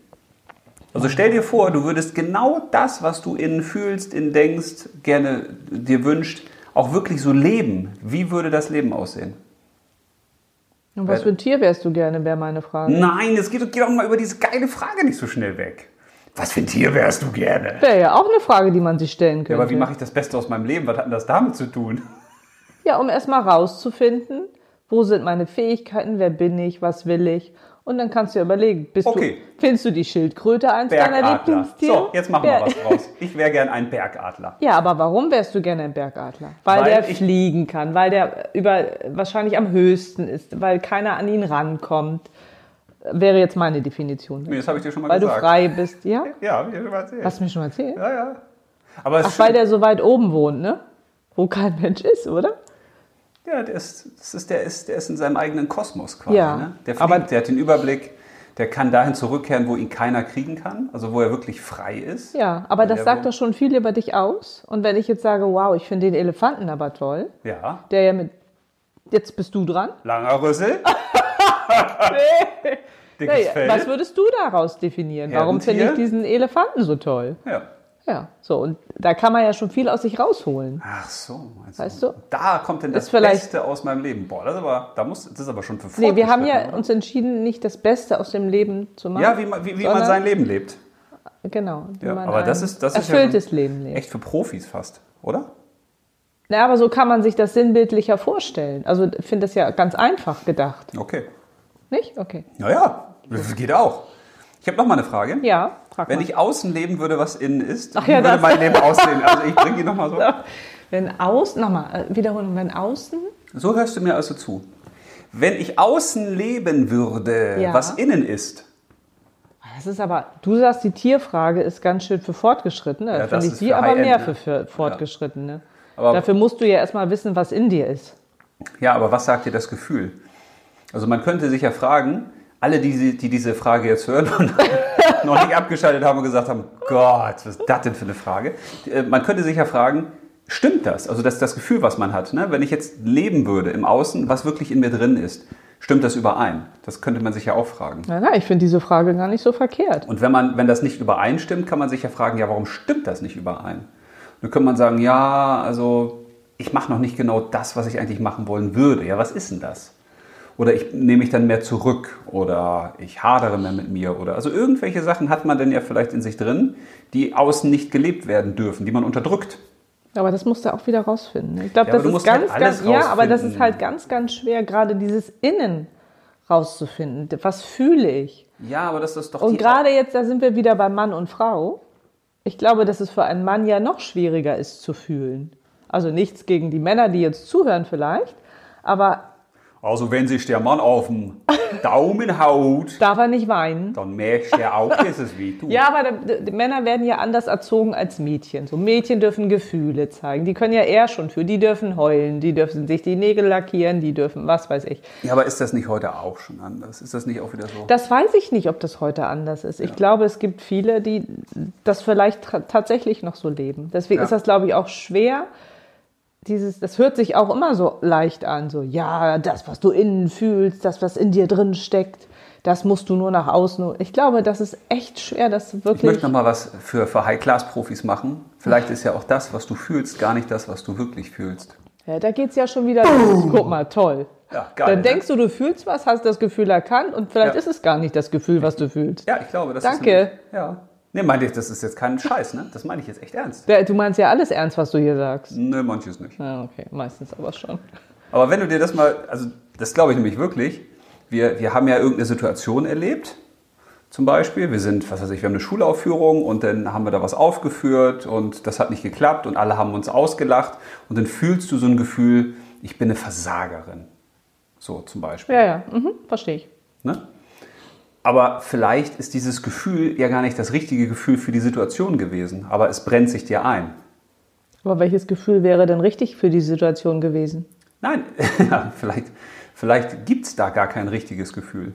Also stell dir vor, du würdest genau das, was du innen fühlst, innen denkst, gerne dir wünscht, auch wirklich so leben. Wie würde das Leben aussehen?
Und was für ein Tier wärst du gerne, wäre meine Frage.
Nein, es geht, geht doch mal über diese geile Frage nicht so schnell weg. Was für ein Tier wärst du gerne?
Wäre ja auch eine Frage, die man sich stellen könnte.
Aber wie mache ich das Beste aus meinem Leben? Was hat denn das damit zu tun?
Ja, um erstmal rauszufinden, wo sind meine Fähigkeiten, wer bin ich, was will ich. Und dann kannst du ja überlegen, bist
Okay.
du, findest du die Schildkröte eins deiner
Bergadler.
Lieblingstiere?
So, jetzt machen wir
Wer-
was draus. Ich wäre gern ein Bergadler.
Ja, aber warum wärst du gerne ein Bergadler? Weil,
Weil
der
ich-
fliegen kann, weil der über, wahrscheinlich am höchsten ist, weil keiner an ihn rankommt. Wäre jetzt meine Definition.
Nee, das habe ich dir schon mal
weil du
gesagt.
frei bist, ja?
ja, hab ich dir schon mal erzählt.
Hast du mir schon mal erzählt?
Ja, ja. Aber es
Ach,
ist
weil
schön.
der so weit oben wohnt, ne? Wo kein Mensch ist, oder?
Ja, der ist, das ist, der, ist, der ist in seinem eigenen Kosmos quasi.
Ja,
Ne? Der, fliegt,
aber-
der hat den Überblick, der kann dahin zurückkehren, wo ihn keiner kriegen kann, also wo er wirklich frei ist.
Ja, aber das
der
sagt
wohnt-
doch schon viel über dich aus. Und wenn ich jetzt sage, wow, ich finde den Elefanten aber toll,
Ja.
der ja mit. Jetzt bist du dran.
Langer Rüssel. Dickes
Naja,
Fell.
was würdest du daraus definieren? Warum finde
Herdentier?
ich diesen Elefanten so toll?
ja.
Ja, so. Und da kann man ja schon viel aus sich rausholen.
Ach so, meinst
Weißt du?
Da kommt denn das
Ist vielleicht-
Beste aus meinem Leben. Boah, das ist aber, da muss, das ist aber schon für
Nee, wir haben ja
Fortgeschrittene,
uns entschieden, nicht das Beste aus dem Leben zu
oder?
machen.
Ja, wie man, wie, wie man
sondern-
sein Leben lebt.
Genau. wie
Ja,
man
aber
ein
das ist, das ist ja
erfülltes
schon
Leben lebt.
echt für Profis fast, oder?
Na, aber so kann man sich das sinnbildlicher vorstellen. Also ich finde das ja ganz einfach gedacht,
Okay.
nicht? Okay.
Naja, geht auch. Ich habe noch mal eine Frage.
Ja, frag
Wenn
mal.
ich außen leben würde, was innen ist,
Ach
wie
ja,
würde
das.
mein Leben aussehen? Also ich bringe die nochmal so.
wenn außen, nochmal, äh, Wiederholung, wenn außen,
So hörst du mir also zu. Wenn ich außen leben würde,
Ja.
was innen ist,
das ist aber, du sagst, die Tierfrage ist ganz schön für Fortgeschrittene. Da
Ja, das
finde ich
ist
die
für
aber
High-End,
mehr
ne?
für, für Fortgeschrittene.
Aber-
Dafür musst du ja erstmal wissen, was in dir ist.
Ja, aber was sagt dir das Gefühl? Also man könnte sich ja fragen, alle, die, sie- die diese Frage jetzt hören und noch nicht abgeschaltet haben und gesagt haben, Gott, was ist das denn für eine Frage? Äh, Man könnte sich ja fragen, stimmt das? Also das, das Gefühl, was man hat, ne? wenn ich jetzt leben würde im Außen, was wirklich in mir drin ist, stimmt das überein? Das könnte man sich ja auch fragen.
Na, na, ich finde diese Frage gar nicht so verkehrt.
Und wenn, man, wenn das nicht übereinstimmt, kann man sich ja fragen, ja, warum stimmt das nicht überein? Und Dann könnte man sagen, ja, also ich mache noch nicht genau das, was ich eigentlich machen wollen würde. Ja, was ist denn das? Oder ich nehme mich dann mehr zurück oder ich hadere mehr mit mir oder also irgendwelche Sachen hat man denn ja vielleicht in sich drin, die außen nicht gelebt werden dürfen, die man unterdrückt.
Aber das musst du auch wieder rausfinden. ne? Ich glaube,
Ja, aber
das
du
ist
musst
ganz,
halt alles
ganz, ja, aber das ist
rausfinden.
halt ganz, ganz schwer, gerade dieses Innen rauszufinden. Was fühle ich?
Ja, aber das ist doch
Und
die-
gerade jetzt, da sind wir wieder bei Mann und Frau. Ich glaube, dass es für einen Mann ja noch schwieriger ist zu fühlen. Also nichts gegen die Männer, die jetzt zuhören vielleicht, aber
Also wenn sich der Mann auf den Daumen haut,
darf er nicht weinen.
dann merkst du auch, dass es weh tut.
Ja, aber da- die Männer werden ja anders erzogen als Mädchen. So Mädchen dürfen Gefühle zeigen. Die können ja eher schon für. Die dürfen heulen, die dürfen sich die Nägel lackieren, die dürfen was weiß ich.
ja, aber ist das nicht heute auch schon anders? Ist das nicht auch wieder so?
Das weiß ich nicht, ob das heute anders ist. Ich glaube, es gibt viele, die das vielleicht tra- tatsächlich noch so leben. Deswegen
Ja.
ist das, glaube ich, auch schwer. Dieses, das hört sich auch immer so leicht an, so ja, das, was du innen fühlst, das, was in dir drin steckt, das musst du nur nach außen. Ich glaube, das ist echt schwer, das
Ich
wirklich.
möchte nochmal was für, für High-Class-Profis machen. Vielleicht ist ja auch das, was du fühlst, gar nicht das, was du wirklich fühlst.
Ja, da geht's ja schon wieder los. Guck mal, toll.
Ja, geil,
Dann
ne?
denkst du, du fühlst was, hast das Gefühl erkannt und vielleicht
Ja.
ist es gar nicht das Gefühl, was du fühlst.
Ja, ich glaube, das ist.
Danke.
Ein, ja. Nee, meinte ich, das ist jetzt kein Scheiß, ne? Das meine ich jetzt echt ernst.
Ja, Du meinst ja alles ernst, was du hier sagst.
Nö, manches nicht.
Ja, okay, meistens aber schon.
Aber wenn du dir das mal, also das glaube ich nämlich wirklich, wir, wir haben ja irgendeine Situation erlebt, zum Beispiel, wir sind, was weiß ich, wir haben eine Schulaufführung und dann haben wir da was aufgeführt und das hat nicht geklappt und alle haben uns ausgelacht und dann fühlst du so ein Gefühl, ich bin eine Versagerin. So zum Beispiel.
Ja, ja, mhm, verstehe ich.
Ne? Aber vielleicht ist dieses Gefühl ja gar nicht das richtige Gefühl für die Situation gewesen, aber es brennt sich dir ein.
Aber welches Gefühl wäre denn richtig für die Situation gewesen?
Nein, ja, vielleicht, vielleicht gibt es da gar kein richtiges Gefühl.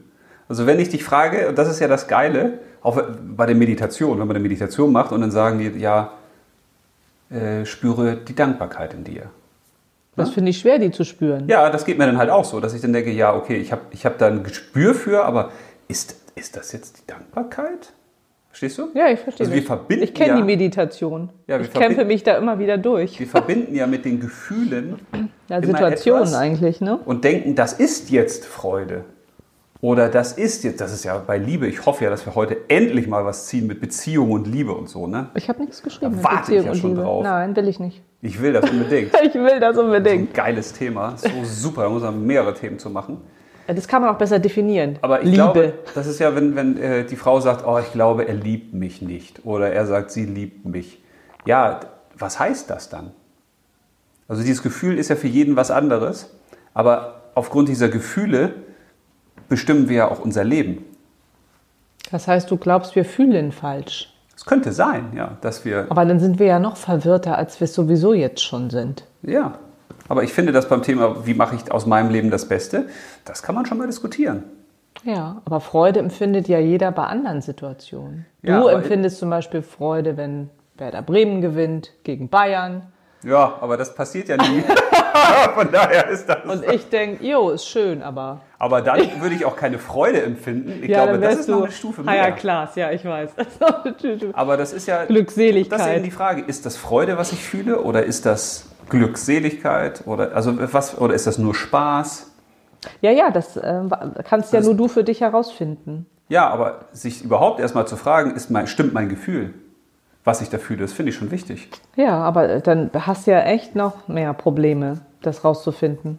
Also wenn ich dich frage, und das ist ja das Geile, auch bei der Meditation, wenn man eine Meditation macht und dann sagen die, ja, äh, spüre die Dankbarkeit in dir.
Das finde ich schwer, die zu spüren.
Ja, das geht mir dann halt auch so, dass ich dann denke, ja, okay, ich habe ich hab da ein Gespür für, aber ist, ist das jetzt die Dankbarkeit? Verstehst du?
Ja, ich verstehe.
Also wir
das.
verbinden
ich kenne
ja-
die Meditation.
Ja, wir
ich kämpfe
verbinden-
mich da immer wieder durch.
Wir verbinden ja mit den Gefühlen
Ja,
immer
Situationen
etwas.
eigentlich, ne?
und denken, das ist jetzt Freude. Oder das ist jetzt, das ist ja bei Liebe, ich hoffe ja, dass wir heute endlich mal was ziehen mit Beziehung und Liebe und so, ne?
Ich habe nichts geschrieben.
Da
mit
warte ich
Beziehung
ja
und
schon
Liebe.
drauf.
Nein, will ich nicht.
Ich will das unbedingt.
Ich will das unbedingt.
Ein geiles Thema, so super, da muss man mehrere Themen zu machen.
Ja, Das kann man auch besser definieren.
Also- Aber ich
Liebe.
glaube, das ist ja, wenn, wenn äh, die Frau sagt, oh, ich glaube, er liebt mich nicht. Oder er sagt, sie liebt mich. Ja, d- was heißt das dann? Also dieses Gefühl ist ja für jeden was anderes. Aber aufgrund dieser Gefühle bestimmen wir ja auch unser Leben.
Das heißt, du glaubst, wir fühlen falsch.
Es könnte sein, ja, dass wir.
Aber dann sind wir ja noch verwirrter, als wir es sowieso jetzt schon sind.
Ja. Aber ich finde das beim Thema, wie mache ich aus meinem Leben das Beste, das kann man schon mal diskutieren.
Ja, aber Freude empfindet ja jeder bei anderen Situationen.
Ja,
du
aber-
empfindest zum Beispiel Freude, wenn Werder Bremen gewinnt gegen Bayern.
Ja, aber das passiert ja nie. Von daher ist das.
Und ich denke, jo, ist schön, aber.
Aber dann würde ich auch keine Freude empfinden. Ich glaube, das ist noch eine Stufe
Ah
mehr.
ja, Klaas, ja, ich weiß. Das ist noch eine Stufe.
Aber das ist ja
Glückseligkeit.
Das ist eben die Frage: Ist das Freude, was ich fühle, oder ist das Glückseligkeit oder also was oder ist das nur Spaß?
Ja, ja, das äh, kannst ja nur du für dich herausfinden.
Ja, aber sich überhaupt erstmal zu fragen, ist mein, stimmt mein Gefühl, was ich da fühle, das finde ich schon wichtig.
Ja, aber äh, dann hast du ja echt noch mehr Probleme, das rauszufinden.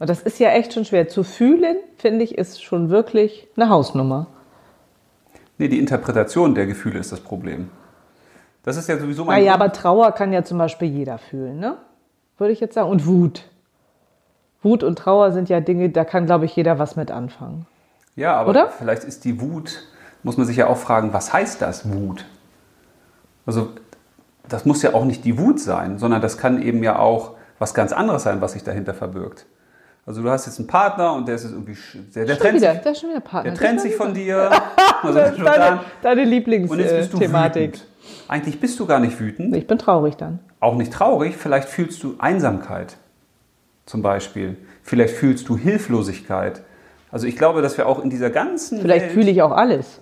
Und das ist ja echt schon schwer. Zu fühlen, finde ich, ist schon wirklich eine Hausnummer.
Nee, die Interpretation der Gefühle ist das Problem. Das ist ja sowieso mein.
Naja, aber Trauer kann ja zum Beispiel jeder fühlen, ne? Würde ich jetzt sagen. Und Wut. Wut und Trauer sind ja Dinge, da kann, glaube ich, jeder was mit anfangen.
ja, aber
oder?
vielleicht ist die Wut, muss man sich ja auch fragen, was heißt das Wut? Also das muss ja auch nicht die Wut sein, sondern das kann eben ja auch was ganz anderes sein, was sich dahinter verbirgt. Also du hast jetzt einen Partner und der ist jetzt irgendwie, sch- der, der
Schon
trennt,
wieder,
sich,
da ist schon wieder Partner.
der trennt sich von dir. Also
Das ist deine, äh, deine
und jetzt bist du
Lieblingsthematik.
wütend. Eigentlich bist du gar nicht wütend,
Ich bin traurig dann.
auch nicht traurig, vielleicht fühlst du Einsamkeit zum Beispiel. Vielleicht fühlst du Hilflosigkeit. Also ich glaube, dass wir auch in dieser ganzen
Vielleicht
Welt,
fühle ich auch alles.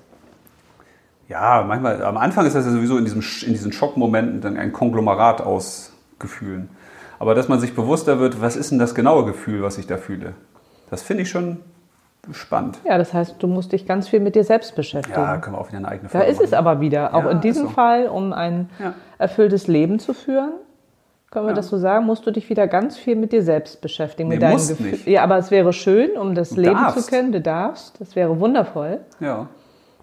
Ja, manchmal, am Anfang ist das ja sowieso in, diesem, Sch- in diesen Schockmomenten dann ein Konglomerat aus Gefühlen. Aber dass man sich bewusster wird, was ist denn das genaue Gefühl, was ich da fühle? Das finde ich schon spannend.
Ja, das heißt, du musst dich ganz viel mit dir selbst beschäftigen.
Ja, können wir auch wieder eine eigene
Da
Folge
ist es aber wieder. Auch
Ja,
in
ist
diesem
so.
Fall, um ein
Ja.
erfülltes Leben zu führen, können wir das so sagen, musst du dich wieder ganz viel mit dir selbst beschäftigen. mit
Nee,
deinen
musst
Gefühlen.
nicht.
Ja, aber es wäre schön, um das Leben zu
darfst.
kennen. Du darfst. Das wäre wundervoll,
Ja.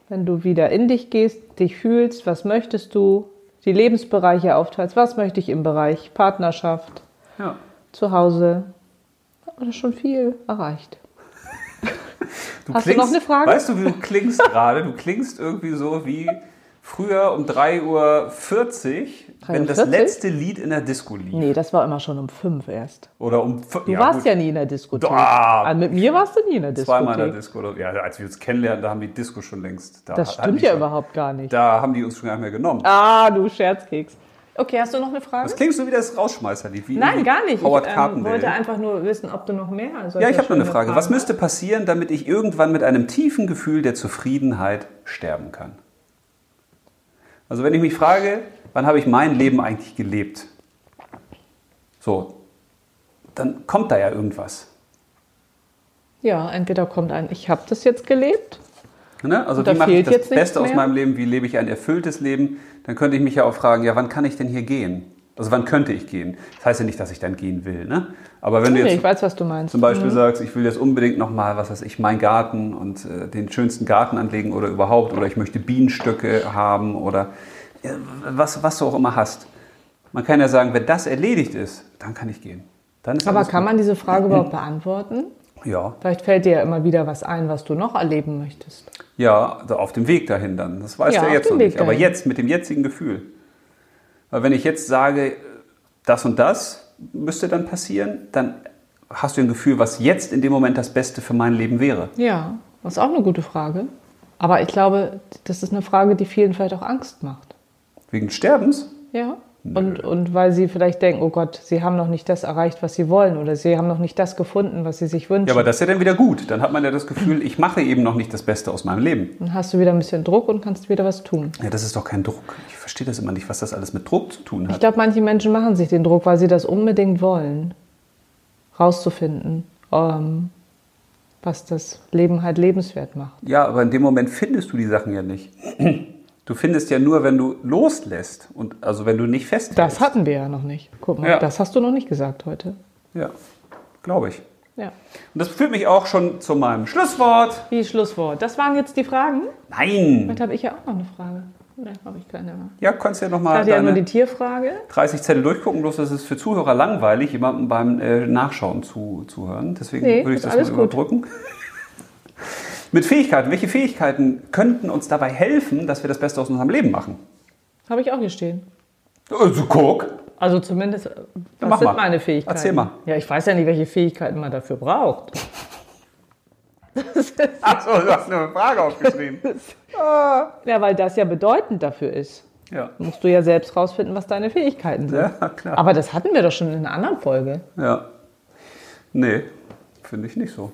wenn du wieder in dich gehst, dich fühlst, was möchtest du, die Lebensbereiche aufteilst, was möchte ich im Bereich Partnerschaft,
ja.
zu Hause. Oder schon viel erreicht.
Du
Hast du noch eine Frage?
Weißt du, wie du klingst gerade? Du klingst irgendwie so wie früher um 3.40 Uhr, wenn das
3:40?
letzte Lied in der Disco lief.
Nee, das war immer schon um fünf erst.
Oder um fü-
Du warst ja nie in der Diskothek.
Doch.
Ah, mit mir warst du nie in der Diskothek.
Zweimal in der Disco. Oder, ja, als wir uns kennenlernten, da haben die Disco schon längst. Da
Das
hatten
stimmt
die
ja
schon,
überhaupt gar nicht.
Da haben die uns schon gar nicht mehr genommen.
Ah, du Scherzkeks. Okay, hast du noch eine Frage?
Das klingt so wie das Rausschmeißerlied. Wie
Nein,
irgendwie
gar nicht.
Howard
ich ähm,
Carpendale.
wollte einfach nur wissen, ob du noch mehr.
ja, ich habe noch eine Frage. Was müsste passieren, damit ich irgendwann mit einem tiefen Gefühl der Zufriedenheit sterben kann? Also wenn ich mich frage, wann habe ich mein Leben eigentlich gelebt? So, dann kommt da ja irgendwas.
Ja, entweder kommt ein, ich habe das jetzt gelebt.
Ne? Also
Und da
wie mache ich
fehlt
das
jetzt nichts
Beste aus
mehr?
meinem Leben? Wie lebe ich ein erfülltes Leben? Dann könnte ich mich ja auch fragen, ja, wann kann ich denn hier gehen? Also wann könnte ich gehen? Das heißt ja nicht, dass ich dann gehen will. Ne? Aber wenn du
Nee,
jetzt
ich weiß, was du meinst.
zum Beispiel sagst, ich will jetzt unbedingt nochmal, was weiß ich, meinen Garten und äh, den schönsten Garten anlegen oder überhaupt, oder ich möchte Bienenstöcke haben oder äh, was, was du auch immer hast. Man kann ja sagen, wenn das erledigt ist, dann kann ich gehen. Dann ist
Aber
alles
kann
gut.
man diese Frage überhaupt beantworten?
Ja,
Vielleicht fällt dir ja immer wieder was ein, was du noch erleben möchtest.
ja, also auf dem Weg dahin dann. Das weißt
Ja,
du ja
auf
jetzt
dem
noch
Weg
nicht. Aber
dahin.
jetzt, mit dem jetzigen Gefühl. Weil wenn ich jetzt sage, das und das müsste dann passieren, dann hast du ein Gefühl, was jetzt in dem Moment das Beste für mein Leben wäre.
Ja, das ist auch eine gute Frage. Aber ich glaube, das ist eine Frage, die vielen vielleicht auch Angst macht.
Wegen des Sterbens?
Ja. Und, und weil sie vielleicht denken, oh Gott, sie haben noch nicht das erreicht, was sie wollen, oder sie haben noch nicht das gefunden, was sie sich wünschen.
Ja, aber das ist ja dann wieder gut. Dann hat man ja das Gefühl, ich mache eben noch nicht das Beste aus meinem Leben.
dann hast du wieder ein bisschen Druck und kannst wieder was tun.
Ja, das ist doch kein Druck. Ich verstehe das immer nicht, was das alles mit Druck zu tun
Ich
hat.
glaube, manche Menschen machen sich den Druck, weil sie das unbedingt wollen, rauszufinden, ähm, was das Leben halt lebenswert macht.
Ja, aber in dem Moment findest du die Sachen ja nicht. Du findest ja nur, wenn du loslässt und also wenn du nicht festhältst.
Das hatten wir ja noch nicht. Guck mal,
Ja.
das hast du noch nicht gesagt heute.
Ja, glaube ich.
Ja.
Und das führt mich auch schon zu meinem Schlusswort.
Wie Schlusswort. Das waren jetzt die Fragen.
Nein.
Heute habe ich ja auch noch eine Frage. Nein, habe ich keine mehr.
Ja, kannst ja noch
Ich
mal
hatte ja nur
Ah, deine
die Tierfrage.
30 Zettel durchgucken. Bloß das ist für Zuhörer langweilig, jemandem beim äh, Nachschauen zu, zuhören. Deswegen
Nee,
würde ich
ist
das mal
alles gut.
überbrücken. Mit Fähigkeiten. Welche Fähigkeiten könnten uns dabei helfen, dass wir das Beste aus unserem Leben machen?
Habe ich auch hier stehen.
Also guck.
Also zumindest, äh,
mach
was sind
mal.
meine Fähigkeiten?
Erzähl mal.
Ja, ich weiß ja nicht, welche Fähigkeiten man dafür braucht.
Achso, du hast eine Frage aufgeschrieben.
Ja, weil das ja bedeutend dafür ist.
ja.
Musst du ja selbst rausfinden, was deine Fähigkeiten sind.
ja, klar.
Aber das hatten wir doch schon in einer anderen Folge.
Ja. Nee, finde ich nicht so.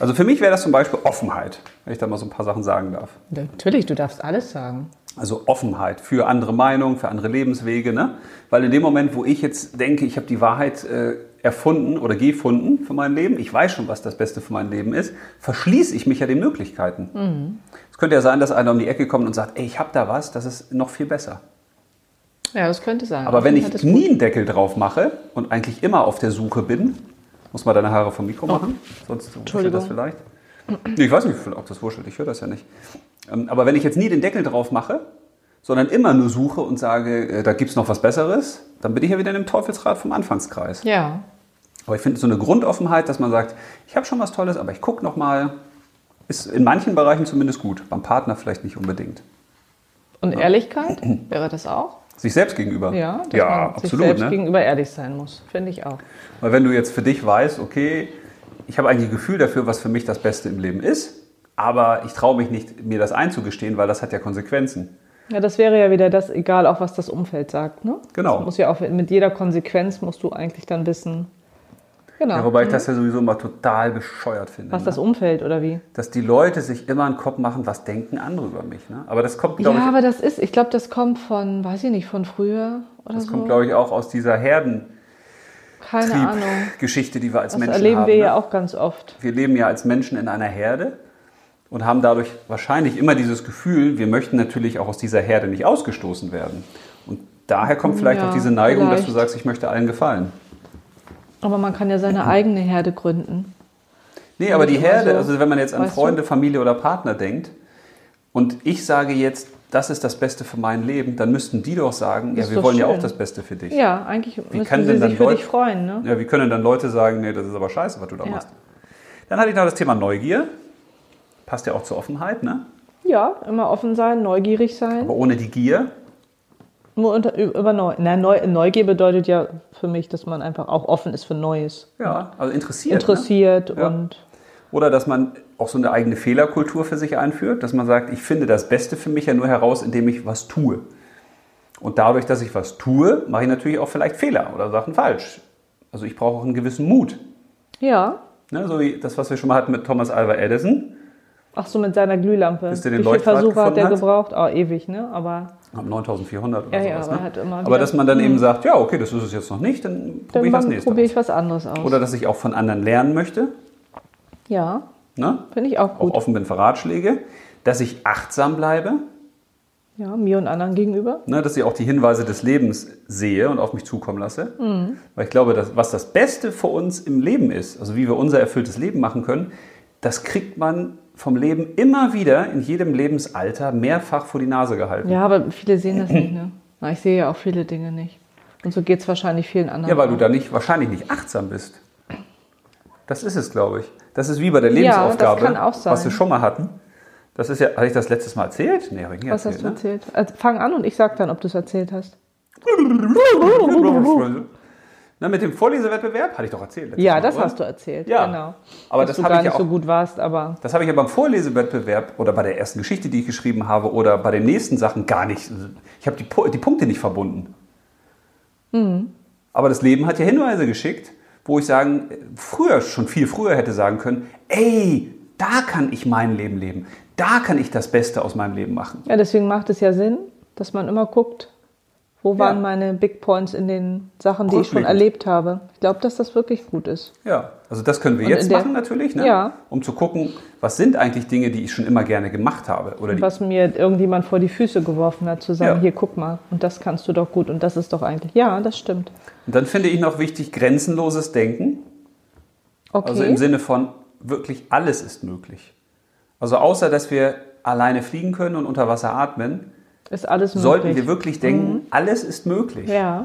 Also für mich wäre das zum Beispiel Offenheit, wenn ich da mal so ein paar Sachen sagen darf.
Natürlich, du darfst alles sagen.
Also Offenheit für andere Meinungen, für andere Lebenswege. Ne? Weil in dem Moment, wo ich jetzt denke, ich habe die Wahrheit äh, erfunden oder gefunden für mein Leben, ich weiß schon, was das Beste für mein Leben ist, verschließe ich mich ja den Möglichkeiten. Es könnte ja sein, dass einer um die Ecke kommt und sagt, ey, ich habe da was, das ist noch viel besser.
Ja, das könnte sein.
Aber wenn
Das-
ich nie einen Deckel drauf mache und eigentlich immer auf der Suche bin, muss man deine Haare vom Mikro machen, sonst wuschelt
Oh. Entschuldigung.
das vielleicht. Nee, ich weiß nicht, ob das wuschelt, ich höre das ja nicht. Ähm, Aber wenn ich jetzt nie den Deckel drauf mache, sondern immer nur suche und sage, äh, da gibt es noch was Besseres, dann bin ich ja wieder in dem Teufelsrad vom Anfangskreis.
Ja,
Aber ich finde so eine Grundoffenheit, dass man sagt, ich habe schon was Tolles, aber ich gucke nochmal, ist in manchen Bereichen zumindest gut, beim Partner vielleicht nicht unbedingt.
und Ehrlichkeit wäre das auch?
Sich selbst gegenüber.
Ja, dass
ja
man sich
absolut.
selbst
ne?
gegenüber ehrlich sein muss, finde ich auch.
Weil wenn du jetzt für dich weißt, okay, ich habe eigentlich ein Gefühl dafür, was für mich das Beste im Leben ist, aber ich traue mich nicht, mir das einzugestehen, weil das hat ja Konsequenzen.
Ja, das wäre ja wieder das, egal auch was das Umfeld sagt, ne?
Genau.
Das muss ja auch mit jeder Konsequenz musst du eigentlich dann wissen. Genau.
Ja, wobei ich das ja sowieso immer total bescheuert finde.
was
ne?
das Umfeld oder wie?
Dass die Leute sich immer einen Kopf machen, was denken andere über mich. Ne? Aber das kommt, glaube
ja,
ich,
aber das ist, ich glaube, das kommt von, weiß ich nicht, von früher oder
das
so.
kommt, glaube ich, auch aus dieser
Keine Ahnung.
Herdentrieb-Geschichte, die wir als
Das
Menschen
erleben
haben.
wir
ne?
ja auch ganz oft.
Wir leben ja als Menschen in einer Herde und haben dadurch wahrscheinlich immer dieses Gefühl, wir möchten natürlich auch aus dieser Herde nicht ausgestoßen werden. Und daher kommt vielleicht
Ja,
auch diese Neigung, dass du
vielleicht.
sagst, ich möchte allen gefallen.
Aber man kann ja seine eigene Herde gründen.
Nee, aber die
Nicht immer
Herde,
so.
also wenn man jetzt an
Weißt du?
Freunde, Familie oder Partner denkt und ich sage jetzt, das ist das Beste für mein Leben, dann müssten die doch sagen, ja,
Ist
wir
doch
wollen ja auch
schön.
das Beste für dich.
Ja, eigentlich
kann
müssen
denn
sie
dann
sich für
Leute-
dich freuen, ne?
Ja, wie können dann Leute sagen, nee, das ist aber scheiße, was du da
Ja.
machst. Dann hatte ich noch das Thema Neugier. Passt ja auch zur Offenheit, ne?
Ja, immer offen sein, neugierig sein.
Aber ohne die Gier
Nur unter, über neu. Na, neu, Neugier bedeutet ja für mich, dass man einfach auch offen ist für Neues.
Ja, also interessiert.
Interessiert
Ja. Ne?
und
Oder dass man auch so eine eigene Fehlerkultur für sich einführt, dass man sagt, ich finde das Beste für mich ja nur heraus, indem ich was tue. Und dadurch, dass ich was tue, mache ich natürlich auch vielleicht Fehler oder Sachen falsch. Also ich brauche auch einen gewissen Mut.
ja.
Ne? So wie das, was wir schon mal hatten mit Thomas Alva Edison.
Ach so, mit seiner Glühlampe.
Bis der den
Wie viele
Leuchtfad
Versuche hat
gefunden
der
hat?
gebraucht? Oh, ewig, ne? Aber
Ab 9400 oder
Ja, ja,
sowas.
aber
ne?
hat immer
aber
wieder- Mhm.
dass man dann eben sagt, ja, okay, das ist es jetzt noch nicht, dann probiere ich das
dann
nächste.
probiere
aus.
ich was anderes aus.
Oder dass ich auch von anderen lernen möchte.
ja,
Ne?
finde ich auch
Auch
gut.
offen bin für Ratschläge. Dass ich achtsam bleibe.
ja, mir und anderen gegenüber.
ne, dass ich auch die Hinweise des Lebens sehe und auf mich zukommen lasse. Weil ich glaube, dass, was das Beste für uns im Leben ist, also wie wir unser erfülltes Leben machen können, das kriegt man vom Leben immer wieder in jedem Lebensalter mehrfach vor die Nase gehalten.
Ja, aber viele sehen das nicht, ne? Na, ich sehe ja auch viele Dinge nicht. Und so geht es wahrscheinlich vielen anderen.
Ja, weil
auch.
du da nicht, wahrscheinlich nicht achtsam bist. Das ist es, glaube ich. Das ist wie bei der
Ja, das
Lebensaufgabe,
kann auch sein.
was wir schon mal hatten. Das ist ja, hatte ich das letztes Mal erzählt? Nee, habe ich nicht
Was hast
erzählt.
du erzählt? Also, fang an und ich sag dann, ob du es erzählt hast.
Ne? Na, mit dem Vorlesewettbewerb hatte ich doch erzählt. letztes
Ja,
Mal,
das
oder?
hast du erzählt.
Ja.
Genau.
Aber
Dass
das
du
hab
gar
ich ja
nicht so
auch-
gut warst, aber
Das habe ich ja beim Vorlesewettbewerb oder bei der ersten Geschichte, die ich geschrieben habe, oder bei den nächsten Sachen gar nicht. Ich habe die, Pu- die Punkte nicht verbunden.
Mhm.
Aber das Leben hat ja Hinweise geschickt, wo ich sagen, früher, schon viel früher hätte sagen können, ey, da kann ich mein Leben leben. Da kann ich das Beste aus meinem Leben machen.
ja, deswegen macht es ja Sinn, dass man immer guckt, wo waren meine Big Points in den Sachen, die ich schon
Rückblickend.
erlebt habe. Ich glaube, dass das wirklich gut ist.
Ja, also das können wir
Und
jetzt
in der-
machen natürlich, ne?
Ja.
um zu gucken, was sind eigentlich Dinge, die ich schon immer gerne gemacht habe. Oder die,
Was mir irgendjemand vor die Füße geworfen hat, zu sagen,
Ja.
hier guck mal, und das kannst du doch gut und das ist doch eigentlich. Ja, das stimmt.
und dann finde ich noch wichtig, grenzenloses Denken.
Okay.
Also im Sinne von wirklich alles ist möglich. Also außer dass wir alleine fliegen können und unter Wasser atmen,
ist alles möglich. Mhm.
sollten wir wirklich denken, alles ist möglich.
Ja.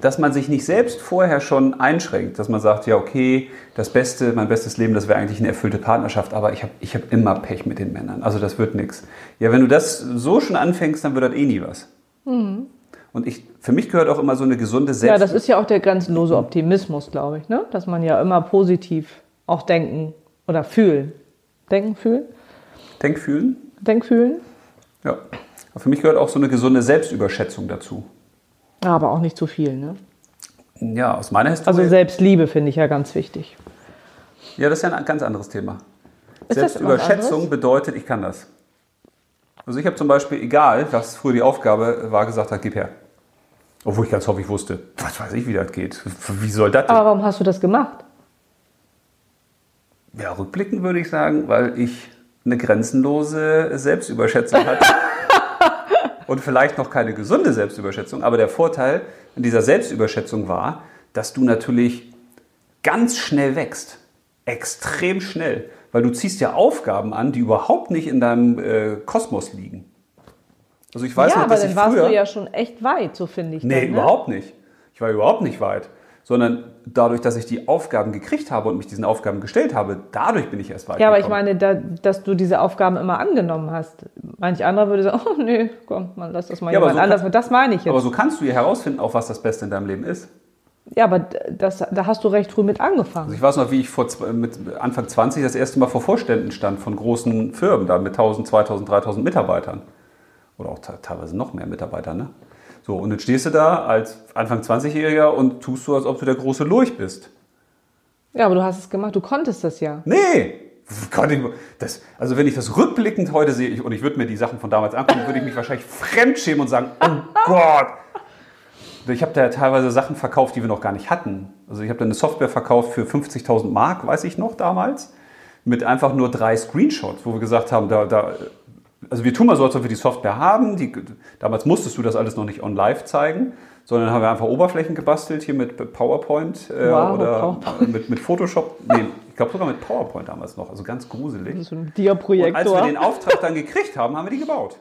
Dass man sich nicht selbst vorher schon einschränkt, dass man sagt, ja okay, das Beste, mein bestes Leben, das wäre eigentlich eine erfüllte Partnerschaft, aber ich habe ich hab immer Pech mit den Männern, also das wird nichts. Ja, wenn du das so schon anfängst, dann wird das eh nie was. Und ich, für mich gehört auch immer so eine gesunde Selbst.
Mhm. Ja, das ist ja auch der grenzenlose Optimismus, glaube ich, ne? dass man ja immer positiv auch denken oder fühlen. Denken, fühlen?
Denkfühlen.
Denk, fühlen?
Ja. Aber für mich gehört auch so eine gesunde Selbstüberschätzung dazu.
Ah, Aber auch nicht zu viel. Ne?
Ja, aus meiner Historie.
Also Selbstliebe finde ich ja ganz wichtig.
ja, das ist ja ein ganz anderes Thema.
Ist das was
Selbstüberschätzung
anderes?
bedeutet, ich kann das. Also ich habe zum Beispiel, egal, was früher die Aufgabe war, gesagt hat, gib her. Obwohl ich ganz häufig wusste, was weiß ich, wie das geht. Wie soll das denn?
Aber warum hast du das gemacht?
Ja, rückblickend würde ich sagen, weil ich eine grenzenlose Selbstüberschätzung hatte. Und vielleicht noch keine gesunde Selbstüberschätzung, aber der Vorteil an dieser Selbstüberschätzung war, dass du natürlich ganz schnell wächst. Extrem schnell. Weil du ziehst ja Aufgaben an, die überhaupt nicht in deinem äh, Kosmos liegen. Also ich weiß
ja,
noch,
aber
dass
dann
ich
warst
früher
du ja schon echt weit, so finde ich.
Nee,
dann, ne?
überhaupt nicht. Ich war überhaupt nicht weit. Sondern dadurch, dass ich die Aufgaben gekriegt habe und mich diesen Aufgaben gestellt habe, dadurch bin ich erst weit
Ja, aber ich
gekommen.
meine, da, dass du diese Aufgaben immer angenommen hast. Manch anderer würde sagen, oh nee, komm, man lass das mal
Ja, aber
jemand
so
anders.
kann-
machen. Das meine ich jetzt.
Aber so kannst du ja herausfinden, auch was das Beste in deinem Leben ist.
ja, aber das, da hast du recht früh mit angefangen.
Also ich weiß noch, wie ich vor, zw- mit Anfang 20 das erste Mal vor Vorständen stand von großen Firmen, da mit 1000, 2000, 3000 Mitarbeitern. Oder auch te- teilweise noch mehr Mitarbeiter, ne? So, und dann stehst du da als Anfang 20-Jähriger und tust so, als ob du der große Lurch bist.
ja, aber du hast es gemacht, du konntest das ja.
Nee! Gott, ich, das, also wenn ich das rückblickend heute sehe ich, und ich würde mir die Sachen von damals angucken, würde ich mich wahrscheinlich fremdschämen und sagen, oh Gott! Ich habe da ja teilweise Sachen verkauft, die wir noch gar nicht hatten. Also ich habe da eine Software verkauft für 50.000 Mark, weiß ich noch damals, mit einfach nur drei Screenshots, wo wir gesagt haben, da, da, also wir tun mal so, als ob wir die Software haben. Die, damals musstest du das alles noch nicht on live zeigen, sondern haben wir einfach Oberflächen gebastelt, hier mit PowerPoint äh,
Wow,
oder
PowerPoint.
Mit, mit Photoshop. Nee, ich glaube sogar mit PowerPoint damals noch, also ganz gruselig.
So ein
Und als wir
Dia-Projektor.
den
Ja,
Auftrag dann gekriegt haben, haben wir die gebaut.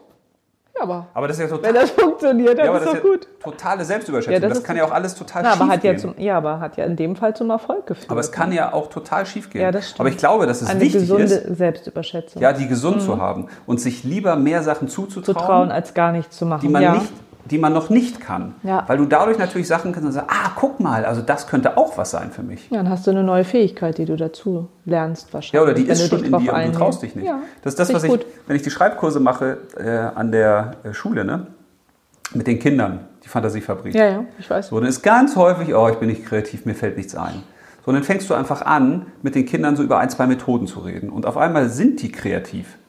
aber
Aber das ist ja total,
wenn das funktioniert, dann
ja, aber
ist
das
doch
ist ja
gut.
totale Selbstüberschätzung.
Ja, das
das
ist-
kann ja auch alles total
Na,
schief
aber hat ja,
gehen.
zum, ja, aber hat ja in dem Fall zum Erfolg geführt.
Aber es kann ja auch total schief gehen.
Ja, das stimmt.
Aber ich glaube, dass es
Eine
wichtig
gesunde
ist,
Selbstüberschätzung
ja, die gesund zu haben und sich lieber mehr Sachen
zu
zuzutrauen,
trauen, als gar nichts zu machen.
die, man
ja.
nicht, die man noch nicht kann.
Ja.
Weil du dadurch natürlich Sachen kannst und sagst, ah, guck mal, also das könnte auch was sein für mich.
Ja, dann hast du eine neue Fähigkeit, die du dazu lernst wahrscheinlich.
Ja, oder die
wenn du
ist schon
dich
in
drauf
dir und du
einlässt.
traust dich nicht.
Ja,
das ist das,
finde
was ich,
gut.
wenn ich die Schreibkurse mache äh, an der äh, Schule, ne? mit den Kindern, die Fantasiefabrik.
Ja, ja, ich weiß.
So, dann ist ganz häufig, oh, ich bin nicht kreativ, mir fällt nichts ein. So, und dann fängst du einfach an, mit den Kindern so über ein, zwei Methoden zu reden. Und auf einmal sind die kreativ.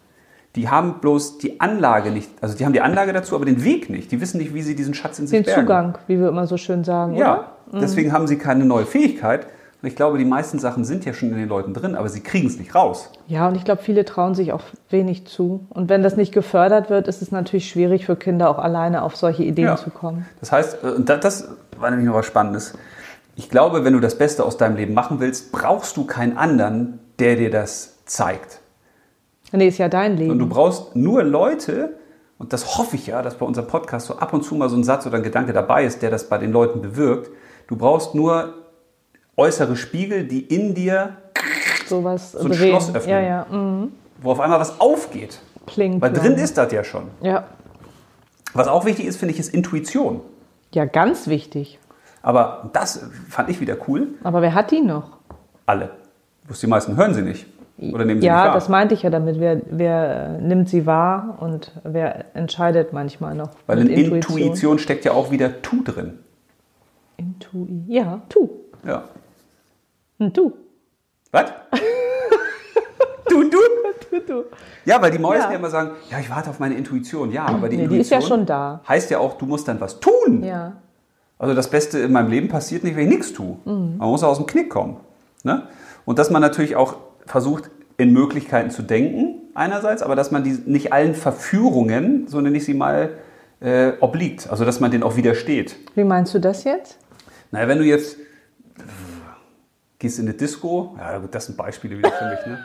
Die haben bloß die Anlage nicht, also die haben die Anlage dazu, aber den Weg nicht. Die wissen nicht, wie sie diesen Schatz in sich
Den
bergen.
Zugang, Mhm. wie wir immer so schön sagen,
Ja, deswegen haben sie keine neue Fähigkeit. Und ich glaube, die meisten Sachen sind ja schon in den Leuten drin, aber sie kriegen es nicht raus.
oder? Ja, und ich glaube, viele trauen sich auch wenig zu. Und wenn das nicht gefördert wird, ist es natürlich schwierig für Kinder auch alleine auf solche Ideen
Ja.
zu kommen.
Das heißt, äh, und das, das war nämlich noch was Spannendes. Ich glaube, wenn du das Beste aus deinem Leben machen willst, brauchst du keinen anderen, der dir das zeigt.
Nee, ist ja dein
Und du
Leben.
brauchst nur Leute, und das hoffe ich ja, dass bei unserem Podcast so ab und zu mal so ein Satz oder ein Gedanke dabei ist, der das bei den Leuten bewirkt. Du brauchst nur äußere Spiegel, die in dir,
Sowas
ein
drehen.
Schloss öffnen.
Ja, ja. Mhm.
wo auf einmal was aufgeht.
Pling,
Weil
plong.
drin ist das ja schon.
Ja.
Was auch wichtig ist, finde ich, ist Intuition.
ja, ganz wichtig.
Aber das fand ich wieder cool.
Aber wer hat die noch?
Alle. Bloß die meisten hören sie nicht. Oder nehmen sie
ja,
nicht wahr.
das meinte ich ja damit. Wer, wer äh, nimmt sie wahr und wer entscheidet manchmal noch?
Weil in
mit
Intuition. steckt ja auch wieder Tu drin.
Intui. Ja, tu.
Ja.
Ein Du.
Was? du, du?
Du, du.
Ja, weil die meisten
Ja.
ja. immer sagen, ja, ich warte auf meine Intuition. Ja, aber die
Nee, die
Intuition
ist ja schon da.
heißt ja auch, du musst dann was tun.
Ja.
Also das Beste in meinem Leben passiert nicht, wenn ich nichts tue.
Mhm.
Man muss aus dem Knick kommen. Ne? Und dass man natürlich auch versucht, in Möglichkeiten zu denken, einerseits, aber dass man die nicht allen Verführungen, so nenne ich sie mal, äh, obliegt. Also dass man denen auch widersteht.
Wie meinst du das jetzt?
Naja, wenn du jetzt gehst in eine Disco, ja gut, das sind Beispiele wieder für mich, ne?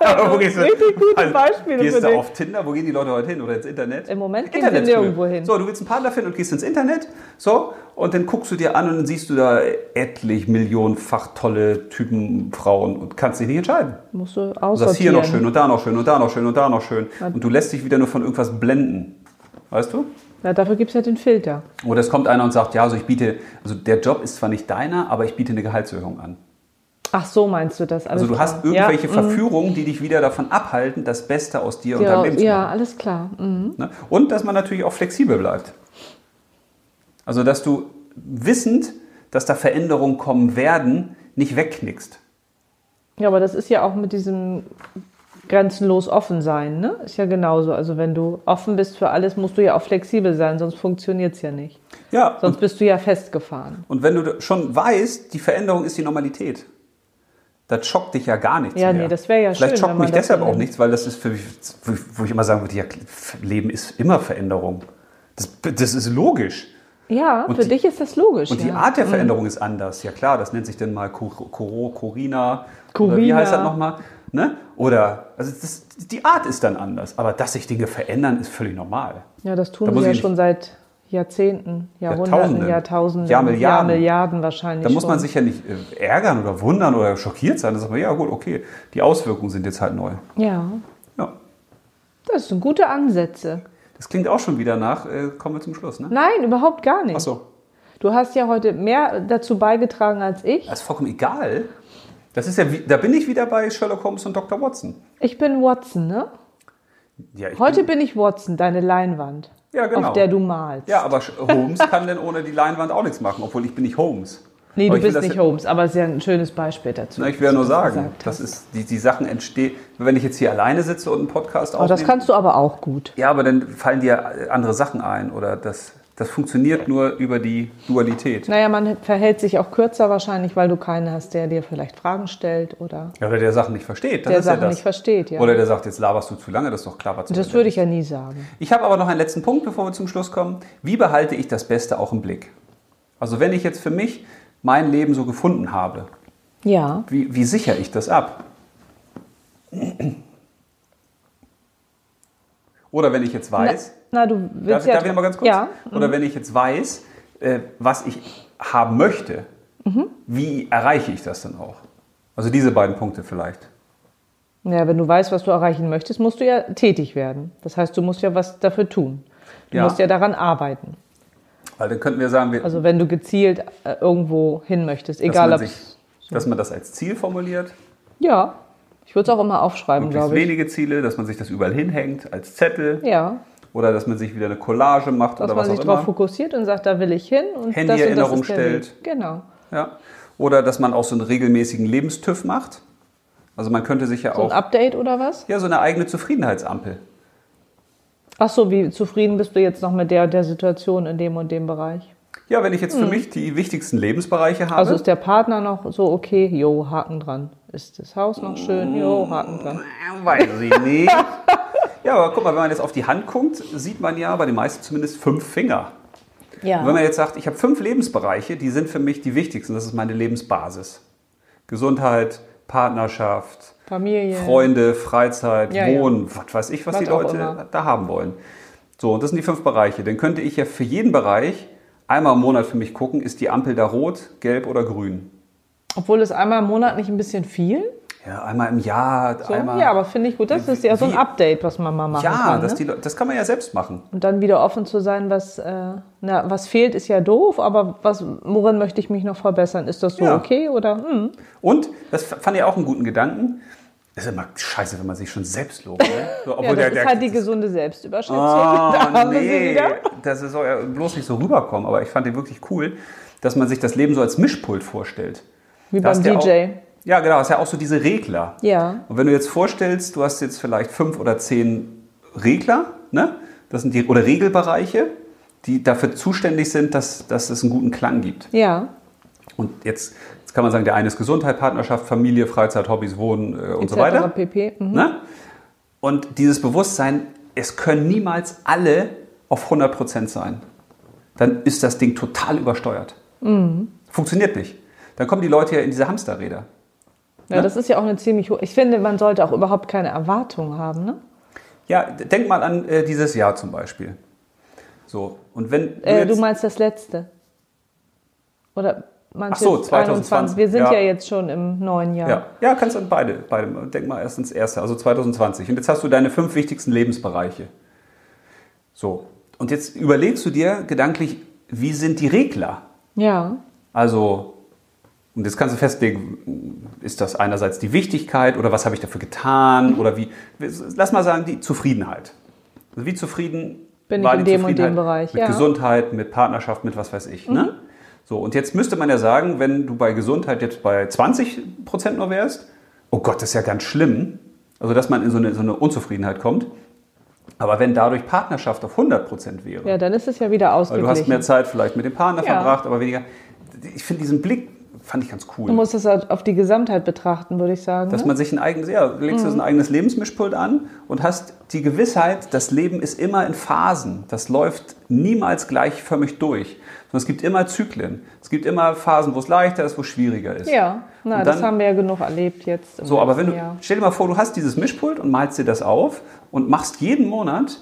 Aber wo gehst du-
Richtig gute Beispiele
Gehst
für
du
dich.
auf Tinder, wo gehen die Leute heute hin? Oder ins Internet?
Im Moment gehen
Internet
sie
früher.
nirgendwo hin.
So, du willst einen Partner finden und gehst ins Internet, so, und dann guckst du dir an und dann siehst du da etlich millionenfach tolle Typen, Frauen und kannst dich nicht entscheiden.
Musst
Du
du
sagst hier
aussortieren.
noch schön und da noch schön und da noch schön und da noch schön. Und du lässt dich wieder nur von irgendwas blenden. Weißt du?
Ja, dafür gibt es ja den Filter.
Oder es kommt einer und sagt, ja, also ich biete, also der Job ist zwar nicht deiner, aber ich biete eine Gehaltserhöhung an.
Ach, so meinst du das. alles
Also du
klar.
hast irgendwelche
ja, mm,
Verführungen, die dich wieder davon abhalten, das Beste aus dir und deinem Leben
ja,
zu
ja,
machen.
alles klar. Mhm.
Ne? Und dass man natürlich auch flexibel bleibt. Also dass du wissend, dass da Veränderungen kommen werden, nicht wegknickst.
Ja, aber das ist ja auch mit diesem grenzenlos offen sein, ne? Ist ja genauso. Also wenn du offen bist für alles, musst du ja auch flexibel sein, sonst funktioniert es ja nicht.
Ja,
Sonst bist du ja festgefahren.
Und wenn du schon weißt, die Veränderung ist die Normalität, das schockt dich ja gar nichts
Ja,
mehr.
nee, das wär ja
Vielleicht
schön,
schockt
wenn man
mich
das
deshalb
so
auch
nimmt.
nichts, weil das ist für mich, wo ich immer sagen würde, ja, Leben ist immer Veränderung. Das, das ist logisch.
Ja,
Und
für
die-
dich ist das logisch.
Und
ja.
die Art der Veränderung ist anders. Ja klar, das nennt sich dann mal Cor- Coro, Corina. Oder wie
Corina.
heißt das nochmal? Ne? Oder, also das, die Art ist dann anders. Aber dass sich Dinge verändern, ist völlig normal.
Ja, das
Da
tun
muss
sie ja
ich
schon seit Jahrzehnten, Jahrhunderten,
Jahrtausenden.
Jahrtausenden,
Jahrmilliarden.
Jahrmilliarden wahrscheinlich.
Da muss
schon.
man sich ja nicht äh, ärgern oder wundern oder schockiert sein. Da sagt man, ja gut, okay, die Auswirkungen sind jetzt halt neu.
Ja,
Ja,
das sind gute Ansätze.
das klingt auch schon wieder nach, äh, kommen wir zum Schluss, ne?
Nein, überhaupt gar nicht.
Achso,
Du hast ja heute mehr dazu beigetragen als ich.
das ist vollkommen egal. Das ist ja, wie- da bin ich wieder bei Sherlock Holmes und Dr. Watson.
Ich bin Watson, ne?
Ja, ich
Heute
bin,
bin ich Watson, deine Leinwand,
Ja, genau.
auf der du malst.
ja, aber Sch- Holmes kann denn ohne die Leinwand auch nichts machen, obwohl ich bin nicht Holmes.
nee,
Aber
du
ich will
bist
das
nicht
ja-
Holmes, aber es ist ja ein schönes Beispiel dazu.
Na, ich will ja nur
was du
sagen,
gesagt
das
hast.
ist, die, die Sachen entstehen, wenn ich jetzt hier alleine sitze und einen Podcast
aber
aufnehme.
das kannst du aber auch gut.
Ja, aber dann fallen dir andere Sachen ein oder das, das funktioniert nur über die Dualität.
Naja, man verhält sich auch kürzer wahrscheinlich, weil du keinen hast, der dir vielleicht Fragen stellt oder
Ja, oder der Sachen nicht versteht. Das
der
ist ja
Sachen
das.
nicht versteht. Ja.
Oder der sagt, jetzt laberst du zu lange, das ist doch klar, was
das würde ich ja nie sagen.
Ich habe aber noch einen letzten Punkt, bevor wir zum Schluss kommen. Wie behalte ich das Beste auch im Blick? Also wenn ich jetzt für mich mein Leben so gefunden habe,
Ja,
wie, wie sichere ich das ab? Oder wenn ich jetzt weiß,
na du
Darf,
willst
ich-
ja.
darf ich noch mal ganz kurz?
Ja, mhm.
Oder wenn ich jetzt weiß, äh, was ich haben möchte,
Mhm.
wie erreiche ich das dann auch? Also diese beiden Punkte vielleicht.
Ja, wenn du weißt, was du erreichen möchtest, musst du ja tätig werden. Das heißt, du musst ja was dafür tun. Du
Ja.
musst ja daran arbeiten.
Weil dann könnten wir sagen, wir,
Also wenn du gezielt äh, irgendwo hin möchtest,
dass,
egal
man
ob
sich, dass man das als Ziel formuliert,
ja, ich würde es auch immer aufschreiben,
möglichst
glaube ich.
wenige Ziele, dass man sich das überall hinhängt als Zettel
Ja,
oder dass man sich wieder eine Collage macht
dass
oder
man
was
sich
auch
darauf
immer.
fokussiert und sagt, da will ich hin und das und das
Handyerinnerung
ist der
stellt.
Weg. Genau.
Ja. Oder dass man auch so einen regelmäßigen Lebenstüff macht. Also man könnte sich ja
So ein
auch
Update oder was?
ja, so eine eigene Zufriedenheitsampel.
Ach so, wie zufrieden bist du jetzt noch mit der und der Situation in dem und dem Bereich?
Ja, wenn ich jetzt für mich die wichtigsten Lebensbereiche habe.
Hm. Also ist der Partner noch so okay? Jo, Haken dran. Ist das Haus noch schön? Jo, Haken dran.
Äh, Weiß ich nicht. ja, aber guck mal, wenn man jetzt auf die Hand guckt, sieht man ja bei den meisten zumindest fünf Finger. Und wenn man jetzt sagt, ich habe fünf Lebensbereiche, die sind für mich die wichtigsten, das ist meine Lebensbasis. Gesundheit, Partnerschaft,
Familie.
Freunde, Freizeit,
Ja, ja.
Wohnen, was weiß ich, was,
Was
die
auch
Leute
immer.
da haben wollen. So, und das sind die fünf Bereiche. Dann könnte ich ja für jeden Bereich einmal im Monat für mich gucken, ist die Ampel da rot, gelb oder grün?
Obwohl es einmal im Monat nicht ein bisschen viel?
Ja, einmal im Jahr,
So?
einmal.
Ja, aber finde ich gut. Das ist ja so ein
wie-
Update, was man mal machen
ja,
kann.
dass
ne?
die, Le- das kann man ja selbst machen.
Und dann wieder offen zu sein, was, äh, na, was fehlt, ist ja doof, aber was, worin möchte ich mich noch verbessern? Ist das so
Ja.
okay oder? Hm.
Und, das f- fand ich auch einen guten Gedanken, ist immer scheiße, wenn man sich schon selbst lobt. Ne? So,
Ja,
obwohl
das
der-
ist
der-
halt die gesunde Selbstüberschätzung. da
oh,
haben wir sie
nee,
wieder.
das ist- soll ja bloß nicht so rüberkommen, aber ich fand den wirklich cool, dass man sich das Leben so als Mischpult vorstellt.
Wie
Da
beim
hast du ja
DJ.
Auch, ja, genau, hast ja auch so diese Regler.
Ja.
Und wenn du jetzt vorstellst, du hast jetzt vielleicht fünf oder zehn Regler, ne? Das sind die, oder Regelbereiche, die dafür zuständig sind, dass, dass es einen guten Klang gibt.
Ja,
Und jetzt, jetzt kann man sagen, der eine ist Gesundheit, Partnerschaft, Familie, Freizeit, Hobbys, Wohnen äh, und so
etc.
weiter.
pp. Mhm.
Ne? Und dieses Bewusstsein, es können niemals alle auf 100% sein. Dann ist das Ding total übersteuert.
Mhm.
Funktioniert nicht. Dann kommen die Leute ja in diese Hamsterräder.
Ja, das ist ja auch eine ziemlich hohe. Ich finde, man sollte auch überhaupt keine Erwartungen haben. Ne?
Ja, d- denk mal an äh, dieses Jahr zum Beispiel. So, und wenn. du
Äh,
jetzt-
du meinst das letzte. Oder meinst
Ach so,
du jetzt 21? Wir sind
ja.
ja. jetzt schon im neuen Jahr.
ja, ja, kannst an beide, beide. Denk mal erst ins erste, also 2020. Und jetzt hast du deine fünf wichtigsten Lebensbereiche. So. Und jetzt überlegst du dir gedanklich, wie sind die Regler?
Ja.
Also, und jetzt kannst du festlegen, ist das einerseits die Wichtigkeit oder was habe ich dafür getan oder wie, lass mal sagen, die Zufriedenheit. Also wie zufrieden
Bin ich
war
in
die
dem und dem
Zufriedenheit
Bereich,
Mit
ja. Mhm.
Gesundheit, mit Partnerschaft, mit was weiß ich. Ne? So, und jetzt müsste man ja sagen, wenn du bei Gesundheit jetzt bei 20 Prozent nur wärst, oh Gott, das ist ja ganz schlimm. Also, dass man in so eine, so eine Unzufriedenheit kommt. Aber wenn dadurch Partnerschaft auf 100 Prozent wäre,
Ja, dann ist es ja wieder
weil
ausgeglichen.
du hast mehr Zeit vielleicht mit dem Partner
Ja.
verbracht, aber weniger. Ich finde diesen Blick, fand ich ganz cool.
Du musst es halt auf die Gesamtheit betrachten, würde ich sagen.
dass
ne? Mhm.
man sich ein eigenes, ja, du legst dir so ein eigenes Lebensmischpult an und hast die Gewissheit, das Leben ist immer in Phasen. Das läuft niemals gleichförmig durch. Sondern es gibt immer Zyklen. Es gibt immer Phasen, wo es leichter ist, wo es schwieriger ist.
ja, na,
Und
das
dann-
haben wir ja genug erlebt jetzt. im
So, aber wenn
letzten
du,
Jahr.
stell dir mal vor, du hast dieses Mischpult und malst dir das auf und machst jeden Monat,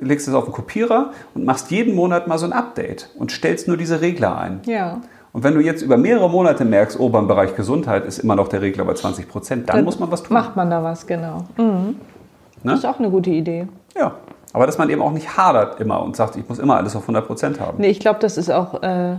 legst es auf den Kopierer und machst jeden Monat mal so ein Update und stellst nur diese Regler ein.
Ja.
Und wenn du jetzt über mehrere Monate merkst, oh, beim Bereich Gesundheit ist immer noch der Regler bei 20 Prozent, dann, muss man was tun.
Macht man da was, genau. Mhm.
Ne?
Ist auch eine gute Idee.
Ja. Aber dass man eben auch nicht hadert immer und sagt, ich muss immer alles auf 100 Prozent haben.
Nee, ich glaube, das ist auch äh,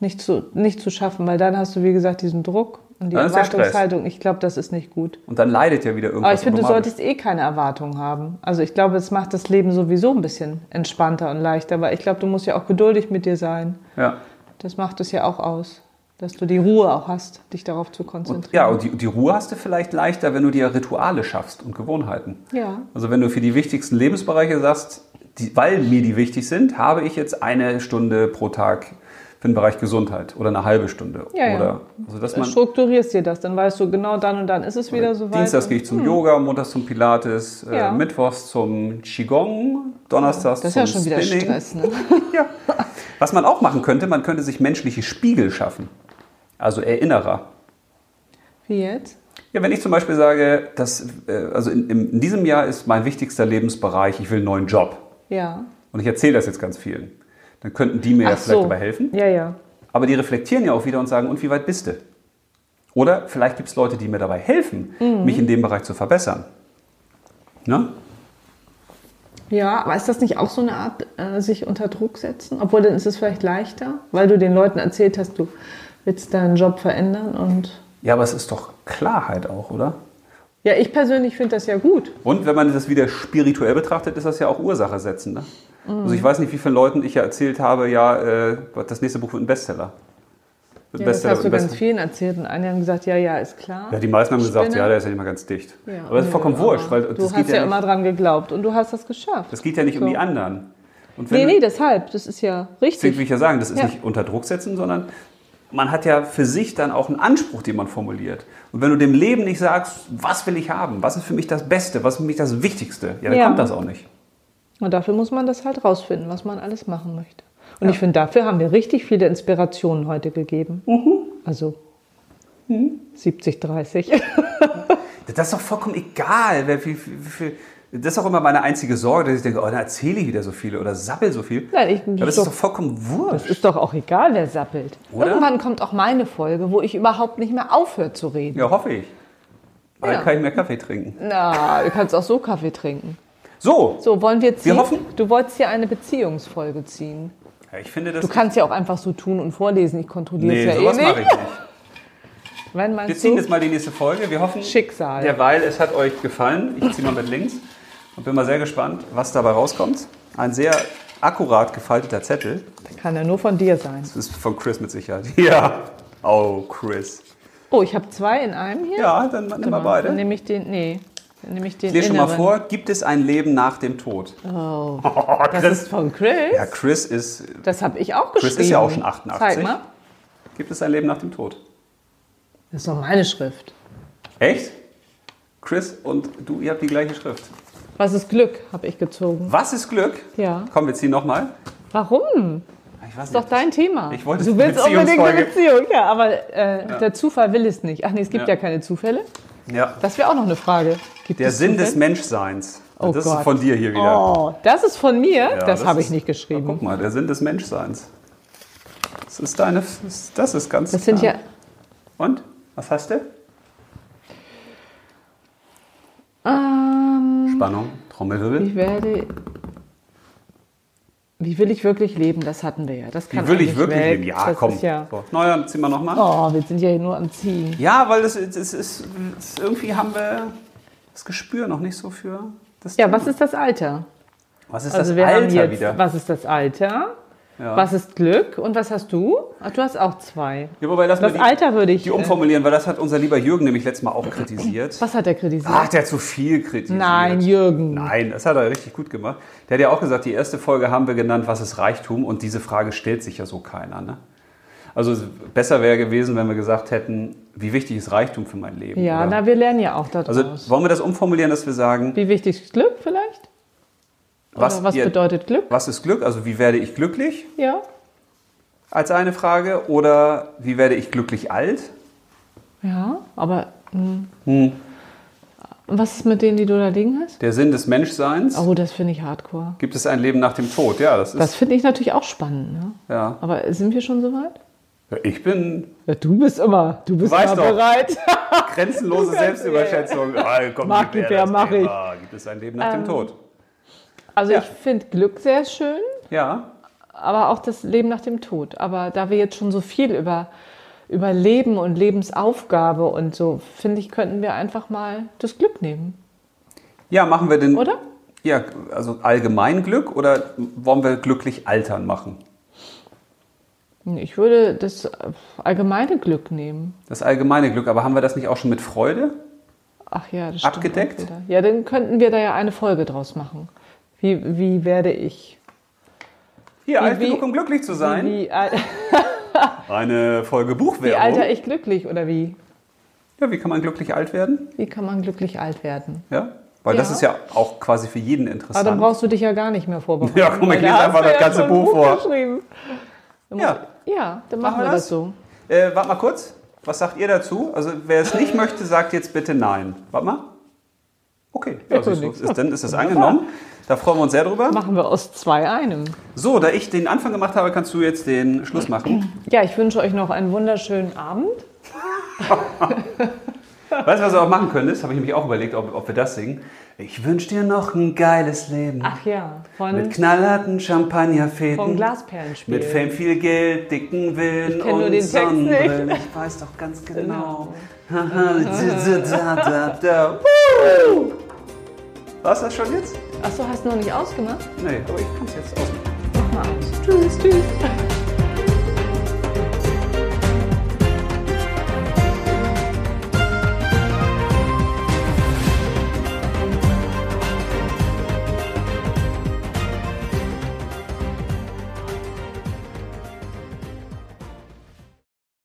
nicht, zu, nicht zu schaffen, weil dann hast du, wie gesagt, diesen Druck und die
Dann ist der Stress.
Erwartungshaltung. Ich glaube, das ist nicht gut.
Und dann leidet ja wieder irgendwas.
Aber ich finde, du
automatisch.
solltest eh keine Erwartungen haben. Also ich glaube, es macht das Leben sowieso ein bisschen entspannter und leichter. Aber ich glaube, du musst ja auch geduldig mit dir sein.
Ja.
Das macht es ja auch aus, dass du die Ruhe auch hast, dich darauf zu
Und,
konzentrieren.
ja, und die, die Ruhe hast du vielleicht leichter, wenn du dir Rituale schaffst und Gewohnheiten.
Ja.
Also wenn du für die wichtigsten Lebensbereiche sagst, die, weil mir die wichtig sind, habe ich jetzt eine Stunde pro Tag für den Bereich Gesundheit oder eine halbe Stunde.
Ja, ja.
oder Also, dass man
strukturierst dir das, dann weißt du genau dann und dann ist es wieder soweit.
Dienstags
und-
gehe ich zum Yoga, Montags zum Pilates,
Hm. Ja.
äh, Mittwochs zum Qigong, Donnerstags
Das ist
zum
ja schon wieder
Spinning.
Stress. Ne?
Ja. Was man auch machen könnte, man könnte sich menschliche Spiegel schaffen. Also Erinnerer.
Wie jetzt?
Ja, wenn ich zum Beispiel sage, dass, äh, also in, in diesem Jahr ist mein wichtigster Lebensbereich, ich will einen neuen Job.
Ja.
Und ich erzähle das jetzt ganz vielen. Dann könnten die mir ja
Ach
vielleicht
so.
dabei helfen.
Ja, ja.
Aber die reflektieren ja auch wieder und sagen, und wie weit bist du? Oder vielleicht gibt es Leute, die mir dabei helfen,
Mhm.
mich in dem Bereich zu verbessern. Ne?
Ja, aber ist das nicht auch so eine Art, äh, sich unter Druck setzen? Obwohl, dann ist es vielleicht leichter, weil du den Leuten erzählt hast, du willst deinen Job verändern und...
Ja, aber es ist doch Klarheit auch, oder?
Ja, ich persönlich finde das ja gut.
Und wenn man das wieder spirituell betrachtet, ist das ja auch Ursache setzen. Ne? Also ich weiß nicht, wie vielen Leuten ich ja erzählt habe, ja, äh, das nächste Buch wird ein Bestseller. Wird
Ja, das hast du
wird ein
ganz vielen erzählt und einige haben gesagt, ja, ja, ist klar.
Ja, die meisten haben gesagt,
Spinne.
ja, der ist ja nicht mal ganz dicht.
Ja,
aber das ist
nö,
vollkommen wurscht, weil
du
das
hast
geht
ja,
ja,
immer
nicht,
dran geglaubt und du hast das geschafft.
das geht ja nicht um
So.
die anderen. Und wenn
Nee,
du-
nee, deshalb. Das ist ja
Deswegen
richtig.
will ich ja sagen, das ist
Ja.
nicht unter Druck setzen, sondern man hat ja für sich dann auch einen Anspruch, den man formuliert. Und wenn du dem Leben nicht sagst, was will ich haben, was ist für mich das Beste, was ist für mich das Wichtigste, ja, dann
Ja.
kommt das auch nicht.
Und dafür muss man das halt rausfinden, was man alles machen möchte. Und ich finde, dafür haben wir richtig viele Inspirationen heute gegeben.
Mhm.
Also 70, 30.
Das ist doch vollkommen egal. Wer viel, viel, viel, das ist auch immer meine einzige Sorge, dass ich denke, oh, dann erzähle ich wieder so viel oder sabbel so viel.
Nein, ich-
Aber das ist doch vollkommen
Das
wurscht.
ist doch auch egal, wer sappelt.
Oder?
Irgendwann kommt auch meine Folge, wo ich überhaupt nicht mehr aufhöre zu reden.
Ja, hoffe ich. Weil
Ja.
kann ich mehr Kaffee trinken.
Na, du kannst auch so Kaffee trinken.
So,
So, wollen wir ziehen?
hoffen-
Du wolltest ja eine Beziehungsfolge ziehen.
Ja, ich finde das.
Du kannst ja auch einfach so tun und vorlesen. Ich kontrolliere
nee,
es ja eh
sowas
nicht.
mache ich nicht.
Wenn
Wir
meinst
ziehen
du?
jetzt mal die nächste Folge. Wir hoffen,
Schicksal.
derweil es hat euch gefallen. Ich ziehe mal mit links und bin mal sehr gespannt, was dabei rauskommt. Ein sehr akkurat gefalteter Zettel.
Kann ja nur von dir sein.
Das ist von Chris mit Sicherheit. Ja. Oh, Chris.
Oh, ich habe zwei in einem hier.
Ja, dann nimm mal beide.
Genau. Dann nehme ich den, nee, dann nehme ich den
Ich lese schon mal
inneren.
vor, gibt es ein Leben nach dem Tod? Oh,
Das
Chris.
ist von Chris.
Ja, Chris ist,
Das habe ich auch geschrieben.
Chris ist ja auch schon 88.
Zeig mal.
gibt es ein Leben nach dem Tod?
Das ist doch meine Schrift.
Echt? Chris und du, ihr habt die gleiche Schrift.
Was ist Glück, habe ich gezogen.
Was ist Glück?
Ja.
Komm, wir ziehen nochmal.
Warum?
Ich weiß
Ist doch dein Thema.
Ich wollte
du willst
Beziehungsfolge.
unbedingt eine Beziehung, ja, aber äh, der Zufall will es nicht. Ach nee, es gibt
Ja.
ja, keine Zufälle.
Ja.
Das wäre auch noch eine Frage. Gibt
Der
es
Sinn des
Zufälle?
Menschseins.
Oh
das ist
Gott.
von dir hier wieder.
Oh, das ist von mir.
Ja,
das habe
ist-
ich nicht
Na,
geschrieben.
guck mal, der Sinn des Menschseins. Das ist deine. Das ist ganz.
Das sind
klar.
ja
Und? Was hast du?
Ähm, ähm,
Spannung, Trommelwirbel.
ich werde Wie will ich wirklich leben? Das hatten wir ja. Das kann
Wie will ich
eigentlich
wirklich
weg.
leben? Ja,
das
komm.
Ist ja
So. Naja, ziehen wir nochmal.
oh, wir sind ja hier nur am Ziehen.
Ja, weil das, das, ist, das ist- irgendwie haben wir das Gespür noch nicht so für das
Ja,
Thema.
was ist das Alter?
was ist
Also
das
wir
Alter
haben jetzt,
wieder?
was ist das Alter?
ja.
Was ist Glück? Und was hast du? Ach, du hast auch zwei.
ja, wobei lass mal
Das
die,
Alter würde ich.
die
äh,
umformulieren, weil das hat unser lieber Jürgen nämlich letztes Mal auch kritisiert.
Was hat er kritisiert?
Ach, der hat zu viel kritisiert.
Nein, Jürgen.
Nein, das hat er richtig gut gemacht. Der hat ja auch gesagt, die erste Folge haben wir genannt, was ist Reichtum? Und diese Frage stellt sich ja so keiner. Ne? Also besser wäre gewesen, wenn wir gesagt hätten, wie wichtig ist Reichtum für mein Leben?
Ja,
oder?
na, wir lernen ja auch daraus.
also wollen wir das umformulieren, dass wir sagen,
Wie wichtig ist Glück vielleicht?
was,
Oder was
ihr,
bedeutet Glück?
was ist Glück? Also wie werde ich glücklich
Ja.
als eine Frage oder wie werde ich glücklich alt?
Ja, aber hm.
Hm.
was ist mit denen, die du da liegen hast?
Der Sinn des Menschseins.
Oh, das finde ich hardcore.
Gibt es ein Leben nach dem Tod? Ja, das ist.
Das finde ich natürlich auch spannend. Ne?
Ja.
Aber sind wir schon soweit?
Ich bin
Ja, du bist immer, du bist
Weiß
immer
doch.
bereit.
grenzenlose Selbstüberschätzung. Ah, komm,
Mag
gib
die
her das
Bär, mach ich. Ähm.
Thema. Gibt es ein Leben nach dem Tod?
Also
Ja.
ich finde Glück sehr schön,
Ja.
aber auch das Leben nach dem Tod. Aber da wir jetzt schon so viel über, über Leben und Lebensaufgabe und so, finde ich, könnten wir einfach mal das Glück nehmen,
Ja, machen wir den.
oder?
Ja, also allgemein Glück oder wollen wir glücklich altern machen?
Ich würde das äh, allgemeine Glück nehmen.
Das allgemeine Glück, aber haben wir das nicht auch schon mit Freude?
Ach ja, das stimmt. auch
Abgedeckt?
wieder. Ja, dann könnten wir da ja eine Folge draus machen. Wie, wie werde ich?
Hier,
Wie-
alt
wie-
genug, um glücklich zu sein.
Wie, al-
Eine Folge
wie
Buchwerbung.
alter ich glücklich oder wie?
ja, wie kann man glücklich alt werden?
Wie kann man glücklich alt werden?
Ja, weil das
Ja.
ist ja auch quasi für jeden
Aber dann
interessant.
brauchst du dich ja gar nicht mehr vorbereiten.
Ja, komm, ich
weil da
lese
hast
einfach
du
das
ja
ganze
schon ein
Buch vor.
Geschrieben. Dann
Ja.
musst- ja, dann machen, wir das, so.
Äh, warte mal kurz. Was sagt ihr dazu? Also wer es nicht möchte, sagt jetzt bitte nein. Warte mal. Okay, ja,
Ja,
siehst du,
nix.
ist, dann ist das angenommen. Da freuen wir uns sehr drüber.
Machen wir aus zwei einem.
So, da ich den Anfang gemacht habe, kannst du jetzt den Schluss machen.
Ja, ich wünsche euch noch einen wunderschönen Abend.
Weißt du, was du auch machen könntest? Habe ich nämlich auch überlegt, ob, ob wir das singen. Ich wünsche dir noch ein geiles Leben.
Ach ja,
Mit
von,
knallharten Champagnerfäden.
vom Glasperlenspiel.
Mit Fame, viel Geld, dicken Willen
Ich kenn
und
nur den Text
Sonnenbrillen. Ich weiß doch ganz genau. Haha, da, da, da. Wuhu! War's das schon jetzt?
Achso, hast du noch nicht ausgemacht?
Nee, aber ich kann's jetzt ausmachen.
Mach mal aus. Tschüss, tschüss.